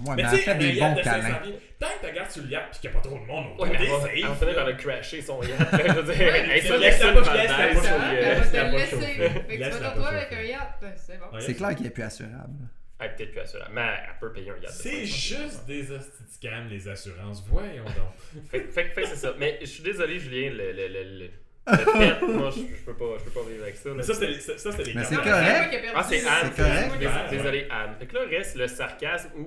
[SPEAKER 4] Ouais,
[SPEAKER 1] mais
[SPEAKER 4] mais elle
[SPEAKER 1] tu sais,
[SPEAKER 4] fait
[SPEAKER 1] un
[SPEAKER 4] des
[SPEAKER 1] yacht
[SPEAKER 4] bons
[SPEAKER 1] de 500
[SPEAKER 4] câlins.
[SPEAKER 1] pieds, tant que tu regardes sur le yacht pis qu'il n'y a pas trop de monde autour,
[SPEAKER 3] Ouais, mais
[SPEAKER 1] t'es
[SPEAKER 3] elle va-
[SPEAKER 1] safe,
[SPEAKER 3] elle va finir
[SPEAKER 1] là.
[SPEAKER 3] par le crasher son yacht. Je veux dire, hey,
[SPEAKER 1] tu
[SPEAKER 3] ça,
[SPEAKER 1] laisses
[SPEAKER 3] laisse
[SPEAKER 1] la
[SPEAKER 3] une
[SPEAKER 1] poche- laisse la
[SPEAKER 3] bandaise,
[SPEAKER 1] poche
[SPEAKER 3] puis,
[SPEAKER 2] Ça,
[SPEAKER 1] au
[SPEAKER 3] euh,
[SPEAKER 1] chauffer.
[SPEAKER 2] elle va te le
[SPEAKER 3] laisse la poche
[SPEAKER 2] laisser.
[SPEAKER 3] chauffer.
[SPEAKER 2] Fait que tu
[SPEAKER 1] Laisse
[SPEAKER 2] vas
[SPEAKER 1] la
[SPEAKER 2] te retrouver
[SPEAKER 1] poche
[SPEAKER 2] avec
[SPEAKER 1] chauffer.
[SPEAKER 2] un yacht, c'est bon.
[SPEAKER 4] C'est clair qu'il est plus assurable.
[SPEAKER 3] Ah, peut-être plus à cela. Mais elle peut payer un yacht. de
[SPEAKER 1] C'est
[SPEAKER 3] 500
[SPEAKER 1] juste des hosties les assurances. Voyons donc.
[SPEAKER 3] Fait, fait, fait que c'est ça. Mais je suis désolé, Julien, le, le, le, le, le pet, moi, je, je peux pas, je peux pas vivre avec ça. là.
[SPEAKER 1] Mais ça, c'était les- ça, ça, c'était les
[SPEAKER 4] Mais
[SPEAKER 1] cartes.
[SPEAKER 4] c'est
[SPEAKER 2] Non, mais moi
[SPEAKER 4] correct.
[SPEAKER 2] qui ai perdu.
[SPEAKER 3] Ah, c'est Anne.
[SPEAKER 4] C'est correct.
[SPEAKER 3] Dés-
[SPEAKER 1] Ouais.
[SPEAKER 3] Désolé, Anne. Fait que là, reste le sarcasme ou.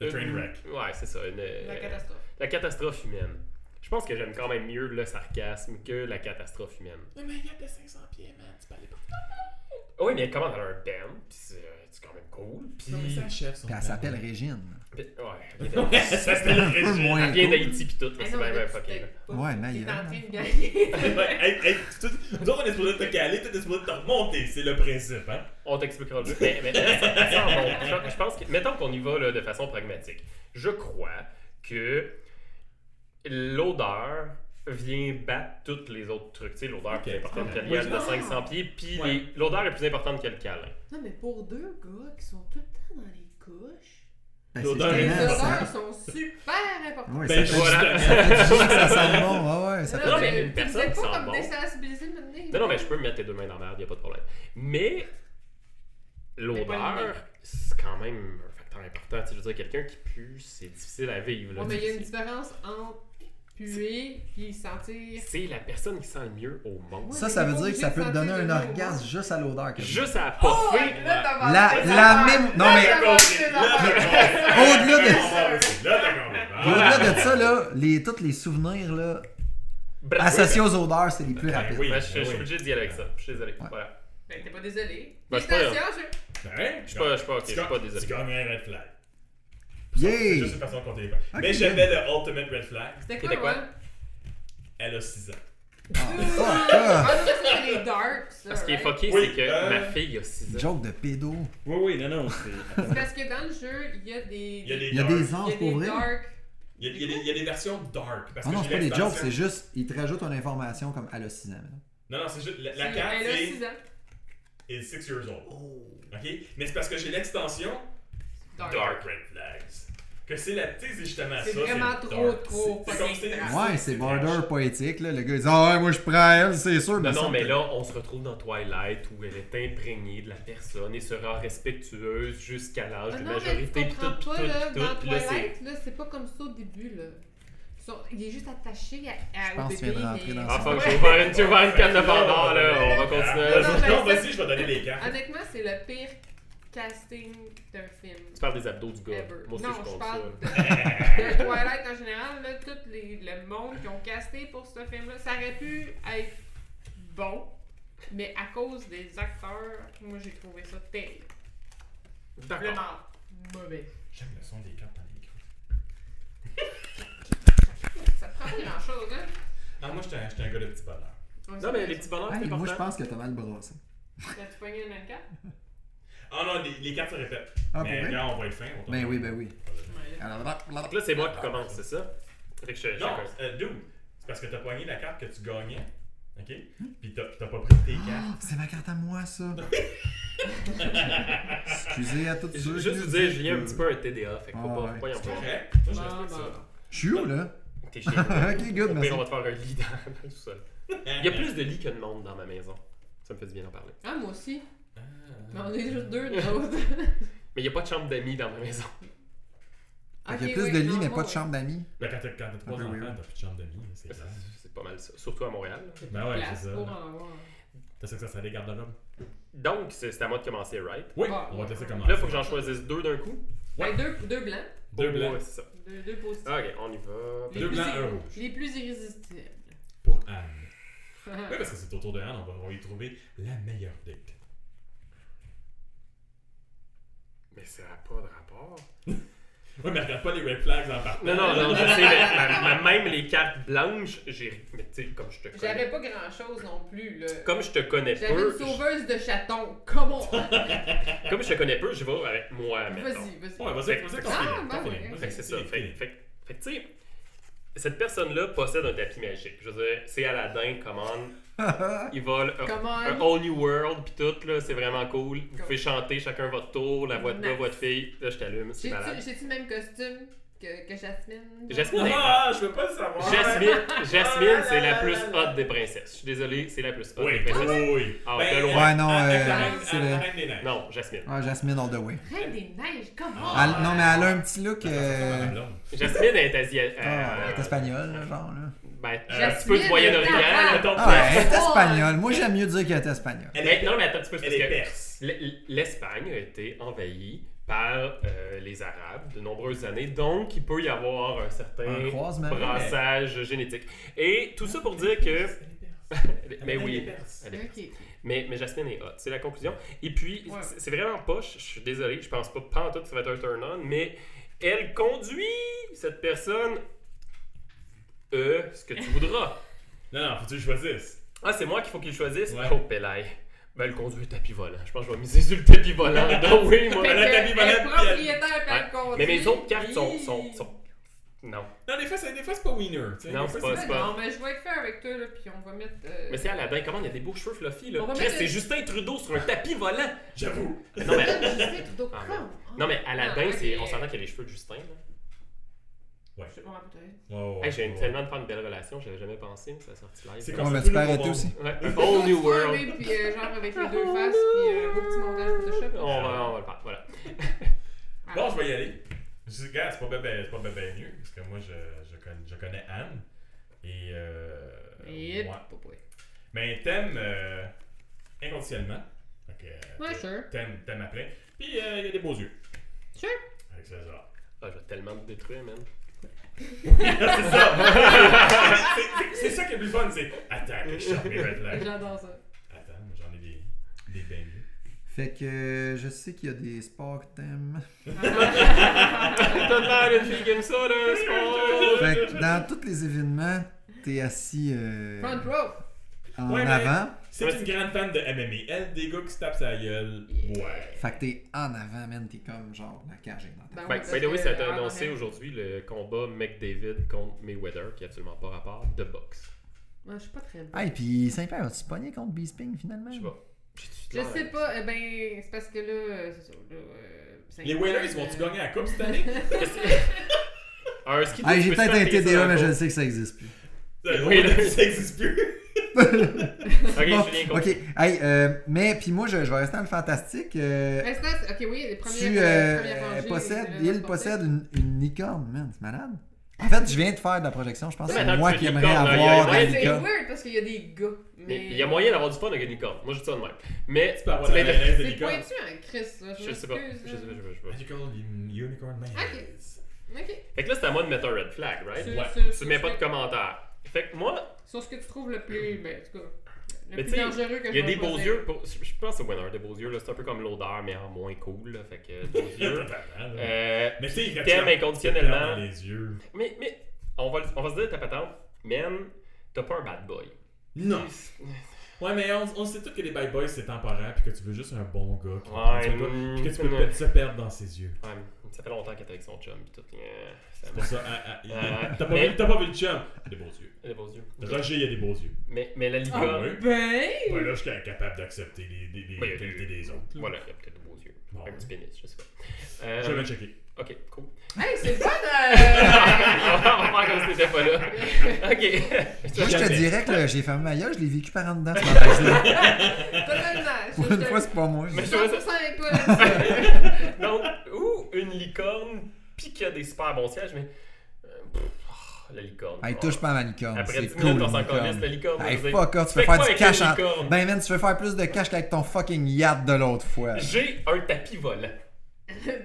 [SPEAKER 1] Le train wreck.
[SPEAKER 3] Ouais, c'est ça. une- euh,
[SPEAKER 2] La catastrophe.
[SPEAKER 3] la catastrophe humaine. Je pense que j'aime quand même mieux le sarcasme que la catastrophe humaine.
[SPEAKER 1] Euh, Mais mais il y a de 500 pieds, man. Tu peux aller partout.
[SPEAKER 3] Ah Oui, mais comment dans leur band, pis Ben? c'est euh, c'est quand même cool. Puis.
[SPEAKER 1] Non, mais ça achève son
[SPEAKER 4] Puis elle
[SPEAKER 1] plan.
[SPEAKER 4] s'appelle Régine.
[SPEAKER 3] puis- Ouais,
[SPEAKER 1] Ouais,
[SPEAKER 3] ça
[SPEAKER 1] c'est
[SPEAKER 3] s'appelle
[SPEAKER 4] un peu
[SPEAKER 3] Régine.
[SPEAKER 4] moins
[SPEAKER 3] Elle vient
[SPEAKER 4] cool.
[SPEAKER 3] d'Haïti, pis tout. là,
[SPEAKER 2] Ah
[SPEAKER 3] C'est
[SPEAKER 2] non,
[SPEAKER 3] bien,
[SPEAKER 2] mais
[SPEAKER 3] bien
[SPEAKER 2] tu
[SPEAKER 3] fucking.
[SPEAKER 2] t'aides pas.
[SPEAKER 4] Ouais,
[SPEAKER 2] T'es
[SPEAKER 4] mais il-
[SPEAKER 2] en train de gagner.
[SPEAKER 1] Ouais, hey, hey, tout- nous autres, on est supposé te caler, toi, t'es supposé te remonter, c'est le principe, hein?
[SPEAKER 3] On t'expliquera mieux. Mais, mais ça- ça en monte. Je- je pense que. Mettons qu'on y va là, de façon pragmatique. Je crois que l'odeur vient battre tous les autres trucs. Tu sais, l'odeur est
[SPEAKER 1] Ok.
[SPEAKER 3] plus importante que le
[SPEAKER 1] Ouais.
[SPEAKER 3] liage de 500 pieds, puis
[SPEAKER 1] Ouais.
[SPEAKER 3] les- l'odeur est plus importante que le câlin.
[SPEAKER 2] Non, mais pour deux gars qui sont tout le temps dans les couches,
[SPEAKER 4] Ben, c'est
[SPEAKER 1] L'odeur
[SPEAKER 2] les
[SPEAKER 1] est
[SPEAKER 4] justement, ça-
[SPEAKER 2] odeurs sont super importantes.
[SPEAKER 4] Ouais,
[SPEAKER 1] Ben,
[SPEAKER 4] ça fait-
[SPEAKER 3] Voilà.
[SPEAKER 4] ça fait du bien que ça sent bon. Ouais, ouais, ça
[SPEAKER 2] Non,
[SPEAKER 4] fait
[SPEAKER 3] Non,
[SPEAKER 4] du
[SPEAKER 3] mais
[SPEAKER 4] bien.
[SPEAKER 3] une
[SPEAKER 2] tu
[SPEAKER 3] personne
[SPEAKER 2] faisais
[SPEAKER 3] qui
[SPEAKER 2] pas
[SPEAKER 3] sent
[SPEAKER 2] comme
[SPEAKER 3] bon.
[SPEAKER 2] désensibiliser maintenant.
[SPEAKER 3] Non, non, mais je peux mettre tes deux mains dans la merde, y a pas de problème. Mais
[SPEAKER 2] Mais pas les
[SPEAKER 3] l'odeur,
[SPEAKER 2] mêmes.
[SPEAKER 3] c'est quand même un facteur important. Tu sais, je veux dire, quelqu'un qui pue, c'est difficile à vivre. là.
[SPEAKER 2] Ouais, mais il y a une différence entre puer puis sentir.
[SPEAKER 3] C'est la personne qui sent le mieux au monde.
[SPEAKER 4] Ça, ça veut dire que ça peut te donner un orgasme juste à l'odeur. que-
[SPEAKER 3] Juste à poffer.
[SPEAKER 2] Oh, là, t'as vendu
[SPEAKER 4] La-
[SPEAKER 2] tes
[SPEAKER 4] la
[SPEAKER 2] affaires.
[SPEAKER 4] même- non,
[SPEAKER 2] Là,
[SPEAKER 4] mais-
[SPEAKER 2] t'as vendu tes affaires.
[SPEAKER 4] Au-delà de-
[SPEAKER 1] de... Là, t'as compris. Ah,
[SPEAKER 3] Voilà.
[SPEAKER 4] Au-delà de ça, là, les, tous les souvenirs là,
[SPEAKER 3] Bravo.
[SPEAKER 4] associés aux odeurs, c'est les plus
[SPEAKER 1] Ben
[SPEAKER 4] rapides.
[SPEAKER 1] oui,
[SPEAKER 3] Ouais, je, je
[SPEAKER 1] ben
[SPEAKER 3] suis
[SPEAKER 1] oui.
[SPEAKER 3] obligé de dire avec ça. Je suis désolé.
[SPEAKER 4] Ouais.
[SPEAKER 3] Voilà.
[SPEAKER 2] Ben, t'es pas désolé.
[SPEAKER 3] Ben, je suis pas-
[SPEAKER 2] Félicitations, je-
[SPEAKER 1] Ben,
[SPEAKER 3] Je suis pas, je suis pas, ok, je suis pas désolé.
[SPEAKER 1] Tu gagnes un red flag. C'est
[SPEAKER 4] Yeah!
[SPEAKER 1] juste une façon de compter les points.
[SPEAKER 4] Ah, Ok,
[SPEAKER 1] Mais j'avais le ultimate red flag.
[SPEAKER 2] C'était
[SPEAKER 3] C'était quoi?
[SPEAKER 2] quoi, ouais?
[SPEAKER 1] Elle a 6 ans.
[SPEAKER 4] Fuck
[SPEAKER 2] Ah, non,
[SPEAKER 4] off!
[SPEAKER 2] ça, c'est les darks, ça,
[SPEAKER 3] Ce qui est
[SPEAKER 2] right?
[SPEAKER 3] fucké,
[SPEAKER 1] Oui,
[SPEAKER 3] c'est que
[SPEAKER 1] euh,
[SPEAKER 3] ma fille a 6 ans.
[SPEAKER 4] Joke de pédo.
[SPEAKER 1] Oui, oui, non, non. c'est-
[SPEAKER 2] C'est parce que dans le jeu, il y a des.
[SPEAKER 1] Il y a des
[SPEAKER 4] Il y a des
[SPEAKER 1] dark.
[SPEAKER 4] anges
[SPEAKER 2] il y
[SPEAKER 4] pour
[SPEAKER 2] a des
[SPEAKER 4] vrai.
[SPEAKER 2] darks.
[SPEAKER 1] Il y a- il y a des- il y a des versions dark. parce
[SPEAKER 4] Ah
[SPEAKER 1] que
[SPEAKER 4] non,
[SPEAKER 1] j'ai
[SPEAKER 4] c'est pas des
[SPEAKER 1] l'extension-
[SPEAKER 4] jokes, c'est juste, ils te rajoutent une information comme à 6 ans.
[SPEAKER 1] Non, non, c'est juste. La, la
[SPEAKER 2] Elle
[SPEAKER 1] carte
[SPEAKER 2] a
[SPEAKER 1] est,
[SPEAKER 2] 6 ben ans. Oh.
[SPEAKER 1] est 6 years old. OK? Mais c'est parce que j'ai l'extension
[SPEAKER 2] Dark.
[SPEAKER 3] Ah,
[SPEAKER 1] Dark Red Flags. Que c'est la thèse justement
[SPEAKER 2] C'est
[SPEAKER 1] ça.
[SPEAKER 2] vraiment
[SPEAKER 1] le
[SPEAKER 2] trop,
[SPEAKER 1] dark.
[SPEAKER 2] trop
[SPEAKER 1] C'est- c'est
[SPEAKER 2] fucking
[SPEAKER 1] comme si-
[SPEAKER 2] trash.
[SPEAKER 4] Ouais, c'est
[SPEAKER 1] c'est
[SPEAKER 4] border
[SPEAKER 1] trash.
[SPEAKER 4] poétique, là. Le gars, il dit Ah ouais, moi je prends elle, c'est sûr.
[SPEAKER 3] Non, non,
[SPEAKER 4] ça,
[SPEAKER 3] mais là, on se retrouve dans Twilight où elle est imprégnée de la personne et sera respectueuse jusqu'à l'âge
[SPEAKER 2] Ah
[SPEAKER 3] de
[SPEAKER 2] non, mais tu
[SPEAKER 3] majorité. Pis tout,
[SPEAKER 2] comprends
[SPEAKER 3] pis tout,
[SPEAKER 2] pas, là,
[SPEAKER 3] pis
[SPEAKER 2] dans
[SPEAKER 3] tout. Pis là, c'est.
[SPEAKER 2] Twilight, là, c'est pas comme ça au début, là. Ils sont- Il est juste attaché à, à,
[SPEAKER 4] Je pense
[SPEAKER 2] au
[SPEAKER 4] que tu viens
[SPEAKER 2] bébé,
[SPEAKER 4] de rentrer
[SPEAKER 2] mais-
[SPEAKER 4] dans
[SPEAKER 3] Ah, fuck,
[SPEAKER 4] Ouais.
[SPEAKER 3] j'ai ouvert une, j'ai ouvert une canne de Pandore, là. On va
[SPEAKER 1] Ah,
[SPEAKER 2] Non,
[SPEAKER 3] continuer.
[SPEAKER 2] mais
[SPEAKER 1] Non,
[SPEAKER 2] c'est- Ah.
[SPEAKER 1] vas-y, je vais donner les cartes.
[SPEAKER 2] Honnêtement, c'est le pire casting d'un film.
[SPEAKER 3] Tu parles des abdos du gars.
[SPEAKER 2] Ever.
[SPEAKER 3] Moi aussi,
[SPEAKER 2] non,
[SPEAKER 3] je compte ça.
[SPEAKER 2] parle de, de Twilight en général, là, tout les- le monde qui ont casté pour ce film-là, ça aurait pu être bon, mais à cause des acteurs, moi j'ai trouvé ça terriblement
[SPEAKER 3] D'accord.
[SPEAKER 2] mauvais.
[SPEAKER 1] J'aime le son des cartes dans les micros.
[SPEAKER 2] Ça te prend pas grand-chose, hein?
[SPEAKER 1] Ah, moi, j'étais un j'étais un gars de petit bonheur.
[SPEAKER 3] Non, mais les petits bonheurs,
[SPEAKER 4] Hey,
[SPEAKER 3] c'est
[SPEAKER 4] Ah, moi je
[SPEAKER 3] important.
[SPEAKER 4] pense que t'as mal brassé.
[SPEAKER 2] T'as-tu pogné un 24?
[SPEAKER 1] Ah non, les, les cartes se répètent.
[SPEAKER 4] Ah, pour
[SPEAKER 1] Mais
[SPEAKER 4] vrai?
[SPEAKER 1] regarde, on va être fin. on
[SPEAKER 4] Ben
[SPEAKER 1] t'en-
[SPEAKER 4] oui, ben oui.
[SPEAKER 2] Ouais.
[SPEAKER 4] Alors, blablabla.
[SPEAKER 3] Donc là, c'est moi
[SPEAKER 4] Ah.
[SPEAKER 3] qui commence, c'est ça? Fait que je- je-
[SPEAKER 1] Non,
[SPEAKER 3] chacun.
[SPEAKER 1] euh, dude, c'est parce que t'as poigné la carte que tu gagnais. OK? Puis t'as t'as pas pris tes cartes.
[SPEAKER 4] Ah, C'est ma carte à moi, ça. Excusez à tous
[SPEAKER 3] Je-
[SPEAKER 4] ceux
[SPEAKER 3] Juste vous dire, j'ai un petit peu un TDA, fait qu'il faut
[SPEAKER 4] Ah,
[SPEAKER 3] pas
[SPEAKER 4] ouais.
[SPEAKER 3] faut pas y en
[SPEAKER 1] C'est
[SPEAKER 3] parler.
[SPEAKER 1] correct. Moi, je
[SPEAKER 2] Bon,
[SPEAKER 1] respecte
[SPEAKER 2] bon,
[SPEAKER 1] ça.
[SPEAKER 4] Je suis où, là
[SPEAKER 3] T'es chiant.
[SPEAKER 4] Ok, good,
[SPEAKER 3] Au
[SPEAKER 4] merci.
[SPEAKER 3] pire, on va te faire un lit dans dans le sol. Il y a plus de lits que de monde dans ma maison. Ça me fait du bien d'en parler.
[SPEAKER 2] Ah, moi aussi.
[SPEAKER 1] Ah.
[SPEAKER 2] Mais on est juste deux, nous autres.
[SPEAKER 3] Mais il n'y a pas de chambre d'amis dans ma maison.
[SPEAKER 4] Fait qu'il y
[SPEAKER 2] Ok,
[SPEAKER 4] a plus
[SPEAKER 2] ouais,
[SPEAKER 4] de lits,
[SPEAKER 2] non,
[SPEAKER 4] mais
[SPEAKER 2] bon,
[SPEAKER 4] pas de
[SPEAKER 2] ouais.
[SPEAKER 4] chambre d'amis.
[SPEAKER 1] Ben, quand t'as quand t'as trois
[SPEAKER 4] Un peu
[SPEAKER 1] enfants,
[SPEAKER 4] weird.
[SPEAKER 1] t'as plus de chambre d'amis. C'est
[SPEAKER 3] C'est-
[SPEAKER 1] ça.
[SPEAKER 3] C'est pas mal ça. Surtout à Montréal. là.
[SPEAKER 1] Ben ouais,
[SPEAKER 2] Place
[SPEAKER 1] c'est ça.
[SPEAKER 2] pour en avoir.
[SPEAKER 1] T'as ça que ça, ça les garde l'homme?
[SPEAKER 3] Donc, c'est c'est à moi de commencer, right?
[SPEAKER 1] Oui,
[SPEAKER 2] Bon.
[SPEAKER 1] on va te laisser
[SPEAKER 3] Puis
[SPEAKER 1] commencer.
[SPEAKER 3] Là, il faut que j'en choisisse deux d'un coup.
[SPEAKER 1] Ouais.
[SPEAKER 2] Ben, deux, deux blancs,
[SPEAKER 1] Deux
[SPEAKER 3] Oh,
[SPEAKER 1] blancs.
[SPEAKER 3] ouais, c'est ça.
[SPEAKER 2] deux, deux positifs.
[SPEAKER 3] Ok, on y va.
[SPEAKER 1] Deux blancs, un rouge.
[SPEAKER 2] Les plus irrésistibles.
[SPEAKER 1] Pour Anne. Oui, parce que c'est au tour de Anne, on va, on va y trouver la meilleure date.
[SPEAKER 3] Mais ça n'a pas de rapport.
[SPEAKER 1] Ouais, mais regarde pas les red flags en partant.
[SPEAKER 3] Non, non, non, je sais, mais ma- ma- même les cartes blanches, j'ai. Mais tu sais, comme je te connais.
[SPEAKER 2] J'avais pas grand chose non plus, là.
[SPEAKER 3] Comme je te connais
[SPEAKER 2] J'avais
[SPEAKER 3] peu.
[SPEAKER 2] une sauveuse de chatons. Comment?
[SPEAKER 3] je- Comme je te connais peu, je vais avec moi, Ah, mettons.
[SPEAKER 2] Vas-y, vas-y.
[SPEAKER 1] Ouais, vas-y, vas-y, t'en
[SPEAKER 2] Ah,
[SPEAKER 1] finis,
[SPEAKER 2] ben
[SPEAKER 1] t'en
[SPEAKER 2] oui,
[SPEAKER 1] finis,
[SPEAKER 2] ok.
[SPEAKER 1] vas-y,
[SPEAKER 3] Fait que c'est ça.
[SPEAKER 1] finis,
[SPEAKER 3] Fait,
[SPEAKER 1] finis.
[SPEAKER 3] fait- fait que tu sais, cette personne-là possède un tapis magique. Je veux dire, c'est Aladdin, commande. Il vole un,
[SPEAKER 2] Comment?
[SPEAKER 3] un All New World pis tout, là, c'est vraiment cool. Vous pouvez chanter chacun votre tour, la voix de gars,
[SPEAKER 2] Nice.
[SPEAKER 3] voix de fille. Là, je t'allume, c'est
[SPEAKER 2] J'ai-tu
[SPEAKER 3] malade.
[SPEAKER 2] j'ai-tu le même costume que, que Jasmine?
[SPEAKER 3] Jasmine,
[SPEAKER 1] Ah, je veux pas le savoir.
[SPEAKER 3] Jasmine, Jasmine, c'est la
[SPEAKER 1] Ah,
[SPEAKER 3] plus
[SPEAKER 1] là, là, là.
[SPEAKER 3] hot des princesses. Je suis désolé, c'est la plus hot
[SPEAKER 1] Oui,
[SPEAKER 3] des princesses.
[SPEAKER 1] oui, oui.
[SPEAKER 3] Ah,
[SPEAKER 1] Ben,
[SPEAKER 3] de loin.
[SPEAKER 1] Anne-
[SPEAKER 4] Ouais, non,
[SPEAKER 1] Anne-
[SPEAKER 4] euh,
[SPEAKER 1] Anne-
[SPEAKER 4] c'est
[SPEAKER 1] Anne-
[SPEAKER 4] le-
[SPEAKER 1] Anne des Neiges.
[SPEAKER 3] Non, Jasmine.
[SPEAKER 4] Ah, Jasmine all the way.
[SPEAKER 2] Reine des neiges, comment?
[SPEAKER 1] Ah,
[SPEAKER 4] Elle- non, mais elle a un petit look. euh,
[SPEAKER 3] Jasmine est asiatique.
[SPEAKER 4] ah, est espagnole, là, genre, là.
[SPEAKER 3] ben, un
[SPEAKER 1] Jasmine
[SPEAKER 3] petit peu de Moyen-Orient. là.
[SPEAKER 1] Mettons
[SPEAKER 4] Ah, ouais, elle est
[SPEAKER 2] Ouais.
[SPEAKER 4] espagnole. Moi, j'aime mieux dire qu'elle est espagnole.
[SPEAKER 1] Elle
[SPEAKER 3] Mais-
[SPEAKER 1] est-
[SPEAKER 3] Non, mais attends un petit peu, c'est
[SPEAKER 1] elle
[SPEAKER 3] parce
[SPEAKER 1] est
[SPEAKER 3] que
[SPEAKER 1] perse.
[SPEAKER 3] l- l'Espagne a été envahie par euh, les Arabes de nombreuses années, donc il peut y avoir un certain
[SPEAKER 4] Un croisement.
[SPEAKER 3] brassage génétique. Et tout ça pour dire que mais oui.
[SPEAKER 1] Elle perce.
[SPEAKER 3] Elle est-
[SPEAKER 2] Ok.
[SPEAKER 3] Mais, mais Jasmine est hot, c'est la conclusion. Et puis,
[SPEAKER 2] Ouais.
[SPEAKER 3] c'est c'est vraiment poche, je suis désolé, je pense pas pantoute que ça va être un turn-on, mais elle conduit cette personne euh, ce que tu voudras.
[SPEAKER 1] Non, non, faut que tu le choisisses.
[SPEAKER 3] Ah, c'est moi qu'il faut qu'il choisisse?
[SPEAKER 1] Ouais.
[SPEAKER 3] Oh, Pelay. Ben, elle conduit le tapis volant. Je pense que je vais miser sur le tapis volant. Donc, oui, moi.
[SPEAKER 2] Fait
[SPEAKER 1] la
[SPEAKER 2] que
[SPEAKER 1] tapis
[SPEAKER 2] elle
[SPEAKER 1] volante,
[SPEAKER 2] est
[SPEAKER 1] puis elle-
[SPEAKER 2] propriétaire par
[SPEAKER 3] Ouais.
[SPEAKER 2] contre.
[SPEAKER 3] Mais mes autres cartes sont...
[SPEAKER 2] Oui.
[SPEAKER 3] sont, sont... Non.
[SPEAKER 1] Non, des fois, c'est, des fois, c'est pas winner. tu sais.
[SPEAKER 3] Non,
[SPEAKER 1] Des
[SPEAKER 3] c'est
[SPEAKER 1] fois,
[SPEAKER 3] pas-
[SPEAKER 2] Ouais, Non, mais je vais être faire avec toi, là, puis on va mettre. euh,
[SPEAKER 3] Mais c'est Aladdin, comment il y a des beaux cheveux fluffy, là.
[SPEAKER 2] On va
[SPEAKER 3] Chris,
[SPEAKER 2] mettre
[SPEAKER 3] c'est
[SPEAKER 2] le-
[SPEAKER 3] Justin Trudeau sur un tapis volant.
[SPEAKER 1] J'avoue.
[SPEAKER 3] Non, mais,
[SPEAKER 2] Justin Trudeau,
[SPEAKER 3] Ah,
[SPEAKER 2] come on.
[SPEAKER 3] non, mais Aladdin,
[SPEAKER 2] Ah,
[SPEAKER 3] c'est...
[SPEAKER 2] ok.
[SPEAKER 3] on s'entend qu'il y a les cheveux de Justin, là.
[SPEAKER 2] Je- ouais, peut-être.
[SPEAKER 1] Oh,
[SPEAKER 3] Hey, j'ai tellement de faire une belle relation, j'avais jamais pensé, mais ça a sorti live.
[SPEAKER 1] C'est
[SPEAKER 4] On
[SPEAKER 1] comme
[SPEAKER 4] va
[SPEAKER 1] ça,
[SPEAKER 4] se
[SPEAKER 1] tout le
[SPEAKER 4] faire ben, arrêter
[SPEAKER 1] monde.
[SPEAKER 4] aussi.
[SPEAKER 3] Ouais, Whole New World.
[SPEAKER 2] Ouais, Puis euh, genre avec les deux faces, puis euh, un beau petit montage Photoshop. là.
[SPEAKER 3] On va, on va le faire, voilà.
[SPEAKER 1] Bon, je vais y aller. Je dis, regarde, c'est pas ben, ben- c'est pas ben, ben mieux, parce que moi, je, je, connais, je connais Anne. Et. Euh,
[SPEAKER 2] Et
[SPEAKER 1] ouais.
[SPEAKER 2] pas pour-
[SPEAKER 1] Mais t'aimes euh, inconditionnellement. Fait que, euh,
[SPEAKER 2] Ouais,
[SPEAKER 1] t'aimes-
[SPEAKER 2] sure.
[SPEAKER 1] T'aimes, t'aimes à plein. Puis, euh, il y a des beaux yeux.
[SPEAKER 2] Sure.
[SPEAKER 1] Fait que c'est genre.
[SPEAKER 3] Ah, je vais tellement me détruire, man.
[SPEAKER 1] c'est ça! c'est, c'est- c'est ça qui est plus fun, c'est. Attends, que je sorte mes red flags.
[SPEAKER 2] J'adore ça. Ah,
[SPEAKER 1] Attends, moi, j'en ai des, des ben mieux.
[SPEAKER 4] Fait que euh, je sais qu'il y a des sports que t'aimes.
[SPEAKER 3] T'as l'air d'une fille qui aime ça, là, c'est pas...
[SPEAKER 4] Fait que dans tous les événements, t'es assis euh,
[SPEAKER 2] Front row.
[SPEAKER 4] en
[SPEAKER 1] Ouais, mais-
[SPEAKER 4] avant.
[SPEAKER 1] C'est une grande fan de MMA. Elle, des gars qui se tapent sa gueule. Ouais.
[SPEAKER 4] Fait que t'es en avant, man. T'es comme genre la cage est dans ta-
[SPEAKER 2] Ben
[SPEAKER 3] Ben,
[SPEAKER 2] oui,
[SPEAKER 3] by the way,
[SPEAKER 2] parce
[SPEAKER 3] ça a
[SPEAKER 2] que-
[SPEAKER 3] été annoncé
[SPEAKER 2] ah,
[SPEAKER 3] aujourd'hui le combat McDavid contre Mayweather, qui a absolument pas rapport, de boxe.
[SPEAKER 2] ouais. Ouais, Je suis pas très bonne.
[SPEAKER 4] Ah, et puis Saint-Pierre, as-tu pogné contre Bisping finalement?
[SPEAKER 3] Je sais pas.
[SPEAKER 2] Je sais pas, eh ben, c'est parce que là, euh, c'est ça, là, euh, c'est
[SPEAKER 1] Les
[SPEAKER 2] incroyable,
[SPEAKER 1] Whalers vont-tu
[SPEAKER 2] euh,
[SPEAKER 1] gagner la coupe cette année?
[SPEAKER 3] Ah, un ski
[SPEAKER 4] Ah, j'ai peut-être un TDA, mais je
[SPEAKER 3] ne
[SPEAKER 4] le sais que ça existe plus.
[SPEAKER 1] Les
[SPEAKER 3] Whalers.
[SPEAKER 1] ça existe plus.
[SPEAKER 3] Ok,
[SPEAKER 4] Bon,
[SPEAKER 3] je viens
[SPEAKER 4] Oh, ok, hey, euh, mais puis moi, je, je vais rester dans le fantastique. euh,
[SPEAKER 2] Mais c'est ça, ok, oui, les premières.
[SPEAKER 4] tu
[SPEAKER 2] euh,
[SPEAKER 4] euh,
[SPEAKER 2] premières
[SPEAKER 4] euh,
[SPEAKER 2] rangées,
[SPEAKER 4] possèdes,
[SPEAKER 2] c'est le
[SPEAKER 4] il
[SPEAKER 2] sport.
[SPEAKER 4] possède une, une licorne, man. C'est malade. En fait, je viens de faire de la projection. Je pense que
[SPEAKER 3] Mais
[SPEAKER 4] c'est
[SPEAKER 3] attends,
[SPEAKER 4] moi
[SPEAKER 3] tu
[SPEAKER 4] qui
[SPEAKER 3] veux une
[SPEAKER 4] aimerais
[SPEAKER 3] licorne, là, il y
[SPEAKER 4] avoir
[SPEAKER 3] a-
[SPEAKER 4] la
[SPEAKER 2] Ouais,
[SPEAKER 3] une
[SPEAKER 2] c'est
[SPEAKER 4] licorne.
[SPEAKER 2] weird parce qu'il y a des gars.
[SPEAKER 3] Mais
[SPEAKER 2] Mais
[SPEAKER 3] il y a moyen d'avoir du fun avec une licorne. Moi, je dis ça de même. Mais.
[SPEAKER 1] Tu peux avoir
[SPEAKER 3] c'est
[SPEAKER 1] la
[SPEAKER 3] l'intérêt-
[SPEAKER 1] mayonnaise de
[SPEAKER 2] C'est
[SPEAKER 1] licorne.
[SPEAKER 2] pointu, hein, Chris. là,
[SPEAKER 3] Je sais
[SPEAKER 2] m'excuse, hein.
[SPEAKER 3] pas. Je sais pas,
[SPEAKER 2] là.
[SPEAKER 3] je sais pas, je sais pas.
[SPEAKER 1] Magical Unicorn Mayonnaise.
[SPEAKER 2] Ok.
[SPEAKER 3] Fait que là, c'est à moi de mettre un red flag, right?
[SPEAKER 2] Sur-
[SPEAKER 1] Ouais.
[SPEAKER 2] sur-
[SPEAKER 3] Tu
[SPEAKER 2] sur
[SPEAKER 3] mets
[SPEAKER 2] ce
[SPEAKER 3] pas de
[SPEAKER 2] que-
[SPEAKER 3] commentaires. Fait que moi,
[SPEAKER 2] Sur ce que tu trouves le plus. Ben, en tout cas. Le
[SPEAKER 3] Mm-hmm. Mais
[SPEAKER 2] plus
[SPEAKER 3] tu sais,
[SPEAKER 2] dangereux que
[SPEAKER 3] Il y
[SPEAKER 2] je
[SPEAKER 3] a
[SPEAKER 2] vais
[SPEAKER 3] des beaux
[SPEAKER 2] choisir.
[SPEAKER 3] yeux, pour- je je pense que c'est winner, des beaux yeux, là, c'est un peu comme l'odeur, mais en moins cool, là, fait que euh, beaux yeux. Euh,
[SPEAKER 1] hein. Mais tu sais, quand tu regardes-
[SPEAKER 3] t'aimes
[SPEAKER 1] tu regardes
[SPEAKER 3] inconditionnellement.
[SPEAKER 1] dans les yeux.
[SPEAKER 3] Mais, mais, on va, le- on va se dire ta patente, man, t'as pas un bad boy.
[SPEAKER 1] Non. Ouais, mais on, on sait tous que les bad boys c'est temporaire puis que tu veux juste un bon gars qui prend soin de toi,
[SPEAKER 3] mm,
[SPEAKER 1] puis que tu
[SPEAKER 3] mm.
[SPEAKER 1] peux peut-être se perdre dans ses yeux.
[SPEAKER 3] Ouais, mais ça fait longtemps qu'elle est avec son chum, pis tout. euh, ça
[SPEAKER 1] C'est
[SPEAKER 3] me-
[SPEAKER 1] pour ça, ah, ah,
[SPEAKER 3] Ah,
[SPEAKER 1] t'as pas
[SPEAKER 3] mais-
[SPEAKER 1] vu- t'as pas vu le chum. Des beaux yeux.
[SPEAKER 3] Les beaux yeux.
[SPEAKER 1] Roger, il a des beaux yeux.
[SPEAKER 3] Mais, mais la
[SPEAKER 1] Ah
[SPEAKER 3] licorne.
[SPEAKER 1] ouais?
[SPEAKER 2] Ben!
[SPEAKER 1] Ouais, là, je suis capable d'accepter les, les, les
[SPEAKER 3] Ouais, il y a
[SPEAKER 1] qualités des autres. là.
[SPEAKER 3] Voilà, il y a peut-être des beaux yeux.
[SPEAKER 1] Bon,
[SPEAKER 3] un
[SPEAKER 1] ouais.
[SPEAKER 3] petit pénis, je sais pas.
[SPEAKER 1] Je vais
[SPEAKER 3] Euh,
[SPEAKER 1] le checker.
[SPEAKER 3] ok, cool.
[SPEAKER 2] Hey, c'est le fun! euh,
[SPEAKER 3] on va faire comme si t'étais pas là. Ok.
[SPEAKER 4] Moi, je te
[SPEAKER 1] Jamais.
[SPEAKER 4] dirais que là, j'ai fermé ma gueule, je l'ai vécu par en dedans. ce bandage-là.
[SPEAKER 2] Totalement!
[SPEAKER 4] Pour une fois, c'est pas moi.
[SPEAKER 3] Mais-
[SPEAKER 2] Je suis 100% avec toi là-dessus.
[SPEAKER 3] Donc, ou une licorne, pis qu'il y a des super bons sièges, mais. euh, pff, oh, la licorne.
[SPEAKER 4] Hey, touche pas à ma licorne.
[SPEAKER 3] Après
[SPEAKER 4] C'est
[SPEAKER 3] 10 minutes,
[SPEAKER 4] cool.
[SPEAKER 3] on s'en
[SPEAKER 4] licorne.
[SPEAKER 3] connaisse, la licorne.
[SPEAKER 4] Hey,
[SPEAKER 3] je veux dire,
[SPEAKER 4] fuck off, tu peux
[SPEAKER 3] fais
[SPEAKER 4] faire
[SPEAKER 3] quoi
[SPEAKER 4] du
[SPEAKER 3] avec
[SPEAKER 4] cash
[SPEAKER 3] une
[SPEAKER 4] en.
[SPEAKER 3] licorne?
[SPEAKER 4] Ben, man, tu veux faire plus de cash qu'avec ton fucking yacht de l'autre fois.
[SPEAKER 3] J'ai un tapis volant.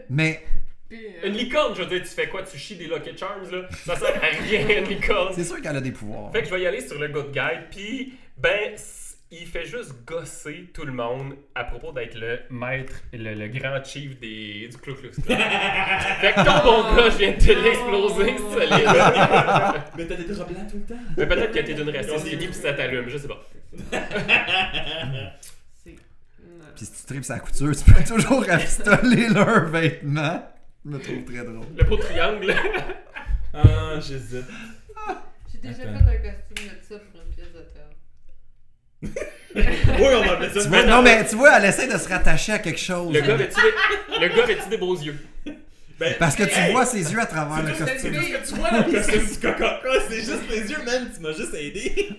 [SPEAKER 4] Mais
[SPEAKER 2] Puis, euh,
[SPEAKER 3] Une licorne, je veux dire, tu fais quoi Tu chies des Lucky Charms, là Ça sert à rien, une licorne.
[SPEAKER 4] c'est sûr qu'elle a des pouvoirs.
[SPEAKER 3] Fait que je vais y aller sur le Good Guy, puis, ben, c- il fait juste gosser tout le monde à propos d'être le maître, le, le grand chief des, du Clou Clou Fait que ton bon gars, je viens de te l'exploser,
[SPEAKER 2] Oh.
[SPEAKER 3] solide.
[SPEAKER 1] Mais t'as des draps blancs tout le temps.
[SPEAKER 3] Mais peut-être que t'es d'une raciste et puis ça t'allume, je sais pas.
[SPEAKER 2] c'est- non.
[SPEAKER 4] Puis si tu tripes sa couture, tu peux toujours rafistoler leurs vêtements. Je me trouve très drôle.
[SPEAKER 3] Le pot de triangle.
[SPEAKER 1] Ah, j'hésite.
[SPEAKER 2] J'ai déjà
[SPEAKER 4] Attends.
[SPEAKER 2] fait un costume de ça pour une pièce de théâtre.
[SPEAKER 1] Oui, on va appeler
[SPEAKER 4] Tu
[SPEAKER 1] ça.
[SPEAKER 4] vois, non, mais tu vois, elle essaie de se rattacher à quelque chose.
[SPEAKER 3] Le gars avait-tu des, le gars avait-tu des beaux yeux?
[SPEAKER 1] Ben,
[SPEAKER 4] Parce que tu
[SPEAKER 1] Hey!
[SPEAKER 4] vois ses yeux à travers le
[SPEAKER 1] C'est
[SPEAKER 4] costume.
[SPEAKER 1] juste que tu vois dans le costume du Coca-Cola, c'est juste les yeux, man, tu m'as juste aidé.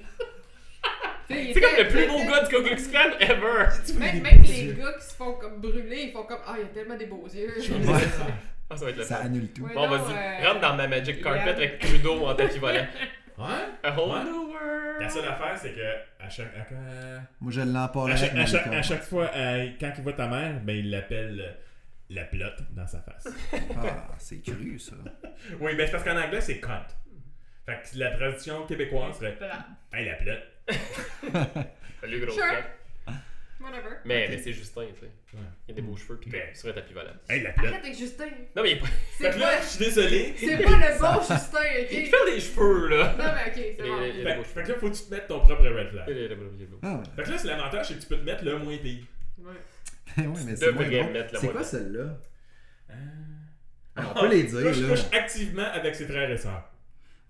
[SPEAKER 3] C'est comme
[SPEAKER 2] ben,
[SPEAKER 3] le plus beau gars du Ku Klux Klan ever!
[SPEAKER 2] Même, même les gars qui se font comme brûler, ils font comme Ah, il y a tellement des beaux yeux.
[SPEAKER 4] Ouais,
[SPEAKER 3] Ah, ça va être le
[SPEAKER 4] ça
[SPEAKER 3] fun.
[SPEAKER 4] annule tout.
[SPEAKER 2] Ouais.
[SPEAKER 3] Bon,
[SPEAKER 2] Non,
[SPEAKER 3] vas-y,
[SPEAKER 2] euh,
[SPEAKER 3] rentre dans ma Magic Carpet
[SPEAKER 2] Liane.
[SPEAKER 3] avec Trudeau en tapis volant.
[SPEAKER 1] Ouais?
[SPEAKER 3] A whole
[SPEAKER 1] Ouais.
[SPEAKER 3] new world.
[SPEAKER 1] La seule affaire, c'est que à chaque, à, à-
[SPEAKER 4] Moi, je l'empare
[SPEAKER 1] à chaque,
[SPEAKER 4] avec
[SPEAKER 1] à
[SPEAKER 4] mon
[SPEAKER 1] chaque- à
[SPEAKER 4] licorne.
[SPEAKER 1] chaque fois, euh, quand il voit ta mère, ben, il l'appelle euh, la plotte dans sa face.
[SPEAKER 4] Ah, c'est cru, ça.
[SPEAKER 1] oui, ben, c'est parce qu'en anglais, c'est cunt. Fait que la tradition québécoise serait
[SPEAKER 2] Voilà.
[SPEAKER 1] Hey, la plate.
[SPEAKER 3] Salut, gros
[SPEAKER 2] Sure.
[SPEAKER 3] frère.
[SPEAKER 2] Whatever.
[SPEAKER 3] Mais,
[SPEAKER 4] Ok. Ben.
[SPEAKER 3] mais c'est Justin, tu sais. Il a des beaux cheveux, puis
[SPEAKER 1] Mais-
[SPEAKER 3] il serait tapis valant.
[SPEAKER 1] Hey, la
[SPEAKER 2] Arrête
[SPEAKER 1] plate.
[SPEAKER 2] avec Justin.
[SPEAKER 3] Non, mais il est pas.
[SPEAKER 2] C'est
[SPEAKER 1] Fait que là,
[SPEAKER 2] pas,
[SPEAKER 1] je suis désolé.
[SPEAKER 2] c'est pas le bon Justin,
[SPEAKER 3] Il
[SPEAKER 2] ok?
[SPEAKER 3] perd les cheveux, là.
[SPEAKER 2] Non, mais ok, c'est
[SPEAKER 3] Il est- il
[SPEAKER 2] bon.
[SPEAKER 3] est-
[SPEAKER 1] Fait, que- fait que là, faut que tu te mettes ton propre red flag.
[SPEAKER 4] Ah,
[SPEAKER 1] Fait que là, c'est l'avantage, c'est que tu peux te mettre le moins pire.
[SPEAKER 2] Ouais.
[SPEAKER 4] ouais, mais c'est
[SPEAKER 3] devrais
[SPEAKER 4] moins bon.
[SPEAKER 3] mettre la
[SPEAKER 4] C'est
[SPEAKER 3] moitié.
[SPEAKER 4] quoi celle-là
[SPEAKER 1] Ah.
[SPEAKER 4] Ah, On peut les dire,
[SPEAKER 1] Là, je
[SPEAKER 4] là.
[SPEAKER 1] couche activement avec ses frères et sœurs.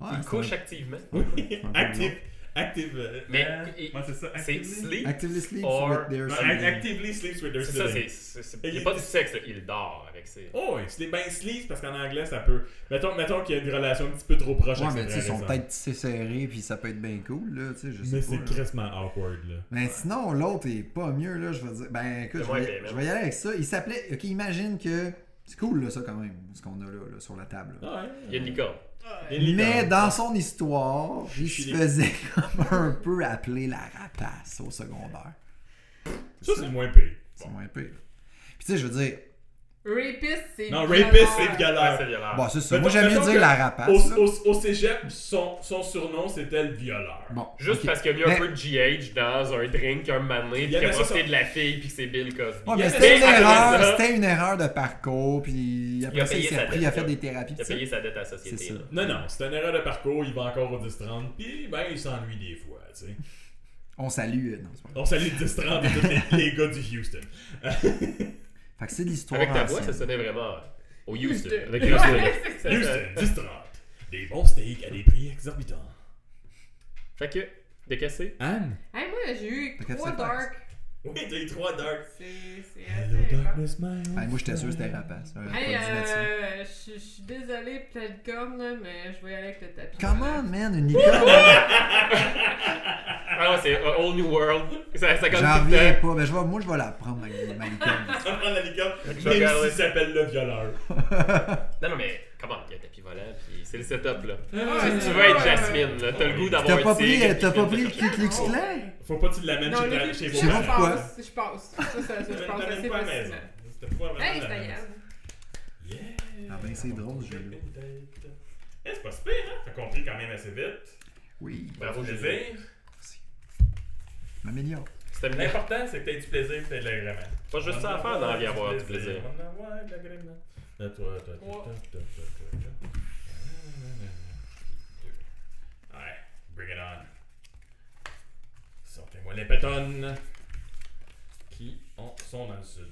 [SPEAKER 4] Ouais,
[SPEAKER 3] Il
[SPEAKER 4] c'est-
[SPEAKER 3] couche activement.
[SPEAKER 4] Ouais, un peu
[SPEAKER 1] Active. Active. euh,
[SPEAKER 3] Mais,
[SPEAKER 1] euh,
[SPEAKER 3] il-
[SPEAKER 1] ouais, c'est ça.
[SPEAKER 3] C'est
[SPEAKER 1] Actively.
[SPEAKER 4] long.
[SPEAKER 3] sleep.
[SPEAKER 4] Actively sleeps
[SPEAKER 3] Or-
[SPEAKER 4] with their
[SPEAKER 1] Ouais,
[SPEAKER 4] sleep.
[SPEAKER 1] act- actively sleeps with their
[SPEAKER 3] C'est ça,
[SPEAKER 1] sibling.
[SPEAKER 3] c'est. c'est- c'est- Il n'y a pas du sexe, là. Il dort avec ses.
[SPEAKER 1] Oh, oui, c'est ben sleeps parce qu'en anglais, ça peut. Mettons, mettons qu'il y a une relation un petit peu trop proche
[SPEAKER 4] Ouais,
[SPEAKER 1] avec
[SPEAKER 4] mais
[SPEAKER 1] ses
[SPEAKER 4] tu sais, ils
[SPEAKER 1] frères et
[SPEAKER 4] sont
[SPEAKER 1] sœurs.
[SPEAKER 4] peut-être tissés serrés, puis ça peut être bien cool, là, tu sais, je sais
[SPEAKER 1] Mais
[SPEAKER 4] pas.
[SPEAKER 1] c'est
[SPEAKER 4] là.
[SPEAKER 1] crissement awkward, là.
[SPEAKER 4] Mais sinon, l'autre est pas mieux, là, je veux dire. Ben, écoute, je
[SPEAKER 3] Ouais,
[SPEAKER 4] vais,
[SPEAKER 3] ben,
[SPEAKER 4] je vais y aller avec ça. Il s'appelait. Ok, imagine que. C'est cool, là, ça, quand même, ce qu'on a là, là, sur la table. là.
[SPEAKER 1] Ah, ouais.
[SPEAKER 3] Il y a une licorne.
[SPEAKER 2] Ouais.
[SPEAKER 1] Il y a une
[SPEAKER 4] Mais
[SPEAKER 1] licorne.
[SPEAKER 4] dans son histoire, il se
[SPEAKER 1] Chili.
[SPEAKER 4] faisait comme un peu appeler la rapace au secondaire.
[SPEAKER 1] Ça, c'est le moins pire.
[SPEAKER 4] C'est moins pire. là. Puis tu sais, je veux dire,
[SPEAKER 2] Rapist, c'est.
[SPEAKER 1] Non,
[SPEAKER 2] violent.
[SPEAKER 1] rapist, c'est une
[SPEAKER 3] Ah,
[SPEAKER 1] galère.
[SPEAKER 3] c'est violent.
[SPEAKER 4] bon, c'est ça.
[SPEAKER 1] Mettons-
[SPEAKER 4] Moi, j'aime mieux
[SPEAKER 1] mettons
[SPEAKER 4] dire
[SPEAKER 1] que
[SPEAKER 4] la rapace.
[SPEAKER 1] Au,
[SPEAKER 4] là.
[SPEAKER 1] au- au cégep, son, son surnom c'était le violeur.
[SPEAKER 4] Bon,
[SPEAKER 3] Juste
[SPEAKER 4] ok.
[SPEAKER 3] parce qu'il y a mis
[SPEAKER 4] Mais-
[SPEAKER 3] un peu de GH dans un drink un mané, puis
[SPEAKER 1] Il
[SPEAKER 3] qu'il
[SPEAKER 1] y
[SPEAKER 3] a
[SPEAKER 1] avait ça
[SPEAKER 3] profité
[SPEAKER 1] sur-
[SPEAKER 3] de la fille, puis que c'est Bill Cosby.
[SPEAKER 4] Ouais,
[SPEAKER 1] Il a
[SPEAKER 4] mais
[SPEAKER 1] payé
[SPEAKER 4] c'était une
[SPEAKER 1] sa
[SPEAKER 4] erreur,
[SPEAKER 3] dette, là.
[SPEAKER 4] c'était une erreur de parcours, puis après
[SPEAKER 3] a
[SPEAKER 4] ça, il
[SPEAKER 3] payé
[SPEAKER 4] s'est
[SPEAKER 3] sa
[SPEAKER 4] repris,
[SPEAKER 3] dette,
[SPEAKER 4] il a fait
[SPEAKER 3] là.
[SPEAKER 4] des thérapies.
[SPEAKER 3] Il a
[SPEAKER 4] pis
[SPEAKER 3] payé sa dette à la
[SPEAKER 4] C'est ça.
[SPEAKER 3] société. là.
[SPEAKER 1] Non, non, c'est une erreur de parcours, il va encore au 10-30, puis ben il s'ennuie des fois, tu sais.
[SPEAKER 4] ça. On salue, euh, non, c'est pas vrai.
[SPEAKER 1] On salue le 10-30 et tous les, les gars du Houston.
[SPEAKER 4] Fait que c'est de l'histoire
[SPEAKER 3] Avec ta voix,
[SPEAKER 4] ancienne.
[SPEAKER 3] ça sonnait vraiment euh, au Houston.
[SPEAKER 2] Houston.
[SPEAKER 3] Avec
[SPEAKER 2] Ouais,
[SPEAKER 3] Houston.
[SPEAKER 2] c'est ça.
[SPEAKER 1] Houston,
[SPEAKER 3] Euh.
[SPEAKER 1] 10-30. Des bons steaks à des prix exorbitants.
[SPEAKER 3] Fait que, décassé.
[SPEAKER 1] Anne?
[SPEAKER 2] Hey, moi, j'ai eu
[SPEAKER 4] T'as qu'à
[SPEAKER 2] trois
[SPEAKER 4] faire
[SPEAKER 2] dark.
[SPEAKER 1] Oui, t'as les trois dark.
[SPEAKER 2] C'est c'est
[SPEAKER 1] Hello
[SPEAKER 2] assez. intense.
[SPEAKER 1] darkness, my old
[SPEAKER 4] Ouais, moi, j'étais sûr que c'était
[SPEAKER 1] friend.
[SPEAKER 4] rapace. J'aurais
[SPEAKER 2] Hey,
[SPEAKER 4] pas dit là-dessus.
[SPEAKER 2] euh, je je suis désolée, peut-être comme, là, mais je vais y aller avec le tapis.
[SPEAKER 4] Come on, man, une licorne!
[SPEAKER 3] Ah non, c'est euh, All New World. Ça, ça gagne tout
[SPEAKER 4] J'en
[SPEAKER 3] le
[SPEAKER 4] reviens
[SPEAKER 3] temps.
[SPEAKER 4] pas. Ben, je vais, moi, je vais la prendre, ma, ma licorne.
[SPEAKER 1] Ça prend la licorne,
[SPEAKER 3] je vais
[SPEAKER 1] même
[SPEAKER 3] regarder. Ah,
[SPEAKER 1] s'il s'appelle le violeur.
[SPEAKER 3] Non, non, mais comment, il y a tapis volant, puis c'est le setup, là.
[SPEAKER 2] Ah, Ouais,
[SPEAKER 3] Tu
[SPEAKER 2] ouais,
[SPEAKER 3] veux être
[SPEAKER 2] ouais.
[SPEAKER 3] Jasmine, là. T'as le goût d'avoir
[SPEAKER 4] T'as
[SPEAKER 3] un
[SPEAKER 4] pas pris,
[SPEAKER 3] tigre,
[SPEAKER 4] euh, t'as
[SPEAKER 3] puis
[SPEAKER 4] pas
[SPEAKER 3] tu
[SPEAKER 4] pris
[SPEAKER 3] viens
[SPEAKER 4] le
[SPEAKER 3] de
[SPEAKER 4] Ku Klux Klan?
[SPEAKER 1] Faut pas que tu l'amènes
[SPEAKER 2] Non,
[SPEAKER 1] chez,
[SPEAKER 2] le
[SPEAKER 1] ta-
[SPEAKER 2] je
[SPEAKER 1] chez
[SPEAKER 4] je
[SPEAKER 1] vos
[SPEAKER 4] sais pas
[SPEAKER 1] parents.
[SPEAKER 4] pourquoi.
[SPEAKER 2] passe. Je passe. Ça, ça, ça, je pense que
[SPEAKER 1] T'amènes
[SPEAKER 2] c'est
[SPEAKER 1] pas à la maison.
[SPEAKER 2] possible.
[SPEAKER 1] C'était pas vraiment
[SPEAKER 2] Hey,
[SPEAKER 1] dans la
[SPEAKER 2] c'est
[SPEAKER 1] maison.
[SPEAKER 2] agréable.
[SPEAKER 1] Yeah!
[SPEAKER 4] Ah ben, c'est drôle, ce jeu-là.
[SPEAKER 1] Eh, c'est pas super, hein? T'as compris quand même assez vite.
[SPEAKER 4] Oui,
[SPEAKER 3] Bravo,
[SPEAKER 1] Du
[SPEAKER 3] Julien.
[SPEAKER 1] plaisir.
[SPEAKER 4] m'améliore.
[SPEAKER 3] C'était bien.
[SPEAKER 1] L'important, c'est que t'aies du plaisir et que t'aies de l'agrément.
[SPEAKER 3] Pas juste ça à faire dans la vie, avoir du plaisir.
[SPEAKER 1] On va avoir de l'agrément. Ta, ta, ta, ta, ta, ta, ta, ta. Ouais, bring it on. Sortez-moi les pétones qui en sont dans le sud.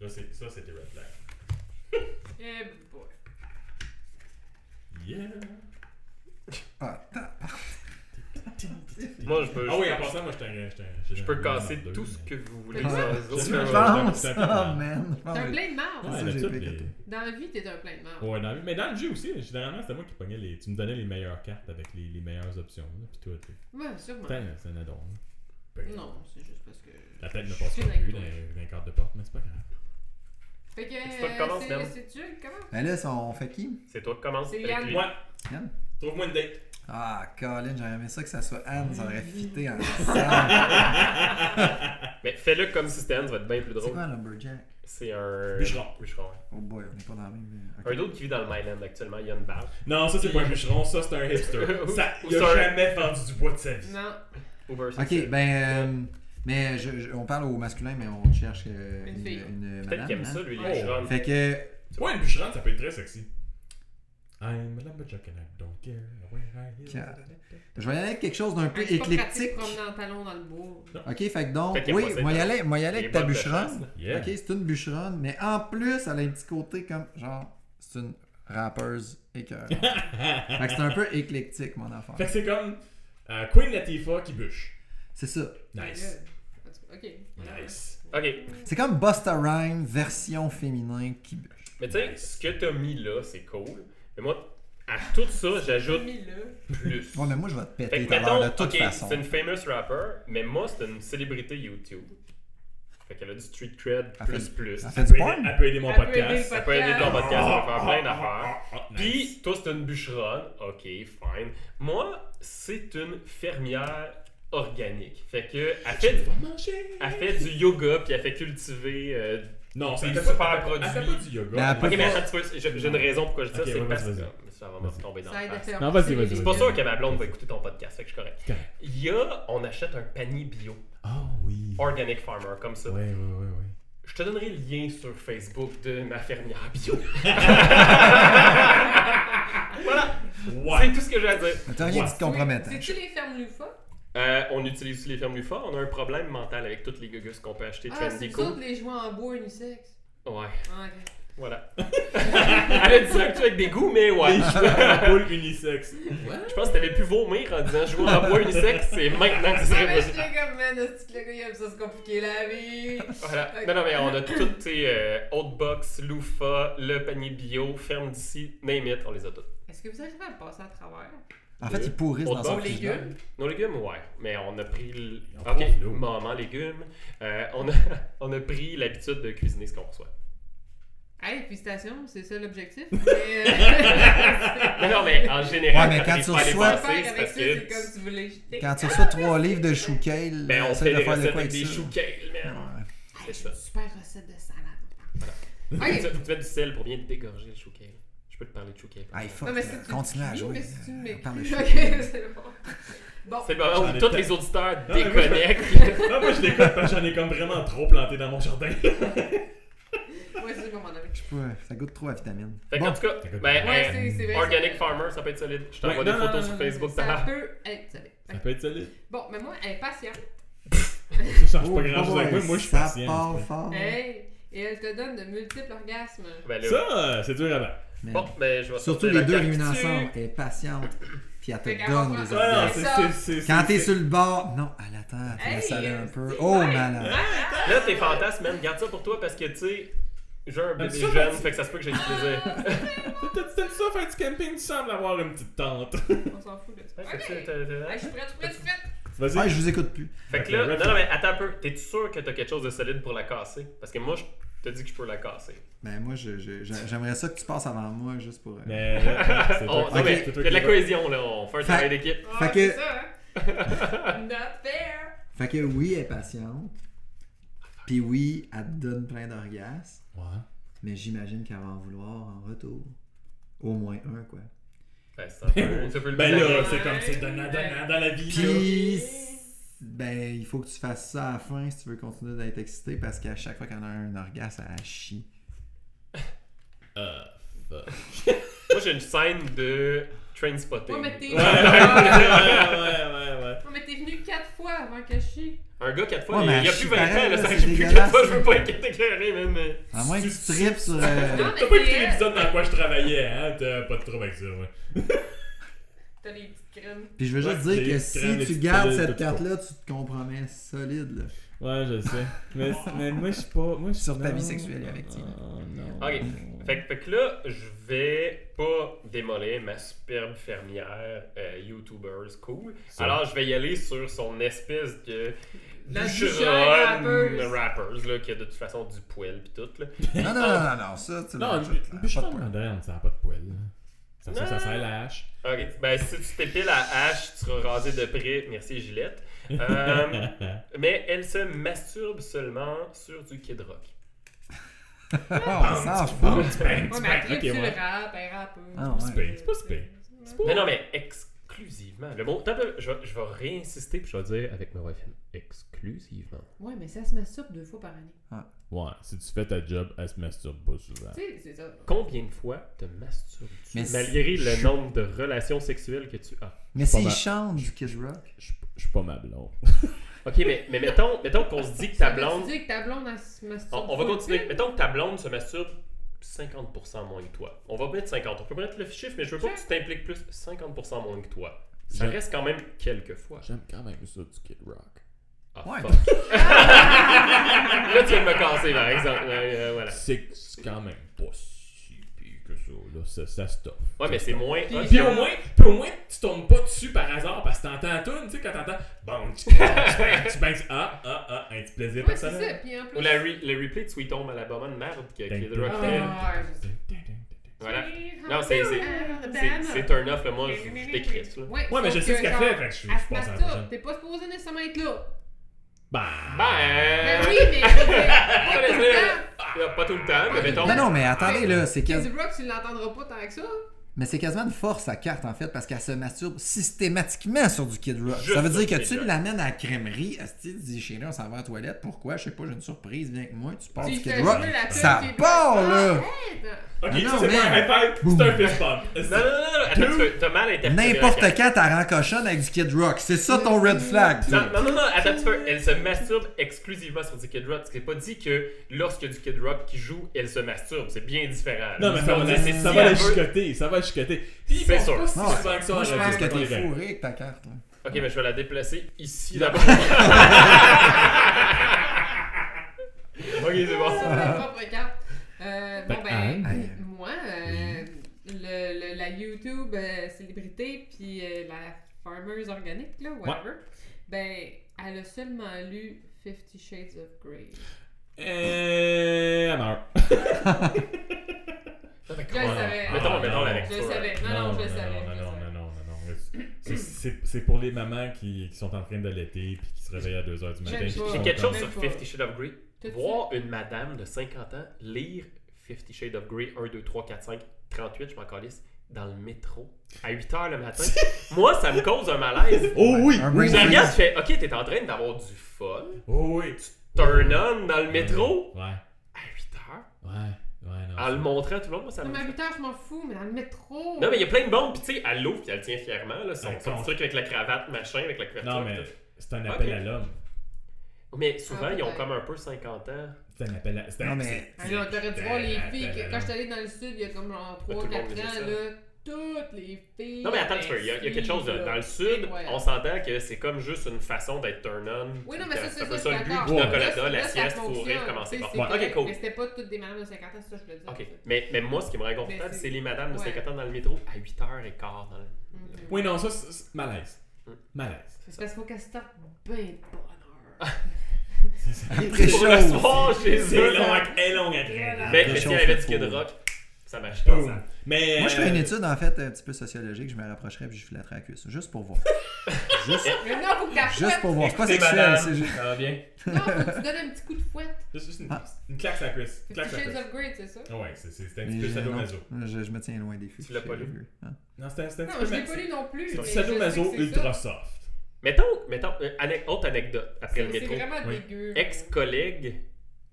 [SPEAKER 1] Là, c'est- Ça, c'était Red Flag.
[SPEAKER 2] Eh, boy.
[SPEAKER 1] Yeah!
[SPEAKER 4] Ah, t'as-
[SPEAKER 3] Moi, Euh, je peux.
[SPEAKER 1] Ah oui, en passant, moi, je t'ai- je t'ai-
[SPEAKER 3] Je peux casser tout ce que vous voulez.
[SPEAKER 2] Mais
[SPEAKER 3] sur
[SPEAKER 2] quoi?
[SPEAKER 3] les autres.
[SPEAKER 4] tu
[SPEAKER 1] ouais,
[SPEAKER 4] me
[SPEAKER 1] ouais,
[SPEAKER 4] penses?
[SPEAKER 1] ouais, ouais,
[SPEAKER 4] Ah,
[SPEAKER 1] ouais.
[SPEAKER 4] man!
[SPEAKER 2] T'es un
[SPEAKER 4] Ouais.
[SPEAKER 2] plein de marde.
[SPEAKER 1] Ouais,
[SPEAKER 4] Ça,
[SPEAKER 1] le
[SPEAKER 4] j'ai
[SPEAKER 1] tout,
[SPEAKER 4] piqué,
[SPEAKER 1] les-
[SPEAKER 4] toi.
[SPEAKER 2] Dans la vie, t'es un plein de marde.
[SPEAKER 1] Ouais, dans le- mais dans le jeu aussi, généralement c'était moi qui pognais les. Tu me donnais les meilleures cartes avec les, les meilleures options, là, pis tout. là.
[SPEAKER 2] Ouais, sûrement.
[SPEAKER 1] Putain, c'est un addon. là.
[SPEAKER 2] Non, c'est juste parce que.
[SPEAKER 1] La tête ne
[SPEAKER 2] je
[SPEAKER 1] passe
[SPEAKER 2] suis
[SPEAKER 1] pas
[SPEAKER 2] avec
[SPEAKER 1] plus dans
[SPEAKER 2] toi.
[SPEAKER 1] les- dans les cartes de porte, mais c'est pas grave.
[SPEAKER 2] Fait que.
[SPEAKER 3] C'est toi qui commence,
[SPEAKER 2] euh,
[SPEAKER 3] Ben.
[SPEAKER 2] C'est c'est tu, comment
[SPEAKER 4] Ben là, ça, on fait qui?
[SPEAKER 3] C'est toi qui commence.
[SPEAKER 2] C'est
[SPEAKER 3] avec
[SPEAKER 2] Yann.
[SPEAKER 3] lui.
[SPEAKER 1] Ouais,
[SPEAKER 4] Yann?
[SPEAKER 1] trouve-moi une date.
[SPEAKER 4] Ah, Colin, j'aurais aimé ça que ça soit Anne, ça aurait fité ensemble.
[SPEAKER 3] Mais fais-le comme si c'était Anne, ça va être bien plus
[SPEAKER 4] C'est
[SPEAKER 3] drôle.
[SPEAKER 4] quoi un lumberjack?
[SPEAKER 3] C'est un.
[SPEAKER 1] Bûcheron.
[SPEAKER 3] Bûcheron.
[SPEAKER 4] Oh boy, on est pas dans la même. euh, ok.
[SPEAKER 3] Un autre qui vit dans le Myland actuellement, Yann Barge.
[SPEAKER 1] Non, ça c'est pas un bûcheron, ça c'est un hipster. ça, il a
[SPEAKER 3] Ou ça-
[SPEAKER 1] jamais vendu du bois de sa vie.
[SPEAKER 2] Non.
[SPEAKER 3] Over
[SPEAKER 4] Ok, ben. euh, mais je- je- on parle au masculin, mais on cherche euh,
[SPEAKER 2] Une
[SPEAKER 4] une,
[SPEAKER 2] fille.
[SPEAKER 4] une
[SPEAKER 3] Peut-être
[SPEAKER 4] madame.
[SPEAKER 3] qu'il aime
[SPEAKER 4] hein.
[SPEAKER 3] ça, lui, les
[SPEAKER 1] Oh.
[SPEAKER 3] bûcherons.
[SPEAKER 4] Fait que.
[SPEAKER 1] Ouais, une bûcheron, ça peut être très sexy. I'm a lumberjack and I don't care where I live.
[SPEAKER 4] Car- Je vais y aller avec quelque chose d'un peu
[SPEAKER 2] Ah, C'est pas pratique
[SPEAKER 4] éclectique.
[SPEAKER 2] de promener en talon dans le bois.
[SPEAKER 4] Ok, fait que donc.
[SPEAKER 3] Fait qu'elle
[SPEAKER 4] oui,
[SPEAKER 3] possède
[SPEAKER 4] moi y
[SPEAKER 3] un-
[SPEAKER 4] aller, moi y aller
[SPEAKER 3] les
[SPEAKER 4] avec ta
[SPEAKER 3] bottes de chasse,
[SPEAKER 4] bûcheronne.
[SPEAKER 3] là.
[SPEAKER 1] Yeah.
[SPEAKER 4] Ok, c'est une bûcheronne, mais en plus, elle a un petit côté comme. Genre, c'est une rappeuse écœurante. fait que c'est un peu éclectique, mon enfant.
[SPEAKER 1] Fait que c'est comme euh, Queen Latifah qui bûche.
[SPEAKER 4] C'est ça.
[SPEAKER 1] Nice.
[SPEAKER 2] Ok.
[SPEAKER 1] Nice.
[SPEAKER 3] Ok,
[SPEAKER 4] C'est comme Busta Rhyme version féminin qui bûche.
[SPEAKER 3] mais tu sais, ce que t'as mis là, c'est cool. Mais moi, à tout ça, j'ajoute
[SPEAKER 2] Mis là.
[SPEAKER 3] plus.
[SPEAKER 4] Bon, mais moi, je vais te péter
[SPEAKER 3] Fait que
[SPEAKER 4] ta mère de
[SPEAKER 3] mettons,
[SPEAKER 4] toute
[SPEAKER 3] ok,
[SPEAKER 4] façon.
[SPEAKER 3] c'est une famous rapper, mais moi, c'est une célébrité YouTube. Fait qu'elle a du street cred
[SPEAKER 4] Elle
[SPEAKER 3] plus
[SPEAKER 4] fait-
[SPEAKER 3] plus.
[SPEAKER 4] Elle
[SPEAKER 3] Ça
[SPEAKER 4] fait du
[SPEAKER 1] Elle peut
[SPEAKER 4] porn?
[SPEAKER 1] aider- elle peut aider mon
[SPEAKER 2] Elle peut aider le
[SPEAKER 1] podcast.
[SPEAKER 2] podcast.
[SPEAKER 3] peut aider ton podcast, ça peut faire plein d'affaires.
[SPEAKER 1] Ah, ah, ah, nice.
[SPEAKER 3] Puis, toi, c'est une bûcheronne. Ok, fine. Moi, c'est une fermière organique. Fait que, elle
[SPEAKER 1] Tu
[SPEAKER 3] fait,
[SPEAKER 1] vas manger!
[SPEAKER 3] elle fait du yoga, puis elle fait cultiver euh,
[SPEAKER 1] Non,
[SPEAKER 3] C'est
[SPEAKER 1] elle fait
[SPEAKER 3] super
[SPEAKER 1] pas- elle fait pas- Elle fait
[SPEAKER 3] produit.
[SPEAKER 1] pas du yoga.
[SPEAKER 4] Mais elle
[SPEAKER 3] Ok,
[SPEAKER 4] peut
[SPEAKER 3] mais attends, tu peux- j'ai j'ai une raison pourquoi je dis
[SPEAKER 1] Ok,
[SPEAKER 3] ça, c'est
[SPEAKER 1] ouais,
[SPEAKER 3] parce que.
[SPEAKER 1] vas-y, vas-y.
[SPEAKER 3] Mais Ça va me retomber dans
[SPEAKER 2] Ça
[SPEAKER 3] la
[SPEAKER 2] aide à
[SPEAKER 3] face.
[SPEAKER 2] faire.
[SPEAKER 1] Non, vas-y,
[SPEAKER 2] pousser
[SPEAKER 1] vas-y,
[SPEAKER 2] les
[SPEAKER 1] vas-y.
[SPEAKER 3] C'est
[SPEAKER 1] pas
[SPEAKER 3] pour
[SPEAKER 2] légumes.
[SPEAKER 3] ça que ma blonde va écouter ton podcast, fait que je suis correct.
[SPEAKER 1] Correct.
[SPEAKER 3] Il y a, on achète un panier bio,
[SPEAKER 1] Oh oui.
[SPEAKER 3] Organic Farmer, comme ça.
[SPEAKER 1] Ouais, ouais, ouais, ouais.
[SPEAKER 3] Je te donnerai le lien sur Facebook de ma fermière bio. voilà, c'est tout ce que j'ai à dire.
[SPEAKER 4] Mais T'as rien
[SPEAKER 1] Ouais.
[SPEAKER 4] dit de compromettant.
[SPEAKER 2] Oui, C'est-tu les fermes Lufa?
[SPEAKER 3] Euh, on utilise aussi les fermes Lufa, on a un problème mental avec toutes les gugus qu'on peut acheter
[SPEAKER 2] Ah,
[SPEAKER 3] trendy
[SPEAKER 2] c'est
[SPEAKER 3] cool.
[SPEAKER 2] autres les jouets en bois unisex.
[SPEAKER 3] Ouais,
[SPEAKER 2] Ah, ok.
[SPEAKER 3] voilà. Elle a dit ça avec des goûts, mais ouais.
[SPEAKER 1] Les cheveux en boule unisexe.
[SPEAKER 3] Je pense que t'avais pu vomir en disant jouer en bois unisexe, c'est maintenant que ça
[SPEAKER 2] Ah,
[SPEAKER 3] serait
[SPEAKER 2] mais
[SPEAKER 3] possible.
[SPEAKER 2] j'étais comme, man, est-ce que le gars, il aime ça se compliquer la vie?
[SPEAKER 3] Voilà. Non, non, mais on a toutes, tu sais, euh, Outbox, Loufa, le panier bio, ferme d'ici, name it, on les a toutes.
[SPEAKER 2] Est-ce que vous arrivez à me passer à travers?
[SPEAKER 4] En fait, ils pourrissent
[SPEAKER 3] Au
[SPEAKER 4] dans
[SPEAKER 3] bord
[SPEAKER 4] son
[SPEAKER 2] Aux
[SPEAKER 3] des
[SPEAKER 4] frigidaire.
[SPEAKER 2] légumes?
[SPEAKER 3] Nos légumes, ouais, mais on a pris. le-
[SPEAKER 1] Et on
[SPEAKER 3] Ok,
[SPEAKER 1] pauvre l'eau.
[SPEAKER 3] maman, légumes. Euh, on, a, on a pris l'habitude de cuisiner ce qu'on reçoit.
[SPEAKER 2] Hey, félicitations, c'est ça l'objectif. Mais, euh,
[SPEAKER 3] Mais non, mais en général,
[SPEAKER 4] Ouais, mais quand
[SPEAKER 3] t'arrives
[SPEAKER 4] tu
[SPEAKER 3] pas à les
[SPEAKER 4] reçois-
[SPEAKER 2] faire
[SPEAKER 3] passer,
[SPEAKER 2] avec
[SPEAKER 3] c'est
[SPEAKER 2] ça,
[SPEAKER 3] parce
[SPEAKER 2] c'est
[SPEAKER 3] que.
[SPEAKER 2] comme tu voulais jeter.
[SPEAKER 4] Quand tu reçois 3 livres de chou kale,
[SPEAKER 3] Ben, on
[SPEAKER 4] essaie
[SPEAKER 3] fait
[SPEAKER 4] de
[SPEAKER 3] des
[SPEAKER 4] faire le
[SPEAKER 3] recettes
[SPEAKER 4] quoi
[SPEAKER 3] avec
[SPEAKER 4] avec
[SPEAKER 3] des
[SPEAKER 4] ça.
[SPEAKER 3] choux kale, man.
[SPEAKER 4] Ouais.
[SPEAKER 3] C'est ça.
[SPEAKER 2] Super recette de salade.
[SPEAKER 3] Tu,
[SPEAKER 2] Ok.
[SPEAKER 3] tu mets du sel pour bien dégorger le chou kale. Je peux te parler de chou kale.
[SPEAKER 4] Hey, fuck, euh,
[SPEAKER 2] Non, mais si tu
[SPEAKER 4] continue à
[SPEAKER 2] oui,
[SPEAKER 4] jouer.
[SPEAKER 2] mais si tu me
[SPEAKER 4] On parle de
[SPEAKER 2] m'écris-
[SPEAKER 4] chou
[SPEAKER 2] Ok, c'est bon. Bon,
[SPEAKER 3] C'est le moment où
[SPEAKER 1] J'en ai
[SPEAKER 3] tous
[SPEAKER 1] pas-
[SPEAKER 3] les auditeurs
[SPEAKER 1] Non, mais moi, je-
[SPEAKER 3] déconnectent.
[SPEAKER 1] Non, moi je déconne parce que j'en ai comme vraiment trop planté dans mon jardin.
[SPEAKER 2] ouais, c'est bon, mon ami.
[SPEAKER 3] Euh,
[SPEAKER 4] Je sais pas, ça goûte trop à vitamine.
[SPEAKER 3] Fait
[SPEAKER 4] Bon.
[SPEAKER 3] qu'en tout cas,
[SPEAKER 1] Ça goûte
[SPEAKER 3] ben,
[SPEAKER 1] bon.
[SPEAKER 3] euh,
[SPEAKER 2] Ouais, c'est- c'est vrai,
[SPEAKER 3] Organic
[SPEAKER 2] ça-
[SPEAKER 3] Farmer, ça peut être solide. Je t'envoie
[SPEAKER 1] Ouais,
[SPEAKER 3] des
[SPEAKER 1] non, non,
[SPEAKER 3] photos
[SPEAKER 1] non,
[SPEAKER 3] sur
[SPEAKER 1] non,
[SPEAKER 3] Facebook.
[SPEAKER 2] Ça
[SPEAKER 3] t'as-
[SPEAKER 2] peut être ça va.
[SPEAKER 1] Ça peut être solide.
[SPEAKER 2] Bon, mais moi, elle est patiente.
[SPEAKER 1] Ça change
[SPEAKER 4] Oh
[SPEAKER 1] pas grand chose avec
[SPEAKER 4] boy,
[SPEAKER 1] moi. Moi je suis
[SPEAKER 4] ça
[SPEAKER 1] patient.
[SPEAKER 4] part fort.
[SPEAKER 2] Hey, et elle te donne de multiples orgasmes.
[SPEAKER 3] Ben, là,
[SPEAKER 1] Ça, euh, c'est dur à battre.
[SPEAKER 4] Man.
[SPEAKER 3] Bon, ben, je vais
[SPEAKER 4] Surtout
[SPEAKER 3] sortir
[SPEAKER 4] les
[SPEAKER 3] la
[SPEAKER 4] deux
[SPEAKER 3] carte
[SPEAKER 4] réunis
[SPEAKER 3] dessus.
[SPEAKER 4] ensemble, elle est patiente, puis elle
[SPEAKER 2] Fait
[SPEAKER 4] te
[SPEAKER 2] qu'elle
[SPEAKER 4] donne
[SPEAKER 2] va
[SPEAKER 4] des
[SPEAKER 2] faire-
[SPEAKER 1] Ah non,
[SPEAKER 4] orgasmes.
[SPEAKER 1] c'est-
[SPEAKER 2] ça.
[SPEAKER 1] c'est- c'est-
[SPEAKER 4] Quand
[SPEAKER 1] c'est-
[SPEAKER 4] t'es
[SPEAKER 1] c'est-
[SPEAKER 4] sur le bord, non, elle attend, elle laisse aller un peu.
[SPEAKER 2] c'est-
[SPEAKER 4] Oh,
[SPEAKER 2] ouais,
[SPEAKER 4] malade.
[SPEAKER 2] ouais.
[SPEAKER 3] Là, tes fantasmes, man, garde ça pour toi parce que, tu sais, j'ai un bébé
[SPEAKER 1] ça,
[SPEAKER 3] jeune,
[SPEAKER 1] ça-
[SPEAKER 3] fait que ça se peut que j'ai du plaisir. Hein,
[SPEAKER 1] T'as- T'aimes ça faire du camping? Tu sembles avoir une petite tente.
[SPEAKER 2] On s'en fout de ça.
[SPEAKER 3] Ouais,
[SPEAKER 2] Ok.
[SPEAKER 3] fait que ça,
[SPEAKER 2] Hey,
[SPEAKER 3] t'as- t'as-
[SPEAKER 2] je suis prête, je suis prête, je suis prête.
[SPEAKER 1] Vas-y.
[SPEAKER 4] Ouais, je vous écoute plus.
[SPEAKER 3] Fait que là, non, non, mais attends un peu. T'es-tu sûr que t'as quelque chose de solide pour la casser? Parce que moi, je te dis que je peux la casser.
[SPEAKER 4] Ben, moi, je- je- je- j'aimerais ça que tu passes avant moi, juste pour. euh,
[SPEAKER 1] Mais là, c'est
[SPEAKER 3] On-
[SPEAKER 1] toi qui-
[SPEAKER 3] Oh, Non, mais
[SPEAKER 4] ok,
[SPEAKER 1] c'est
[SPEAKER 3] il y
[SPEAKER 1] toi
[SPEAKER 3] a de la
[SPEAKER 1] qui-
[SPEAKER 3] cohésion, là. On fait un travail d'équipe.
[SPEAKER 2] Ah,
[SPEAKER 4] Fait
[SPEAKER 2] c'est
[SPEAKER 4] que-
[SPEAKER 2] ça, hein. Not fair.
[SPEAKER 4] Fait que oui, elle est patiente. Puis oui, elle te donne plein d'orgasmes.
[SPEAKER 1] Ouais.
[SPEAKER 4] Mais j'imagine qu'elle va en vouloir en retour. Au moins un, quoi.
[SPEAKER 3] Ben, c'est un peu- c'est un peu le
[SPEAKER 1] Ben là,
[SPEAKER 3] bizarre.
[SPEAKER 1] c'est comme c'est donnant, donnant dans la vie. là.
[SPEAKER 4] Puis, ben, il faut que tu fasses ça à la fin si tu veux continuer d'être excité parce qu'à chaque fois qu'elle a un orgasme, elle chie.
[SPEAKER 1] Euh, fuck.
[SPEAKER 3] Moi, j'ai une scène de train
[SPEAKER 2] Ouais,
[SPEAKER 3] spotting.
[SPEAKER 2] mais t'es.
[SPEAKER 1] Ouais, ouais, ouais, ouais, ouais, ouais.
[SPEAKER 2] Ouais, mais t'es venu quatre fois avant que je chie.
[SPEAKER 3] Un gars, quatre fois,
[SPEAKER 4] Ouais,
[SPEAKER 3] il-
[SPEAKER 4] mais
[SPEAKER 3] il y a
[SPEAKER 4] je
[SPEAKER 3] plus
[SPEAKER 4] suis
[SPEAKER 3] 20 ans,
[SPEAKER 4] pareil,
[SPEAKER 3] là,
[SPEAKER 4] là,
[SPEAKER 3] ça
[SPEAKER 4] c'est
[SPEAKER 3] arrive plus quatre
[SPEAKER 4] dégueulasse.
[SPEAKER 3] fois, je veux pas être éclairé, même. mais-
[SPEAKER 4] À moins que
[SPEAKER 1] Tu-
[SPEAKER 4] tu tripes sur. euh,
[SPEAKER 2] Non, mais
[SPEAKER 1] T'as pas écouté
[SPEAKER 2] t'es.
[SPEAKER 1] l'épisode dans quoi je travaillais, hein? T'as pas de trouble avec ça, ouais.
[SPEAKER 2] T'as les petites crèmes.
[SPEAKER 4] Puis je veux juste
[SPEAKER 1] Ouais,
[SPEAKER 4] dire
[SPEAKER 1] les
[SPEAKER 4] que
[SPEAKER 1] crèmes,
[SPEAKER 4] si
[SPEAKER 1] les
[SPEAKER 4] tu
[SPEAKER 1] petites
[SPEAKER 4] gardes
[SPEAKER 1] palettes,
[SPEAKER 4] cette
[SPEAKER 1] tout ça.
[SPEAKER 4] carte-là, tu te compromets solide, là.
[SPEAKER 1] Ouais, je sais. Mais, mais moi, je suis pas. Moi, je suis
[SPEAKER 4] Sur ta
[SPEAKER 1] non.
[SPEAKER 4] vie sexuelle et affective.
[SPEAKER 1] Oh, non.
[SPEAKER 3] Ok.
[SPEAKER 4] Mm.
[SPEAKER 3] Fait, que- fait que là, je vais pas démolir ma superbe fermière euh, YouTubers cool.
[SPEAKER 1] Ça.
[SPEAKER 3] Alors, je vais y aller sur son espèce de
[SPEAKER 2] La
[SPEAKER 3] bûcheronne
[SPEAKER 2] bûcheronne
[SPEAKER 3] rappers, là, qui a de toute façon du poil pis tout. Là.
[SPEAKER 4] Non, non, non, non, non, ça, tu
[SPEAKER 1] Non,
[SPEAKER 4] le rajoutes, là.
[SPEAKER 1] mais je suis
[SPEAKER 4] Pas
[SPEAKER 1] pas
[SPEAKER 4] de problème.
[SPEAKER 1] moderne, ça a pas de poil. là. Ça, ça, ça
[SPEAKER 3] Non.
[SPEAKER 1] sert la hache.
[SPEAKER 3] Ok. Ben, si tu t'épiles à hache, tu seras rasé de près. Merci, Gillette. Euh,
[SPEAKER 1] Ah.
[SPEAKER 3] mais elle se masturbe seulement sur du Kid Rock.
[SPEAKER 4] On s'en fout.
[SPEAKER 1] Ben,
[SPEAKER 2] Ouais,
[SPEAKER 1] tu
[SPEAKER 2] mais elle
[SPEAKER 1] ben,
[SPEAKER 2] tripe
[SPEAKER 1] ok,
[SPEAKER 2] sur
[SPEAKER 1] ouais.
[SPEAKER 2] le rap, elle rappe.
[SPEAKER 4] Ah, ouais.
[SPEAKER 1] C'est pas si pire, c'est pas si pire. C'est pas-
[SPEAKER 3] Mais non, mais exclusivement. Le mot. Attends, Je, vais- je vais réinsister puis je vais dire avec ma wife exclusivement.
[SPEAKER 2] Ouais, mais ça se masturbe deux fois par année.
[SPEAKER 1] Ouais, si tu fais ta job, elle se masturbe pas souvent.
[SPEAKER 2] Tu sais, c'est ça.
[SPEAKER 3] Combien de fois te masturbes-tu
[SPEAKER 4] Mais
[SPEAKER 3] malgré
[SPEAKER 4] c'est
[SPEAKER 3] le
[SPEAKER 4] chaud.
[SPEAKER 3] nombre de relations sexuelles que tu as?
[SPEAKER 4] Mais
[SPEAKER 1] Pas
[SPEAKER 4] s'il
[SPEAKER 1] mal.
[SPEAKER 4] chante du Kid Rock,
[SPEAKER 1] Je je suis pas ma blonde.
[SPEAKER 3] Ok, mais, mais mettons, mettons qu'on se dit que
[SPEAKER 2] Ça
[SPEAKER 3] ta
[SPEAKER 2] veut-tu
[SPEAKER 3] blonde...
[SPEAKER 2] dire que ta blonde, elle se masturbe.
[SPEAKER 3] On, on va
[SPEAKER 2] full
[SPEAKER 3] continuer.
[SPEAKER 2] pile?
[SPEAKER 3] Mettons que ta blonde se masturbe 50% moins que toi. On va mettre 50. On peut mettre le chiffre, mais je veux pas que tu t'impliques plus. 50% moins que toi. Ça
[SPEAKER 1] Je-
[SPEAKER 3] reste quand même quelques fois.
[SPEAKER 1] J'aime quand même ça du Kid Rock.
[SPEAKER 3] Ah,
[SPEAKER 4] Ouais.
[SPEAKER 3] fuck. Là, tu viens de me casser, par exemple. Euh, euh, voilà.
[SPEAKER 1] C'est c'est quand même pas si pire que ça, là. Ça, ça se toffe.
[SPEAKER 3] Ouais, mais c'est moins...
[SPEAKER 2] Puis-
[SPEAKER 3] hot.
[SPEAKER 1] Puis au moins, puis au moins, tu tombes pas dessus par hasard parce que t'entends tout, tu sais, quand t'entends bon, tu bangs, tu bangs, ah, ah, ah, un petit plaisir
[SPEAKER 2] Ouais, c'est ça.
[SPEAKER 1] personnel.
[SPEAKER 2] Puis en plus.
[SPEAKER 4] Ben
[SPEAKER 3] Ou la re- le replay de Sweet Home Alabama de merde que Kid Rock
[SPEAKER 2] Ah,
[SPEAKER 3] fait.
[SPEAKER 2] ouais, je sais.
[SPEAKER 1] Ding, ding, ding, ding, ding.
[SPEAKER 3] Voilà. Non, c'est- c'est-
[SPEAKER 2] Ah, ben,
[SPEAKER 3] C'est- C'est un off, là, moi, je je t'écris ça.
[SPEAKER 2] Ouais,
[SPEAKER 1] Ouais, mais je
[SPEAKER 2] sauf
[SPEAKER 1] sais ce
[SPEAKER 2] que,
[SPEAKER 1] qu'elle
[SPEAKER 2] genre,
[SPEAKER 1] fait, fait que je, je
[SPEAKER 2] Elle se
[SPEAKER 1] passe à la
[SPEAKER 2] masturbe,
[SPEAKER 1] prochaine.
[SPEAKER 2] t'es pas supposé nécessairement être
[SPEAKER 3] Euh,
[SPEAKER 2] là.
[SPEAKER 1] Bah.
[SPEAKER 2] Ben
[SPEAKER 3] Ben.
[SPEAKER 2] oui, mais je veux dire, pas tout le temps.
[SPEAKER 3] Là, Pas tout le temps, mais mettons.
[SPEAKER 4] Non,
[SPEAKER 1] Ben
[SPEAKER 4] Ben non, mais attendez, là, c'est
[SPEAKER 2] Casey
[SPEAKER 4] quasi...
[SPEAKER 2] Brock, tu l'entendras pas tant que ça.
[SPEAKER 4] Mais c'est quasiment une force à carte en fait parce qu'elle se masturbe systématiquement sur du Kid Rock.
[SPEAKER 3] Juste
[SPEAKER 4] ça veut
[SPEAKER 3] sur
[SPEAKER 4] dire que
[SPEAKER 3] Kid
[SPEAKER 4] tu
[SPEAKER 3] Rock.
[SPEAKER 4] l'amènes à la crèmerie, Asti tu dis chérie, on s'en va à la toilette, pourquoi? Je sais pas, j'ai une surprise, viens avec moi, tu pars
[SPEAKER 2] Tu
[SPEAKER 4] du
[SPEAKER 2] fais
[SPEAKER 4] Kid
[SPEAKER 2] jouer
[SPEAKER 4] Ah, Rock.
[SPEAKER 2] la
[SPEAKER 4] Ça
[SPEAKER 2] tune Kid
[SPEAKER 4] part
[SPEAKER 2] Rock.
[SPEAKER 4] là!
[SPEAKER 2] Ah, Arrête!
[SPEAKER 1] Ok,
[SPEAKER 4] Ah non,
[SPEAKER 1] ça c'est pas un
[SPEAKER 4] mais-
[SPEAKER 1] high five,
[SPEAKER 4] Boum.
[SPEAKER 1] c'est un fist bump.
[SPEAKER 3] Non, non, non, non, attends, tu fais- t'as mal interprété. la
[SPEAKER 4] N'importe
[SPEAKER 3] carte.
[SPEAKER 4] quand t'as rend cochonne avec du Kid Rock, c'est ça ton red flag. tu sais.
[SPEAKER 3] Non, non, non, non, attends un petit peu. Elle se masturbe exclusivement sur du Kid Rock. C'est pas dit que lorsque du Kid Rock qui joue, elle se masturbe. C'est bien différent.
[SPEAKER 1] Non, mais ça va,
[SPEAKER 3] dire, c'est
[SPEAKER 1] ça
[SPEAKER 3] si
[SPEAKER 1] va la
[SPEAKER 3] elle veut-
[SPEAKER 1] chicoter, ça va la chicoter. Puis
[SPEAKER 3] C'est
[SPEAKER 1] ils
[SPEAKER 3] sûr.
[SPEAKER 1] pensent pas si
[SPEAKER 4] Non,
[SPEAKER 1] souvent que ça
[SPEAKER 4] Moi,
[SPEAKER 1] en
[SPEAKER 4] je pense
[SPEAKER 1] radio
[SPEAKER 4] que
[SPEAKER 1] qu'on
[SPEAKER 4] t'es
[SPEAKER 1] les règle.
[SPEAKER 4] fourré avec ta carte. là.
[SPEAKER 3] Ok, mais je vais la déplacer ici d'abord. ok, c'est bon.
[SPEAKER 2] Sur ma propre carte. Euh,
[SPEAKER 1] Ben,
[SPEAKER 2] bon, ben,
[SPEAKER 1] Anne.
[SPEAKER 4] Hey.
[SPEAKER 2] moi, euh, le- le- la YouTube euh, célébrité, puis euh, la farmers organique, là, whatever, ben, elle a seulement lu Fifty Shades of Grey.
[SPEAKER 1] Euh. Elle meurt.
[SPEAKER 2] Je le savais.
[SPEAKER 3] Mettons, mettons la
[SPEAKER 2] Je le
[SPEAKER 3] lecture.
[SPEAKER 2] savais. Non, non, je le
[SPEAKER 1] Non, non,
[SPEAKER 2] savais. je le savais.
[SPEAKER 1] non, non, non, non. C'est- C'est c'est pour les mamans qui, qui sont en train d'allaiter puis qui se réveillent à 2h du matin.
[SPEAKER 2] J'aime
[SPEAKER 1] qui
[SPEAKER 2] pas.
[SPEAKER 1] sont
[SPEAKER 3] J'ai quelque
[SPEAKER 1] contentes.
[SPEAKER 3] chose sur
[SPEAKER 2] Même pas.
[SPEAKER 3] Fifty Shades of Grey.
[SPEAKER 2] Tout de
[SPEAKER 3] Voir une madame de 50 ans lire Fifty Shades of Grey 1, 2, 3, 4, 5, 38, je m'en calisse, dans le métro à 8 h le matin. Moi, ça me cause un malaise.
[SPEAKER 1] Oh oui!
[SPEAKER 4] Un
[SPEAKER 1] oui.
[SPEAKER 4] brain
[SPEAKER 3] Je la regarde, je fais Ok, t'es en train d'avoir du fun.
[SPEAKER 1] Oh oui!
[SPEAKER 3] Turn on dans le métro
[SPEAKER 1] Ouais,
[SPEAKER 3] à 8 h
[SPEAKER 1] ouais, ouais. Non,
[SPEAKER 3] en le montrant à tout le monde. Moi, ça
[SPEAKER 2] Non,
[SPEAKER 3] me.
[SPEAKER 2] mais à 8 heures, je m'en fous, mais dans le métro.
[SPEAKER 3] Non, mais il y a plein de bombes, pis tu sais, elle l'ouvre, pis elle tient fièrement, là, son,
[SPEAKER 1] Ouais,
[SPEAKER 3] son
[SPEAKER 1] con.
[SPEAKER 3] truc avec la cravate, machin, avec la couverture.
[SPEAKER 1] non,
[SPEAKER 3] et
[SPEAKER 1] mais
[SPEAKER 3] tout.
[SPEAKER 1] c'est un appel
[SPEAKER 3] Ok.
[SPEAKER 1] à l'homme.
[SPEAKER 3] Mais souvent,
[SPEAKER 2] Ah,
[SPEAKER 3] ils ont
[SPEAKER 2] peut-être.
[SPEAKER 3] comme un peu 50 ans.
[SPEAKER 1] C'est un appel à. c'est un-
[SPEAKER 4] Non, mais-
[SPEAKER 1] c'est-
[SPEAKER 2] Alors, Ah, t'aurais dû voir les
[SPEAKER 1] c'est un
[SPEAKER 2] filles.
[SPEAKER 1] appel
[SPEAKER 2] Que,
[SPEAKER 1] à
[SPEAKER 2] quand
[SPEAKER 1] l'homme.
[SPEAKER 2] j'étais allée dans le sud, il y a comme genre
[SPEAKER 3] Ben, tout le
[SPEAKER 2] 3-4
[SPEAKER 3] monde faisait
[SPEAKER 2] ans,
[SPEAKER 3] ça.
[SPEAKER 2] là, toutes les filles.
[SPEAKER 3] Non, mais attends, tu peux, il y, a- il y a quelque chose de- dans le sud, on s'entend que c'est comme juste une façon d'être turn on.
[SPEAKER 2] Oui, non, mais ça, c'est
[SPEAKER 3] un peu
[SPEAKER 2] ça,
[SPEAKER 3] ça
[SPEAKER 2] je suis
[SPEAKER 3] le but,
[SPEAKER 2] d'accord.
[SPEAKER 3] puis la
[SPEAKER 2] Là,
[SPEAKER 3] colada,
[SPEAKER 2] là,
[SPEAKER 3] la
[SPEAKER 2] ça
[SPEAKER 3] sièste,
[SPEAKER 2] fonctionne,
[SPEAKER 3] courir, commencer
[SPEAKER 2] tu sais,
[SPEAKER 3] par
[SPEAKER 2] c'est
[SPEAKER 3] Ouais,
[SPEAKER 2] correct,
[SPEAKER 3] Ok, cool.
[SPEAKER 2] Mais c'était pas toutes des madames de 50 ans, c'est ça que je le dis.
[SPEAKER 3] Ok, mais, mais moi, ce qui me rend inconfortable,
[SPEAKER 2] c'est-
[SPEAKER 3] c'est les madames de
[SPEAKER 2] ouais.
[SPEAKER 3] 50 ans dans le métro à 8h15 dans le.
[SPEAKER 1] Oui, non, ça, c'est c'est malaise.
[SPEAKER 3] Hmm.
[SPEAKER 1] Malaise.
[SPEAKER 2] C'est parce qu'il faut qu'elles se tapent bien de bonheur.
[SPEAKER 4] Il est très
[SPEAKER 3] Pour
[SPEAKER 4] chaud.
[SPEAKER 3] le soir, chez
[SPEAKER 1] C'est
[SPEAKER 3] eux.
[SPEAKER 1] long, hein. à- elle est longue à traîner.
[SPEAKER 3] Mais,
[SPEAKER 4] Très
[SPEAKER 3] mais
[SPEAKER 4] chaud,
[SPEAKER 3] si elle avait
[SPEAKER 4] fait
[SPEAKER 3] du kid
[SPEAKER 4] pour-
[SPEAKER 3] rock, ça marche pas.
[SPEAKER 1] Boom. Mais.
[SPEAKER 4] Moi, je ferais
[SPEAKER 1] euh,
[SPEAKER 4] une étude en fait un petit peu sociologique, je me rapprocherais puis je filerais à la cuisse. Juste pour voir. juste,
[SPEAKER 2] Mais non, faut que t'as
[SPEAKER 4] juste
[SPEAKER 2] fouette.
[SPEAKER 4] pour voir. C'est
[SPEAKER 1] euh,
[SPEAKER 4] pas
[SPEAKER 3] Écoutez,
[SPEAKER 4] sexuel,
[SPEAKER 3] madame,
[SPEAKER 4] c'est juste.
[SPEAKER 3] Ça va bien.
[SPEAKER 2] Non, faut que tu donnes un petit coup de fouette.
[SPEAKER 1] Juste juste une,
[SPEAKER 4] Ah.
[SPEAKER 1] une claque sur la cuisse. Une
[SPEAKER 2] Fifty
[SPEAKER 1] claque sur la
[SPEAKER 2] Shades
[SPEAKER 1] cuisse.
[SPEAKER 2] of Grey, c'est ça?
[SPEAKER 1] Ah Ouais, c'est- c'est c'est un petit peu
[SPEAKER 4] Mais, euh,
[SPEAKER 1] sadomaso.
[SPEAKER 4] non, Je, je me tiens loin des filles.
[SPEAKER 3] Tu l'as pas lu?
[SPEAKER 4] Hein?
[SPEAKER 1] Non, c'est un c'est un
[SPEAKER 2] Non,
[SPEAKER 1] petit peu.
[SPEAKER 2] mais je l'ai
[SPEAKER 1] ma-
[SPEAKER 2] pas lu non plus.
[SPEAKER 1] C'est
[SPEAKER 2] mais
[SPEAKER 1] du
[SPEAKER 2] je sais que
[SPEAKER 1] sadomaso
[SPEAKER 2] c'est ça.
[SPEAKER 1] ultra soft.
[SPEAKER 3] Mettons, mettons euh, ane- autre anecdote après le
[SPEAKER 2] C'est c'est
[SPEAKER 3] métro.
[SPEAKER 2] vraiment
[SPEAKER 1] Oui.
[SPEAKER 2] dégueu.
[SPEAKER 3] Ex-collègue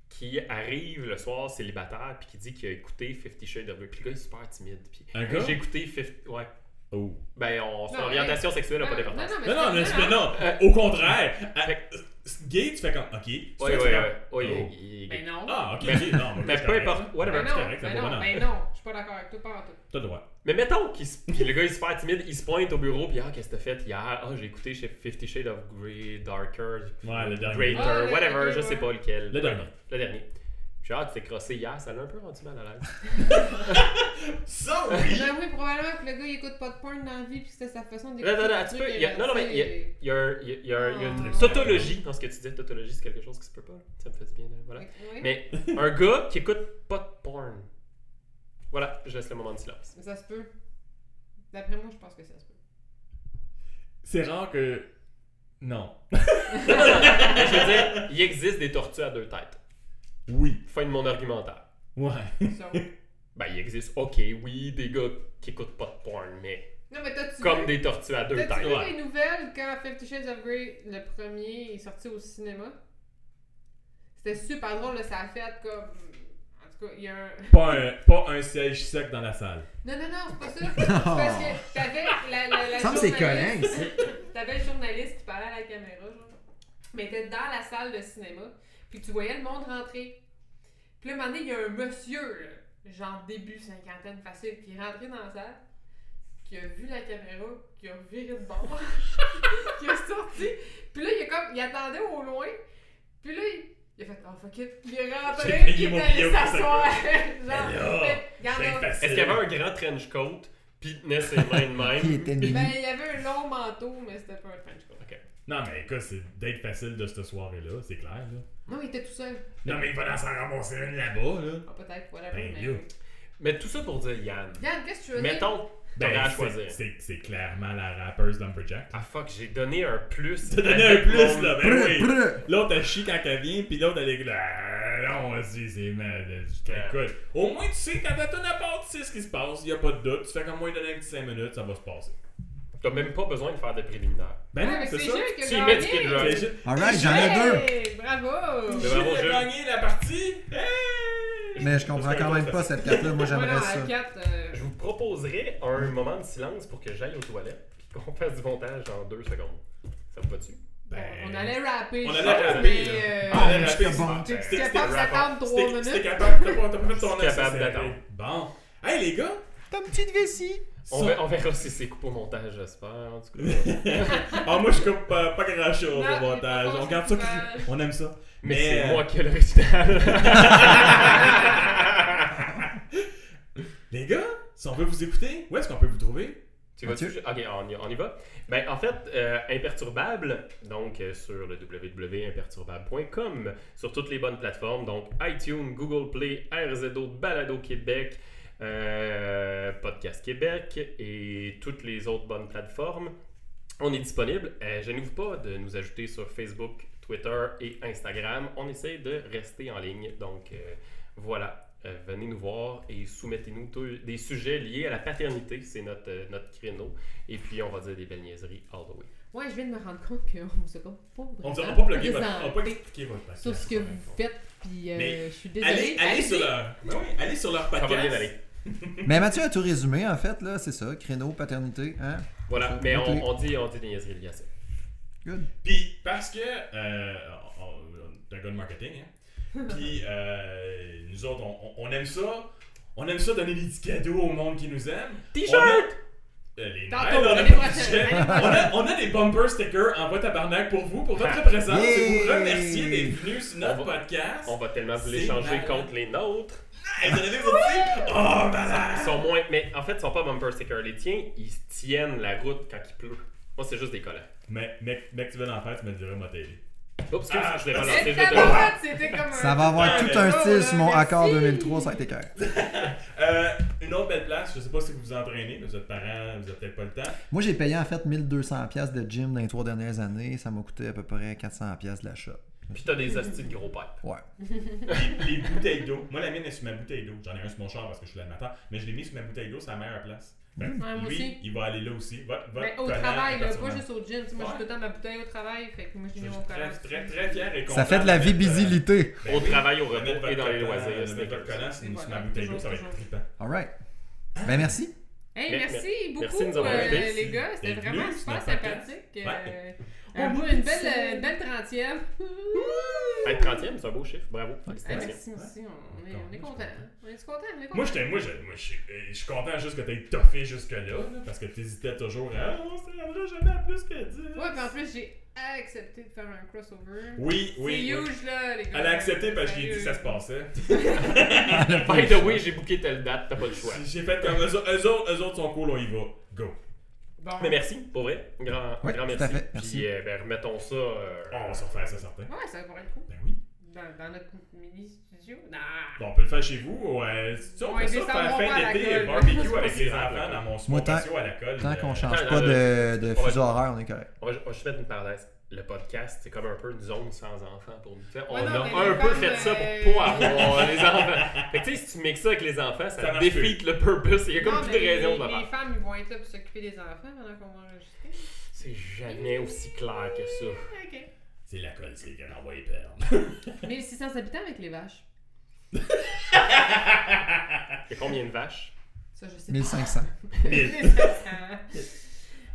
[SPEAKER 3] qui arrive le soir célibataire puis qui dit qu'il a écouté Fifty Shades of Grey. Puis le gars est super timide. Puis
[SPEAKER 1] Un
[SPEAKER 3] Hey,
[SPEAKER 1] gars?
[SPEAKER 3] j'ai écouté Fifty. Ouais.
[SPEAKER 1] Oh.
[SPEAKER 3] Ben, on, son
[SPEAKER 2] Non,
[SPEAKER 3] orientation sexuelle n'a
[SPEAKER 2] Non,
[SPEAKER 3] pas
[SPEAKER 2] non,
[SPEAKER 3] d'importance.
[SPEAKER 1] Non, non, mais
[SPEAKER 2] c'est
[SPEAKER 1] mais
[SPEAKER 2] vraiment-
[SPEAKER 1] non,
[SPEAKER 3] Euh,
[SPEAKER 1] au contraire. à- Gay, tu fais comme, ok. Tu
[SPEAKER 3] Ouais,
[SPEAKER 1] fais-
[SPEAKER 3] ouais,
[SPEAKER 1] tu fais comme,
[SPEAKER 3] ouais. ouais,
[SPEAKER 1] oh.
[SPEAKER 3] il- il- il-
[SPEAKER 2] Ben non.
[SPEAKER 1] Ah, ok,
[SPEAKER 3] Mais-
[SPEAKER 1] ok, non, ok,
[SPEAKER 3] Mais
[SPEAKER 1] c'est
[SPEAKER 3] peu
[SPEAKER 1] correct.
[SPEAKER 3] importe, whatever.
[SPEAKER 2] Ben
[SPEAKER 1] c'est
[SPEAKER 2] non,
[SPEAKER 1] correct, c'est
[SPEAKER 2] ben
[SPEAKER 1] un bon
[SPEAKER 2] non,
[SPEAKER 1] bonhomme.
[SPEAKER 2] ben non, je suis pas d'accord avec toi, pas en tout.
[SPEAKER 1] T'as le droit.
[SPEAKER 3] Mais mettons qu'il se- puis le gars il est super timide, il se pointe au bureau puis ah qu'est-ce que t'as fait hier Ah j'ai écouté chez Fifty Shades of Grey, Darker,
[SPEAKER 1] Ouais, le dernier.
[SPEAKER 3] Greater,
[SPEAKER 2] Ah, le
[SPEAKER 3] whatever,
[SPEAKER 2] dernier,
[SPEAKER 3] je sais
[SPEAKER 2] ouais.
[SPEAKER 3] pas lequel.
[SPEAKER 1] Le dernier.
[SPEAKER 3] Le dernier. Puis genre tu t'es crossé hier, ça l'a un peu rendu mal à l'aise.
[SPEAKER 1] Ça, oui!
[SPEAKER 2] Ben oui, probablement que le gars il écoute pas de porn dans la vie puis que c'est sa façon d'écouter.
[SPEAKER 3] Non, non, non,
[SPEAKER 2] des
[SPEAKER 3] tu
[SPEAKER 2] trucs,
[SPEAKER 3] peux- il y a-
[SPEAKER 2] euh,
[SPEAKER 3] non, non, mais
[SPEAKER 2] tu sais,
[SPEAKER 3] il y a- Il y a, un- il y a- il y a un- il y a une
[SPEAKER 2] Ah.
[SPEAKER 3] tautologie dans ce que tu dis. Tautologie, c'est quelque chose qui se peut pas. Ça me fait du bien. là, Voilà.
[SPEAKER 2] fait que, oui.
[SPEAKER 3] Mais un gars qui écoute pas de porn. Voilà, je laisse le moment de silence.
[SPEAKER 2] Mais ça se peut. D'après moi, je pense que ça se peut.
[SPEAKER 1] C'est rare que. Non.
[SPEAKER 3] Non, non, non, mais je veux dire, il existe des tortues à deux têtes.
[SPEAKER 1] Oui.
[SPEAKER 3] Fin de mon argumentaire.
[SPEAKER 1] Ouais.
[SPEAKER 2] So.
[SPEAKER 3] Ben, il existe, ok, oui, des gars qui écoutent pas de porn, mais
[SPEAKER 2] Non, mais t'as-tu
[SPEAKER 3] comme
[SPEAKER 2] vu,
[SPEAKER 3] des tortues à deux
[SPEAKER 2] t'as-tu
[SPEAKER 3] têtes.
[SPEAKER 2] vu
[SPEAKER 3] Ouais.
[SPEAKER 2] les nouvelles quand Fifty Shades of Grey, le premier, est sorti au cinéma? C'était super drôle, là, ça a fait comme... En tout cas, il y a un...
[SPEAKER 1] Pas un, pas un siège sec dans la salle.
[SPEAKER 2] Non, non, non, c'est pas ça. C'est parce que t'avais la, la, la
[SPEAKER 4] Ça me semble que c'est
[SPEAKER 2] journaliste-
[SPEAKER 4] collègue, ça.
[SPEAKER 2] T'avais le journaliste qui parlait à la caméra, genre. Mais t'étais dans la salle de cinéma, puis tu voyais le monde rentrer. Puis là, un moment donné, il y a un monsieur, là, genre début cinquantaine facile, qui est rentré dans la salle, qui a vu la caméra, qui a viré de bord, qui a sorti. Puis là, il, a comme, il attendait au loin, puis là, il, il a fait « Oh, fuck it! » Il est rentré,
[SPEAKER 1] J'ai payé
[SPEAKER 2] il est
[SPEAKER 1] mon
[SPEAKER 2] allé
[SPEAKER 1] billet pour
[SPEAKER 2] s'asseoir. genre,
[SPEAKER 1] Mais là,
[SPEAKER 2] mais, regarde,
[SPEAKER 1] C'est facile.
[SPEAKER 3] Est-ce qu'il y avait un grand trench coat, pis tenait ses mains de même?
[SPEAKER 4] Qui était
[SPEAKER 2] Ben,
[SPEAKER 4] nu.
[SPEAKER 2] il y avait un long manteau, mais c'était pas un trench coat.
[SPEAKER 3] Ok.
[SPEAKER 1] Non, mais écoute, c'est d'être facile de cette soirée-là, c'est clair, là.
[SPEAKER 2] Non, il était tout seul.
[SPEAKER 1] Non, mais il va dans s'en ramasser une là-bas, là.
[SPEAKER 2] Ah, peut-être, voilà.
[SPEAKER 1] Ben,
[SPEAKER 2] mais...
[SPEAKER 1] yo.
[SPEAKER 3] Mais tout ça pour dire Yann.
[SPEAKER 2] Yann, qu'est-ce que tu veux dire?
[SPEAKER 3] Mettons, t'aurais
[SPEAKER 1] Ben,
[SPEAKER 3] à
[SPEAKER 1] c'est-
[SPEAKER 3] choisir.
[SPEAKER 1] c'est- c'est clairement la rappeuse Lumberjack.
[SPEAKER 3] Ah fuck, j'ai donné un plus.
[SPEAKER 1] T'as donné un
[SPEAKER 3] avec
[SPEAKER 1] plus,
[SPEAKER 3] mon-
[SPEAKER 1] là, ben
[SPEAKER 4] Brr,
[SPEAKER 1] oui.
[SPEAKER 4] brr.
[SPEAKER 1] L'autre, elle chie quand elle vient, puis l'autre, elle est là. Ah, Non, vas-y, c'est mal. Je t'écoute. Au moins, tu sais, quand la tonne à part, tu sais ce qui se passe, y a pas de doute. Tu fais comme moi, il donne un petit 5 minutes, ça va se passer.
[SPEAKER 3] T'as même pas besoin de faire des préliminaires.
[SPEAKER 1] Ben
[SPEAKER 2] Ouais,
[SPEAKER 1] non,
[SPEAKER 2] mais
[SPEAKER 1] c'est
[SPEAKER 2] c'est
[SPEAKER 1] ça.
[SPEAKER 2] Jules qui a
[SPEAKER 3] Tu y mets du
[SPEAKER 2] gagné.
[SPEAKER 3] kid rock.
[SPEAKER 1] C'est juste-
[SPEAKER 4] Alright, j'en ai deux.
[SPEAKER 2] Hey, Bravo!
[SPEAKER 3] Mais
[SPEAKER 1] Jules
[SPEAKER 3] bravo,
[SPEAKER 1] a
[SPEAKER 3] Jules.
[SPEAKER 1] gagné la partie. Hey!
[SPEAKER 4] Mais je comprends
[SPEAKER 1] Parce que
[SPEAKER 4] quand même
[SPEAKER 1] l'autre,
[SPEAKER 4] pas cette carte-là. Moi,
[SPEAKER 2] Voilà,
[SPEAKER 4] j'aimerais
[SPEAKER 2] à
[SPEAKER 4] ça.
[SPEAKER 2] quatre, euh,
[SPEAKER 3] Je vous proposerai un moment de silence pour que j'aille aux toilettes et qu'on fasse du montage en deux secondes. Ça vous va-tu?
[SPEAKER 1] Ben,
[SPEAKER 2] on allait rapper.
[SPEAKER 1] On
[SPEAKER 2] je
[SPEAKER 1] allait
[SPEAKER 2] pense,
[SPEAKER 1] rapper,
[SPEAKER 2] mais,
[SPEAKER 1] Ah,
[SPEAKER 2] euh,
[SPEAKER 1] elle a
[SPEAKER 4] C'était
[SPEAKER 1] fait-
[SPEAKER 4] bon.
[SPEAKER 1] c'était-
[SPEAKER 2] T'es
[SPEAKER 1] c'était-
[SPEAKER 2] capable d'attendre
[SPEAKER 1] c'était-
[SPEAKER 2] 3
[SPEAKER 1] c'était
[SPEAKER 2] minutes?
[SPEAKER 1] capable, t'as pas- t'as pas fait ton
[SPEAKER 3] Je suis
[SPEAKER 1] heure, ça,
[SPEAKER 3] capable
[SPEAKER 1] c'est
[SPEAKER 3] d'attendre.
[SPEAKER 1] réglé. Bon. Hey, les gars.
[SPEAKER 4] Ta petite vessie.
[SPEAKER 3] On,
[SPEAKER 1] ça-
[SPEAKER 3] ver- on verra si c'est coupé au montage, j'espère. En tout cas.
[SPEAKER 1] Ah, moi, je coupe pas, pas grand chose
[SPEAKER 2] Non,
[SPEAKER 1] au montage.
[SPEAKER 2] on
[SPEAKER 1] On garde ça.
[SPEAKER 2] coupage.
[SPEAKER 1] On aime ça.
[SPEAKER 3] Mais,
[SPEAKER 1] Mais,
[SPEAKER 3] c'est
[SPEAKER 1] euh,
[SPEAKER 3] moi qui ai l'original.
[SPEAKER 1] Les gars, si on veut vous écouter, où est-ce qu'on peut vous trouver?
[SPEAKER 3] tu vas
[SPEAKER 4] Mathieu?
[SPEAKER 3] Ok, on y, on y va. Ben, en fait, euh, Imperturbable, donc euh, sur le www.imperturbable.com, sur toutes les bonnes plateformes, donc iTunes, Google Play, RZO, Balado Québec, euh, Podcast Québec et toutes les autres bonnes plateformes. On est disponible. Euh, Gênez-vous pas de nous ajouter sur Facebook, Twitter et Instagram. On essaie de rester en ligne. Donc euh, voilà, Euh, venez nous voir et soumettez-nous tous des sujets liés à la paternité. C'est notre, euh, notre créneau. Et puis on va dire des belles niaiseries all the way.
[SPEAKER 2] Ouais, je viens de me rendre compte qu'on se compte pas
[SPEAKER 1] On
[SPEAKER 2] vraiment
[SPEAKER 1] ne pas plugger votre. On Ah,
[SPEAKER 2] présenté
[SPEAKER 1] va pas expliquer votre podcast.
[SPEAKER 2] sur ce que vous faites, puis euh,
[SPEAKER 1] Mais
[SPEAKER 2] je suis désolée.
[SPEAKER 1] Allez, allez, sur leur. Ben oui, allez sur leur
[SPEAKER 3] Ça
[SPEAKER 1] podcast.
[SPEAKER 3] va bien aller.
[SPEAKER 4] Mais Mathieu a tout résumé, en fait, là. C'est ça. Créneau, paternité, hein.
[SPEAKER 3] Voilà, mais
[SPEAKER 4] Ok.
[SPEAKER 3] on, on dit, on dit des niaiseries liées à ça.
[SPEAKER 4] Good.
[SPEAKER 1] Puis parce que euh, on- on- t'es un gars de marketing, hein? Puis euh, nous autres, on, on- on aime ça. On aime ça donner des petits cadeaux au monde qui nous aime.
[SPEAKER 3] T-shirt!
[SPEAKER 1] On a- Euh, les
[SPEAKER 2] Tantôt,
[SPEAKER 1] nerfs, là, on, a
[SPEAKER 2] l'année
[SPEAKER 1] pas de
[SPEAKER 2] prochaine,
[SPEAKER 1] t-shirt.
[SPEAKER 2] l'année
[SPEAKER 1] on, a, on a des bumper stickers en bas tabarnak pour vous, pour votre
[SPEAKER 3] Ah.
[SPEAKER 1] présence. Et
[SPEAKER 4] Yay!
[SPEAKER 1] vous remercier d'être venus sur notre
[SPEAKER 3] On va-
[SPEAKER 1] podcast.
[SPEAKER 3] On va tellement vous les
[SPEAKER 1] C'est
[SPEAKER 3] changer
[SPEAKER 1] malade.
[SPEAKER 3] contre les nôtres.
[SPEAKER 1] Hey, vous avez vous dit? Oh, malade!
[SPEAKER 3] Ils sont moins. Mais en fait, ils sont pas bumper stickers. Les tiens, ils tiennent la route quand il pleut. Moi, c'est juste des collants.
[SPEAKER 1] Mais, mec, mec, tu veux l'en faire, tu me le diras, moi, t'aider.
[SPEAKER 3] Oups, excuse,
[SPEAKER 1] Ah,
[SPEAKER 3] je l'ai
[SPEAKER 1] c'est-
[SPEAKER 3] relancé.
[SPEAKER 2] Et
[SPEAKER 3] je te-
[SPEAKER 2] tabarouette, c'était comme un...
[SPEAKER 4] Ça va avoir tout un style sur mon accord 2003, ça a été cœur.
[SPEAKER 1] Euh, une autre belle place, je sais pas si vous vous entraînez, mais vous êtes parents, vous avez peut-être pas le temps.
[SPEAKER 4] Moi, j'ai payé en fait 1200$ piastres de gym dans les trois dernières années. Ça m'a coûté à peu près 400$ piastres de l'achat.
[SPEAKER 3] Puis t'as des hosties de gros pipes.
[SPEAKER 4] Ouais.
[SPEAKER 1] les bouteilles d'eau. Moi, la mienne est sur ma bouteille d'eau. J'en ai un sur mon char parce que je suis l'animateur. Mais je l'ai mis sur ma bouteille d'eau, c'est la meilleure place. Fait que
[SPEAKER 2] Mm. Ouais, moi
[SPEAKER 1] lui,
[SPEAKER 2] aussi.
[SPEAKER 1] il va aller là aussi. Votre, votre
[SPEAKER 2] Mais au
[SPEAKER 1] collant,
[SPEAKER 2] travail, là, pas
[SPEAKER 1] personnellement.
[SPEAKER 2] juste au gym. Tu sais, Moi, j'ai
[SPEAKER 1] Ouais.
[SPEAKER 2] tout le temps ma bouteille au travail, fait que moi, j'ai
[SPEAKER 1] Je
[SPEAKER 2] mis mon
[SPEAKER 1] suis très,
[SPEAKER 2] collant.
[SPEAKER 1] très, très fier et content.
[SPEAKER 4] Ça fait de la
[SPEAKER 1] mettre, euh,
[SPEAKER 4] visibilité.
[SPEAKER 1] ben
[SPEAKER 3] Au
[SPEAKER 1] oui,
[SPEAKER 3] travail, au
[SPEAKER 1] de mettre
[SPEAKER 3] repos
[SPEAKER 1] votre
[SPEAKER 3] et dans les
[SPEAKER 1] collant,
[SPEAKER 3] loisirs,
[SPEAKER 1] de mettre
[SPEAKER 3] Snickers.
[SPEAKER 1] votre collant sur
[SPEAKER 2] Et
[SPEAKER 1] sur ma
[SPEAKER 2] voilà,
[SPEAKER 1] bouteille d'eau,
[SPEAKER 2] toujours,
[SPEAKER 1] ça va être
[SPEAKER 2] toujours.
[SPEAKER 1] trippant.
[SPEAKER 4] Alright. Ben merci.
[SPEAKER 2] Hey,
[SPEAKER 3] Mais-
[SPEAKER 2] merci beaucoup,
[SPEAKER 3] merci de nous avoir
[SPEAKER 2] euh,
[SPEAKER 3] invités.
[SPEAKER 2] les gars. C'était
[SPEAKER 1] Bienvenue
[SPEAKER 2] vraiment
[SPEAKER 1] sur
[SPEAKER 2] super
[SPEAKER 1] notre podcast.
[SPEAKER 2] sympathique.
[SPEAKER 1] Ouais.
[SPEAKER 2] euh, euh,
[SPEAKER 1] On
[SPEAKER 2] moi,
[SPEAKER 1] est
[SPEAKER 2] une
[SPEAKER 1] seul.
[SPEAKER 2] belle, une belle 30e.
[SPEAKER 3] Être 30e, c'est un beau chiffre. Bravo.
[SPEAKER 2] Hey,
[SPEAKER 3] Félicitations.
[SPEAKER 2] merci, merci. On, on est, on est
[SPEAKER 1] Encore,
[SPEAKER 2] content. hein. On est content, on est content.
[SPEAKER 1] Moi, j'étais- moi, je- moi, je suis- euh, je suis content juste que t'aies toffé jusque-là, là, parce que t'hésitais toujours à. Ah, on se rendra jamais à plus que 10.
[SPEAKER 2] Ouais, puis en plus, j'ai accepté de faire un crossover.
[SPEAKER 1] Oui, oui.
[SPEAKER 2] C'est
[SPEAKER 1] oui.
[SPEAKER 2] huge, là, les gars.
[SPEAKER 1] Elle a accepté parce que j'ai dit
[SPEAKER 2] Sérieux.
[SPEAKER 1] que ça se passait.
[SPEAKER 3] By the way, j'ai booké telle date, t'as pas le choix.
[SPEAKER 1] J'ai fait comme eux, eux autres, eux autres sont cool, on y va. Go.
[SPEAKER 2] Bon.
[SPEAKER 3] Mais merci, pour vrai. Grand,
[SPEAKER 4] Ouais,
[SPEAKER 3] grand
[SPEAKER 4] tout à
[SPEAKER 3] merci.
[SPEAKER 4] fait,
[SPEAKER 3] Puis
[SPEAKER 4] merci.
[SPEAKER 3] euh, ben, remettons ça. euh,
[SPEAKER 1] Oh, on va se refaire ça certain.
[SPEAKER 2] Ouais, ça pourrait être cool.
[SPEAKER 1] Ben oui.
[SPEAKER 2] Dans, dans notre mini-studio. Non.
[SPEAKER 1] Bon, on peut le faire chez vous. ou, euh, si tu veux, on
[SPEAKER 2] Ouais,
[SPEAKER 1] fait ça
[SPEAKER 2] mais ça,
[SPEAKER 1] fin,
[SPEAKER 2] on va
[SPEAKER 1] fin
[SPEAKER 2] à
[SPEAKER 1] d'été,
[SPEAKER 2] la colle.
[SPEAKER 1] barbecue avec
[SPEAKER 3] C'est
[SPEAKER 1] les
[SPEAKER 3] pas
[SPEAKER 1] enfants
[SPEAKER 3] possible.
[SPEAKER 1] dans mon
[SPEAKER 4] Moi,
[SPEAKER 1] sport
[SPEAKER 4] tant-
[SPEAKER 1] patio à la colle.
[SPEAKER 4] Tant qu'on
[SPEAKER 1] euh,
[SPEAKER 4] change
[SPEAKER 3] attends,
[SPEAKER 4] pas
[SPEAKER 3] là,
[SPEAKER 4] de, de
[SPEAKER 3] on va-
[SPEAKER 4] fuseau horaire, on est correct.
[SPEAKER 3] On va, on va juste mettre une parenthèse. Le podcast, c'est comme un peu une zone sans enfants pour nous. Tu sais, On
[SPEAKER 2] Ouais, non, mais
[SPEAKER 3] a un
[SPEAKER 2] les
[SPEAKER 3] peu
[SPEAKER 2] femmes,
[SPEAKER 3] fait ça
[SPEAKER 2] euh,
[SPEAKER 3] pour pas avoir les enfants. Fait que tu sais, si tu mixes ça avec les enfants, ça,
[SPEAKER 1] Ça marche
[SPEAKER 3] défie le purpose. Il y a comme
[SPEAKER 2] Non,
[SPEAKER 3] plus
[SPEAKER 2] mais
[SPEAKER 3] de raison de le
[SPEAKER 2] les, les
[SPEAKER 3] faire.
[SPEAKER 2] femmes, ils vont être là pour s'occuper des enfants pendant qu'on va enregistrer.
[SPEAKER 3] C'est jamais aussi
[SPEAKER 1] Ah,
[SPEAKER 3] clair que ça.
[SPEAKER 2] Ok.
[SPEAKER 1] C'est la colle, c'est qu'elle envoie perdre.
[SPEAKER 2] 1600 habitants avec les vaches.
[SPEAKER 3] Il y a combien de vaches
[SPEAKER 2] Ça, je sais pas.
[SPEAKER 4] 1500.
[SPEAKER 2] 1500.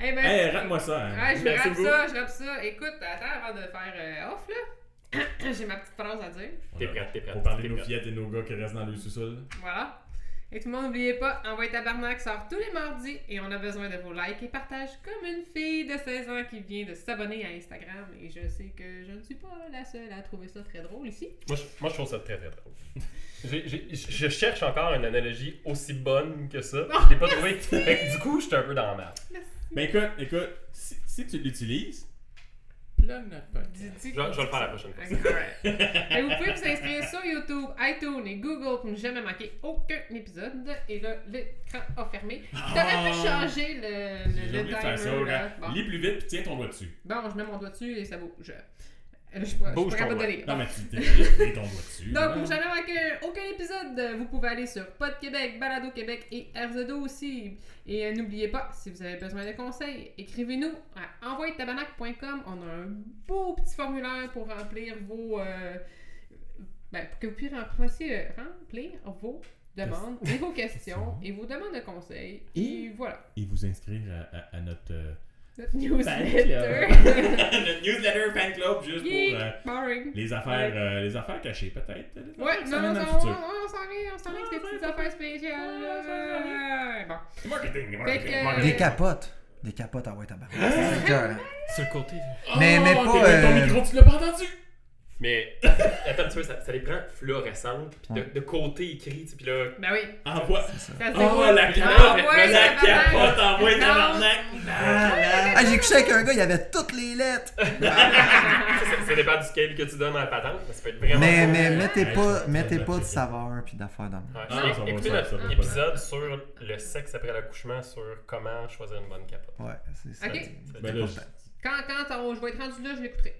[SPEAKER 2] Eh ben,
[SPEAKER 1] Hey, rate-moi ça. hein.
[SPEAKER 2] Ouais, je
[SPEAKER 3] Merci
[SPEAKER 2] rappe
[SPEAKER 3] beaucoup.
[SPEAKER 2] ça, je rappe ça. Écoute, attends, avant de faire euh, off, là, j'ai ma petite phrase à dire.
[SPEAKER 1] On
[SPEAKER 3] T'es
[SPEAKER 1] a-
[SPEAKER 3] prête, t'es prête.
[SPEAKER 1] Pour parler
[SPEAKER 3] t'es
[SPEAKER 1] de nos
[SPEAKER 3] prête.
[SPEAKER 1] fillettes et nos gars qui restent dans le sous-sol.
[SPEAKER 2] Voilà. Et tout le monde, n'oubliez pas, Envoyez Tabarnak sort tous les mardis et on a besoin de vos likes et partages comme une fille de 16 ans qui vient de s'abonner à Instagram. Et je sais que je ne suis pas la seule à trouver ça très drôle ici.
[SPEAKER 3] Moi je, moi, je trouve ça très, très drôle. J'ai- j'ai- je cherche encore une analogie aussi bonne que ça. Je l'ai pas trouvé. Fait que du coup, j'étais un peu dans la merde.
[SPEAKER 1] Ben écoute, écoute, si, si tu l'utilises, plug notre podcast.
[SPEAKER 2] Dis-tu
[SPEAKER 3] Je,
[SPEAKER 2] que-
[SPEAKER 3] je vais le faire la prochaine fois.
[SPEAKER 2] Ok, alright. Et vous pouvez vous inscrire sur YouTube, iTunes et Google pour ne jamais manquer aucun épisode. Et là, l'écran a fermé. T'aurais pu changer le,
[SPEAKER 1] Ah! Euh, J'ai
[SPEAKER 2] le, le
[SPEAKER 1] oublié de faire ça,
[SPEAKER 2] timer. là.
[SPEAKER 1] regarde.
[SPEAKER 2] Bon.
[SPEAKER 1] Lis plus vite, puis tiens ton doigt dessus.
[SPEAKER 2] Bon, je mets mon doigt dessus et ça bouge. Je, je suis pas, je suis
[SPEAKER 1] Bouge
[SPEAKER 2] pas
[SPEAKER 1] ton
[SPEAKER 2] capable
[SPEAKER 1] doigt.
[SPEAKER 2] de lire.
[SPEAKER 1] Non, mais tu t'es juste mis ton doigt dessus.
[SPEAKER 2] Donc,
[SPEAKER 1] là.
[SPEAKER 2] pour jamais manquer aucun épisode, vous pouvez aller sur Pod Québec, Balado Québec et RZO aussi. Et euh, n'oubliez pas, si vous avez besoin de conseils, écrivez-nous à envoyetabarnak.com. On a un beau petit formulaire pour remplir vos. euh, ben, pour que vous puissiez remplir, remplir vos demandes et vos questions et vos demandes de conseils. Et,
[SPEAKER 1] Et-
[SPEAKER 2] voilà,
[SPEAKER 1] Et vous inscrire à, à- à notre, euh,
[SPEAKER 2] notre
[SPEAKER 1] Ben, club.
[SPEAKER 2] newsletter.
[SPEAKER 1] notre newsletter fan club juste
[SPEAKER 2] Yay,
[SPEAKER 1] pour euh,
[SPEAKER 2] boring.
[SPEAKER 1] les, affaires, euh, les affaires cachées, peut-être. euh, Les
[SPEAKER 2] Ouais,
[SPEAKER 1] affaires qui
[SPEAKER 2] non,
[SPEAKER 1] s'en viennent
[SPEAKER 2] non,
[SPEAKER 1] dans
[SPEAKER 2] non,
[SPEAKER 1] le
[SPEAKER 2] on
[SPEAKER 1] futur.
[SPEAKER 2] on s'en vient, on s'en vient avec des
[SPEAKER 1] Ouais,
[SPEAKER 2] petites
[SPEAKER 1] ouais,
[SPEAKER 2] affaires
[SPEAKER 1] ouais,
[SPEAKER 2] spéciales.
[SPEAKER 1] ouais,
[SPEAKER 2] Bon.
[SPEAKER 1] C'est marketing, c'est
[SPEAKER 2] Fait
[SPEAKER 1] marketing.
[SPEAKER 2] que-
[SPEAKER 1] marketing.
[SPEAKER 4] Des capotes. Des capotes à White Tabarnak.
[SPEAKER 1] Ah!
[SPEAKER 4] C'est le cœur, hein.
[SPEAKER 3] Sur le côté.
[SPEAKER 4] Mais- mais
[SPEAKER 1] Oh,
[SPEAKER 4] pas,
[SPEAKER 1] t'es avec ton
[SPEAKER 4] euh,
[SPEAKER 1] micro, tu l'as pas entendu.
[SPEAKER 3] Mais attends un petit peu, ça, ça les prend fluorescentes, puis de,
[SPEAKER 4] Ouais.
[SPEAKER 3] de côté écrit, tu sais, puis là.
[SPEAKER 2] Ben oui,
[SPEAKER 1] Envoie.
[SPEAKER 2] ça c'est
[SPEAKER 1] Oh,
[SPEAKER 2] beau.
[SPEAKER 1] la
[SPEAKER 2] Ah,
[SPEAKER 1] capote. La
[SPEAKER 2] ouais, c'est pas mal.
[SPEAKER 1] capote envoie
[SPEAKER 2] Non.
[SPEAKER 1] tabarnak.
[SPEAKER 4] Ah, j'ai couché avec un gars, il avait toutes les lettres.
[SPEAKER 3] Ça, ça- ça dépend du scale que tu donnes à la patente, mais ça peut être vraiment.
[SPEAKER 4] Mais,
[SPEAKER 3] bon.
[SPEAKER 4] mais mettez
[SPEAKER 1] Ouais,
[SPEAKER 4] pas,
[SPEAKER 1] je-
[SPEAKER 4] mettez pas de
[SPEAKER 1] je-
[SPEAKER 4] saveur puis d'affaires dans le-
[SPEAKER 3] Ouais,
[SPEAKER 1] Ah, ça va,
[SPEAKER 3] écoutez
[SPEAKER 1] ça,
[SPEAKER 3] notre
[SPEAKER 1] ça va.
[SPEAKER 3] épisode sur le sexe après l'accouchement, sur comment choisir une bonne capote.
[SPEAKER 4] Ouais, c'est ça.
[SPEAKER 2] Ok.
[SPEAKER 4] C'est
[SPEAKER 1] Ben là,
[SPEAKER 4] important.
[SPEAKER 2] Quand, quand on- je vais être rendu là, je l'écouterai.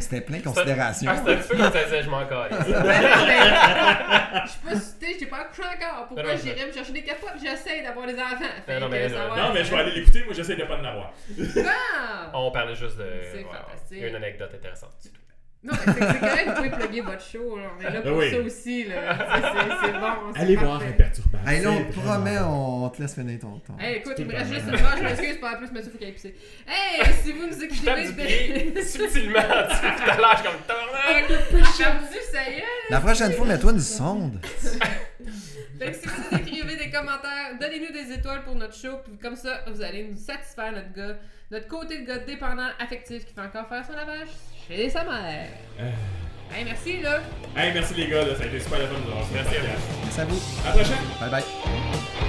[SPEAKER 4] C'était plein de
[SPEAKER 3] Ah,
[SPEAKER 4] considérations.
[SPEAKER 3] c'est un petit peu comme ça disait, je m'en calisse.
[SPEAKER 2] Ben, ben, je suis pas citée, j'ai pas accouché encore.
[SPEAKER 3] Non,
[SPEAKER 2] Pourquoi
[SPEAKER 3] non,
[SPEAKER 2] j'irais me chercher des capotes? J'essaie d'avoir des enfants. Fait
[SPEAKER 3] Non, non,
[SPEAKER 2] que
[SPEAKER 3] mais-
[SPEAKER 2] ça va
[SPEAKER 1] Non, mais
[SPEAKER 2] être-
[SPEAKER 1] je vais aller l'écouter. Moi, j'essaie de pas de l'avoir.
[SPEAKER 2] Ah!
[SPEAKER 3] On parlait juste de.
[SPEAKER 2] C'est
[SPEAKER 3] ouais,
[SPEAKER 2] fantastique.
[SPEAKER 3] Il y a une anecdote intéressante. c'est tout.
[SPEAKER 2] Non, mais c'est c'est correct, vous pouvez plugger votre show. là. On est là
[SPEAKER 1] Ben
[SPEAKER 2] pour
[SPEAKER 1] oui.
[SPEAKER 2] ça aussi. là. C'est- C'est c'est bon. c'est
[SPEAKER 1] Allez voir
[SPEAKER 2] parfait.
[SPEAKER 1] Imperturbable.
[SPEAKER 4] Hey, là, on
[SPEAKER 1] C'est
[SPEAKER 4] te
[SPEAKER 1] vraiment
[SPEAKER 4] promet,
[SPEAKER 1] bon.
[SPEAKER 4] on te laisse finir ton temps.
[SPEAKER 2] Hey, écoute, il me
[SPEAKER 1] Tout
[SPEAKER 2] reste
[SPEAKER 1] le
[SPEAKER 2] juste
[SPEAKER 1] temps.
[SPEAKER 2] une heure, je m'excuse, pas en plus, Mathieu, faut qu'il aille pisser. Hey, si vous nous
[SPEAKER 3] Je
[SPEAKER 2] écoutez.
[SPEAKER 3] tape du pied subtilement, tu sais, puis t'as l'âge comme tabarnak.
[SPEAKER 2] Perdu, Ah, ça y est.
[SPEAKER 4] La prochaine fois, mets-toi une sonde.
[SPEAKER 2] Fait que si vous nous écrivez des commentaires, donnez-nous des étoiles pour notre show, puis comme ça, vous allez nous satisfaire, notre gars, notre côté de gars dépendant, affectif, qui fait encore faire son lavage chez sa mère. Hey, merci, là!
[SPEAKER 1] Hey, merci les gars, là, ça a été super le fun de vous avoir
[SPEAKER 3] Merci à vous.
[SPEAKER 4] Merci à vous.
[SPEAKER 1] À la prochaine.
[SPEAKER 4] Bye bye.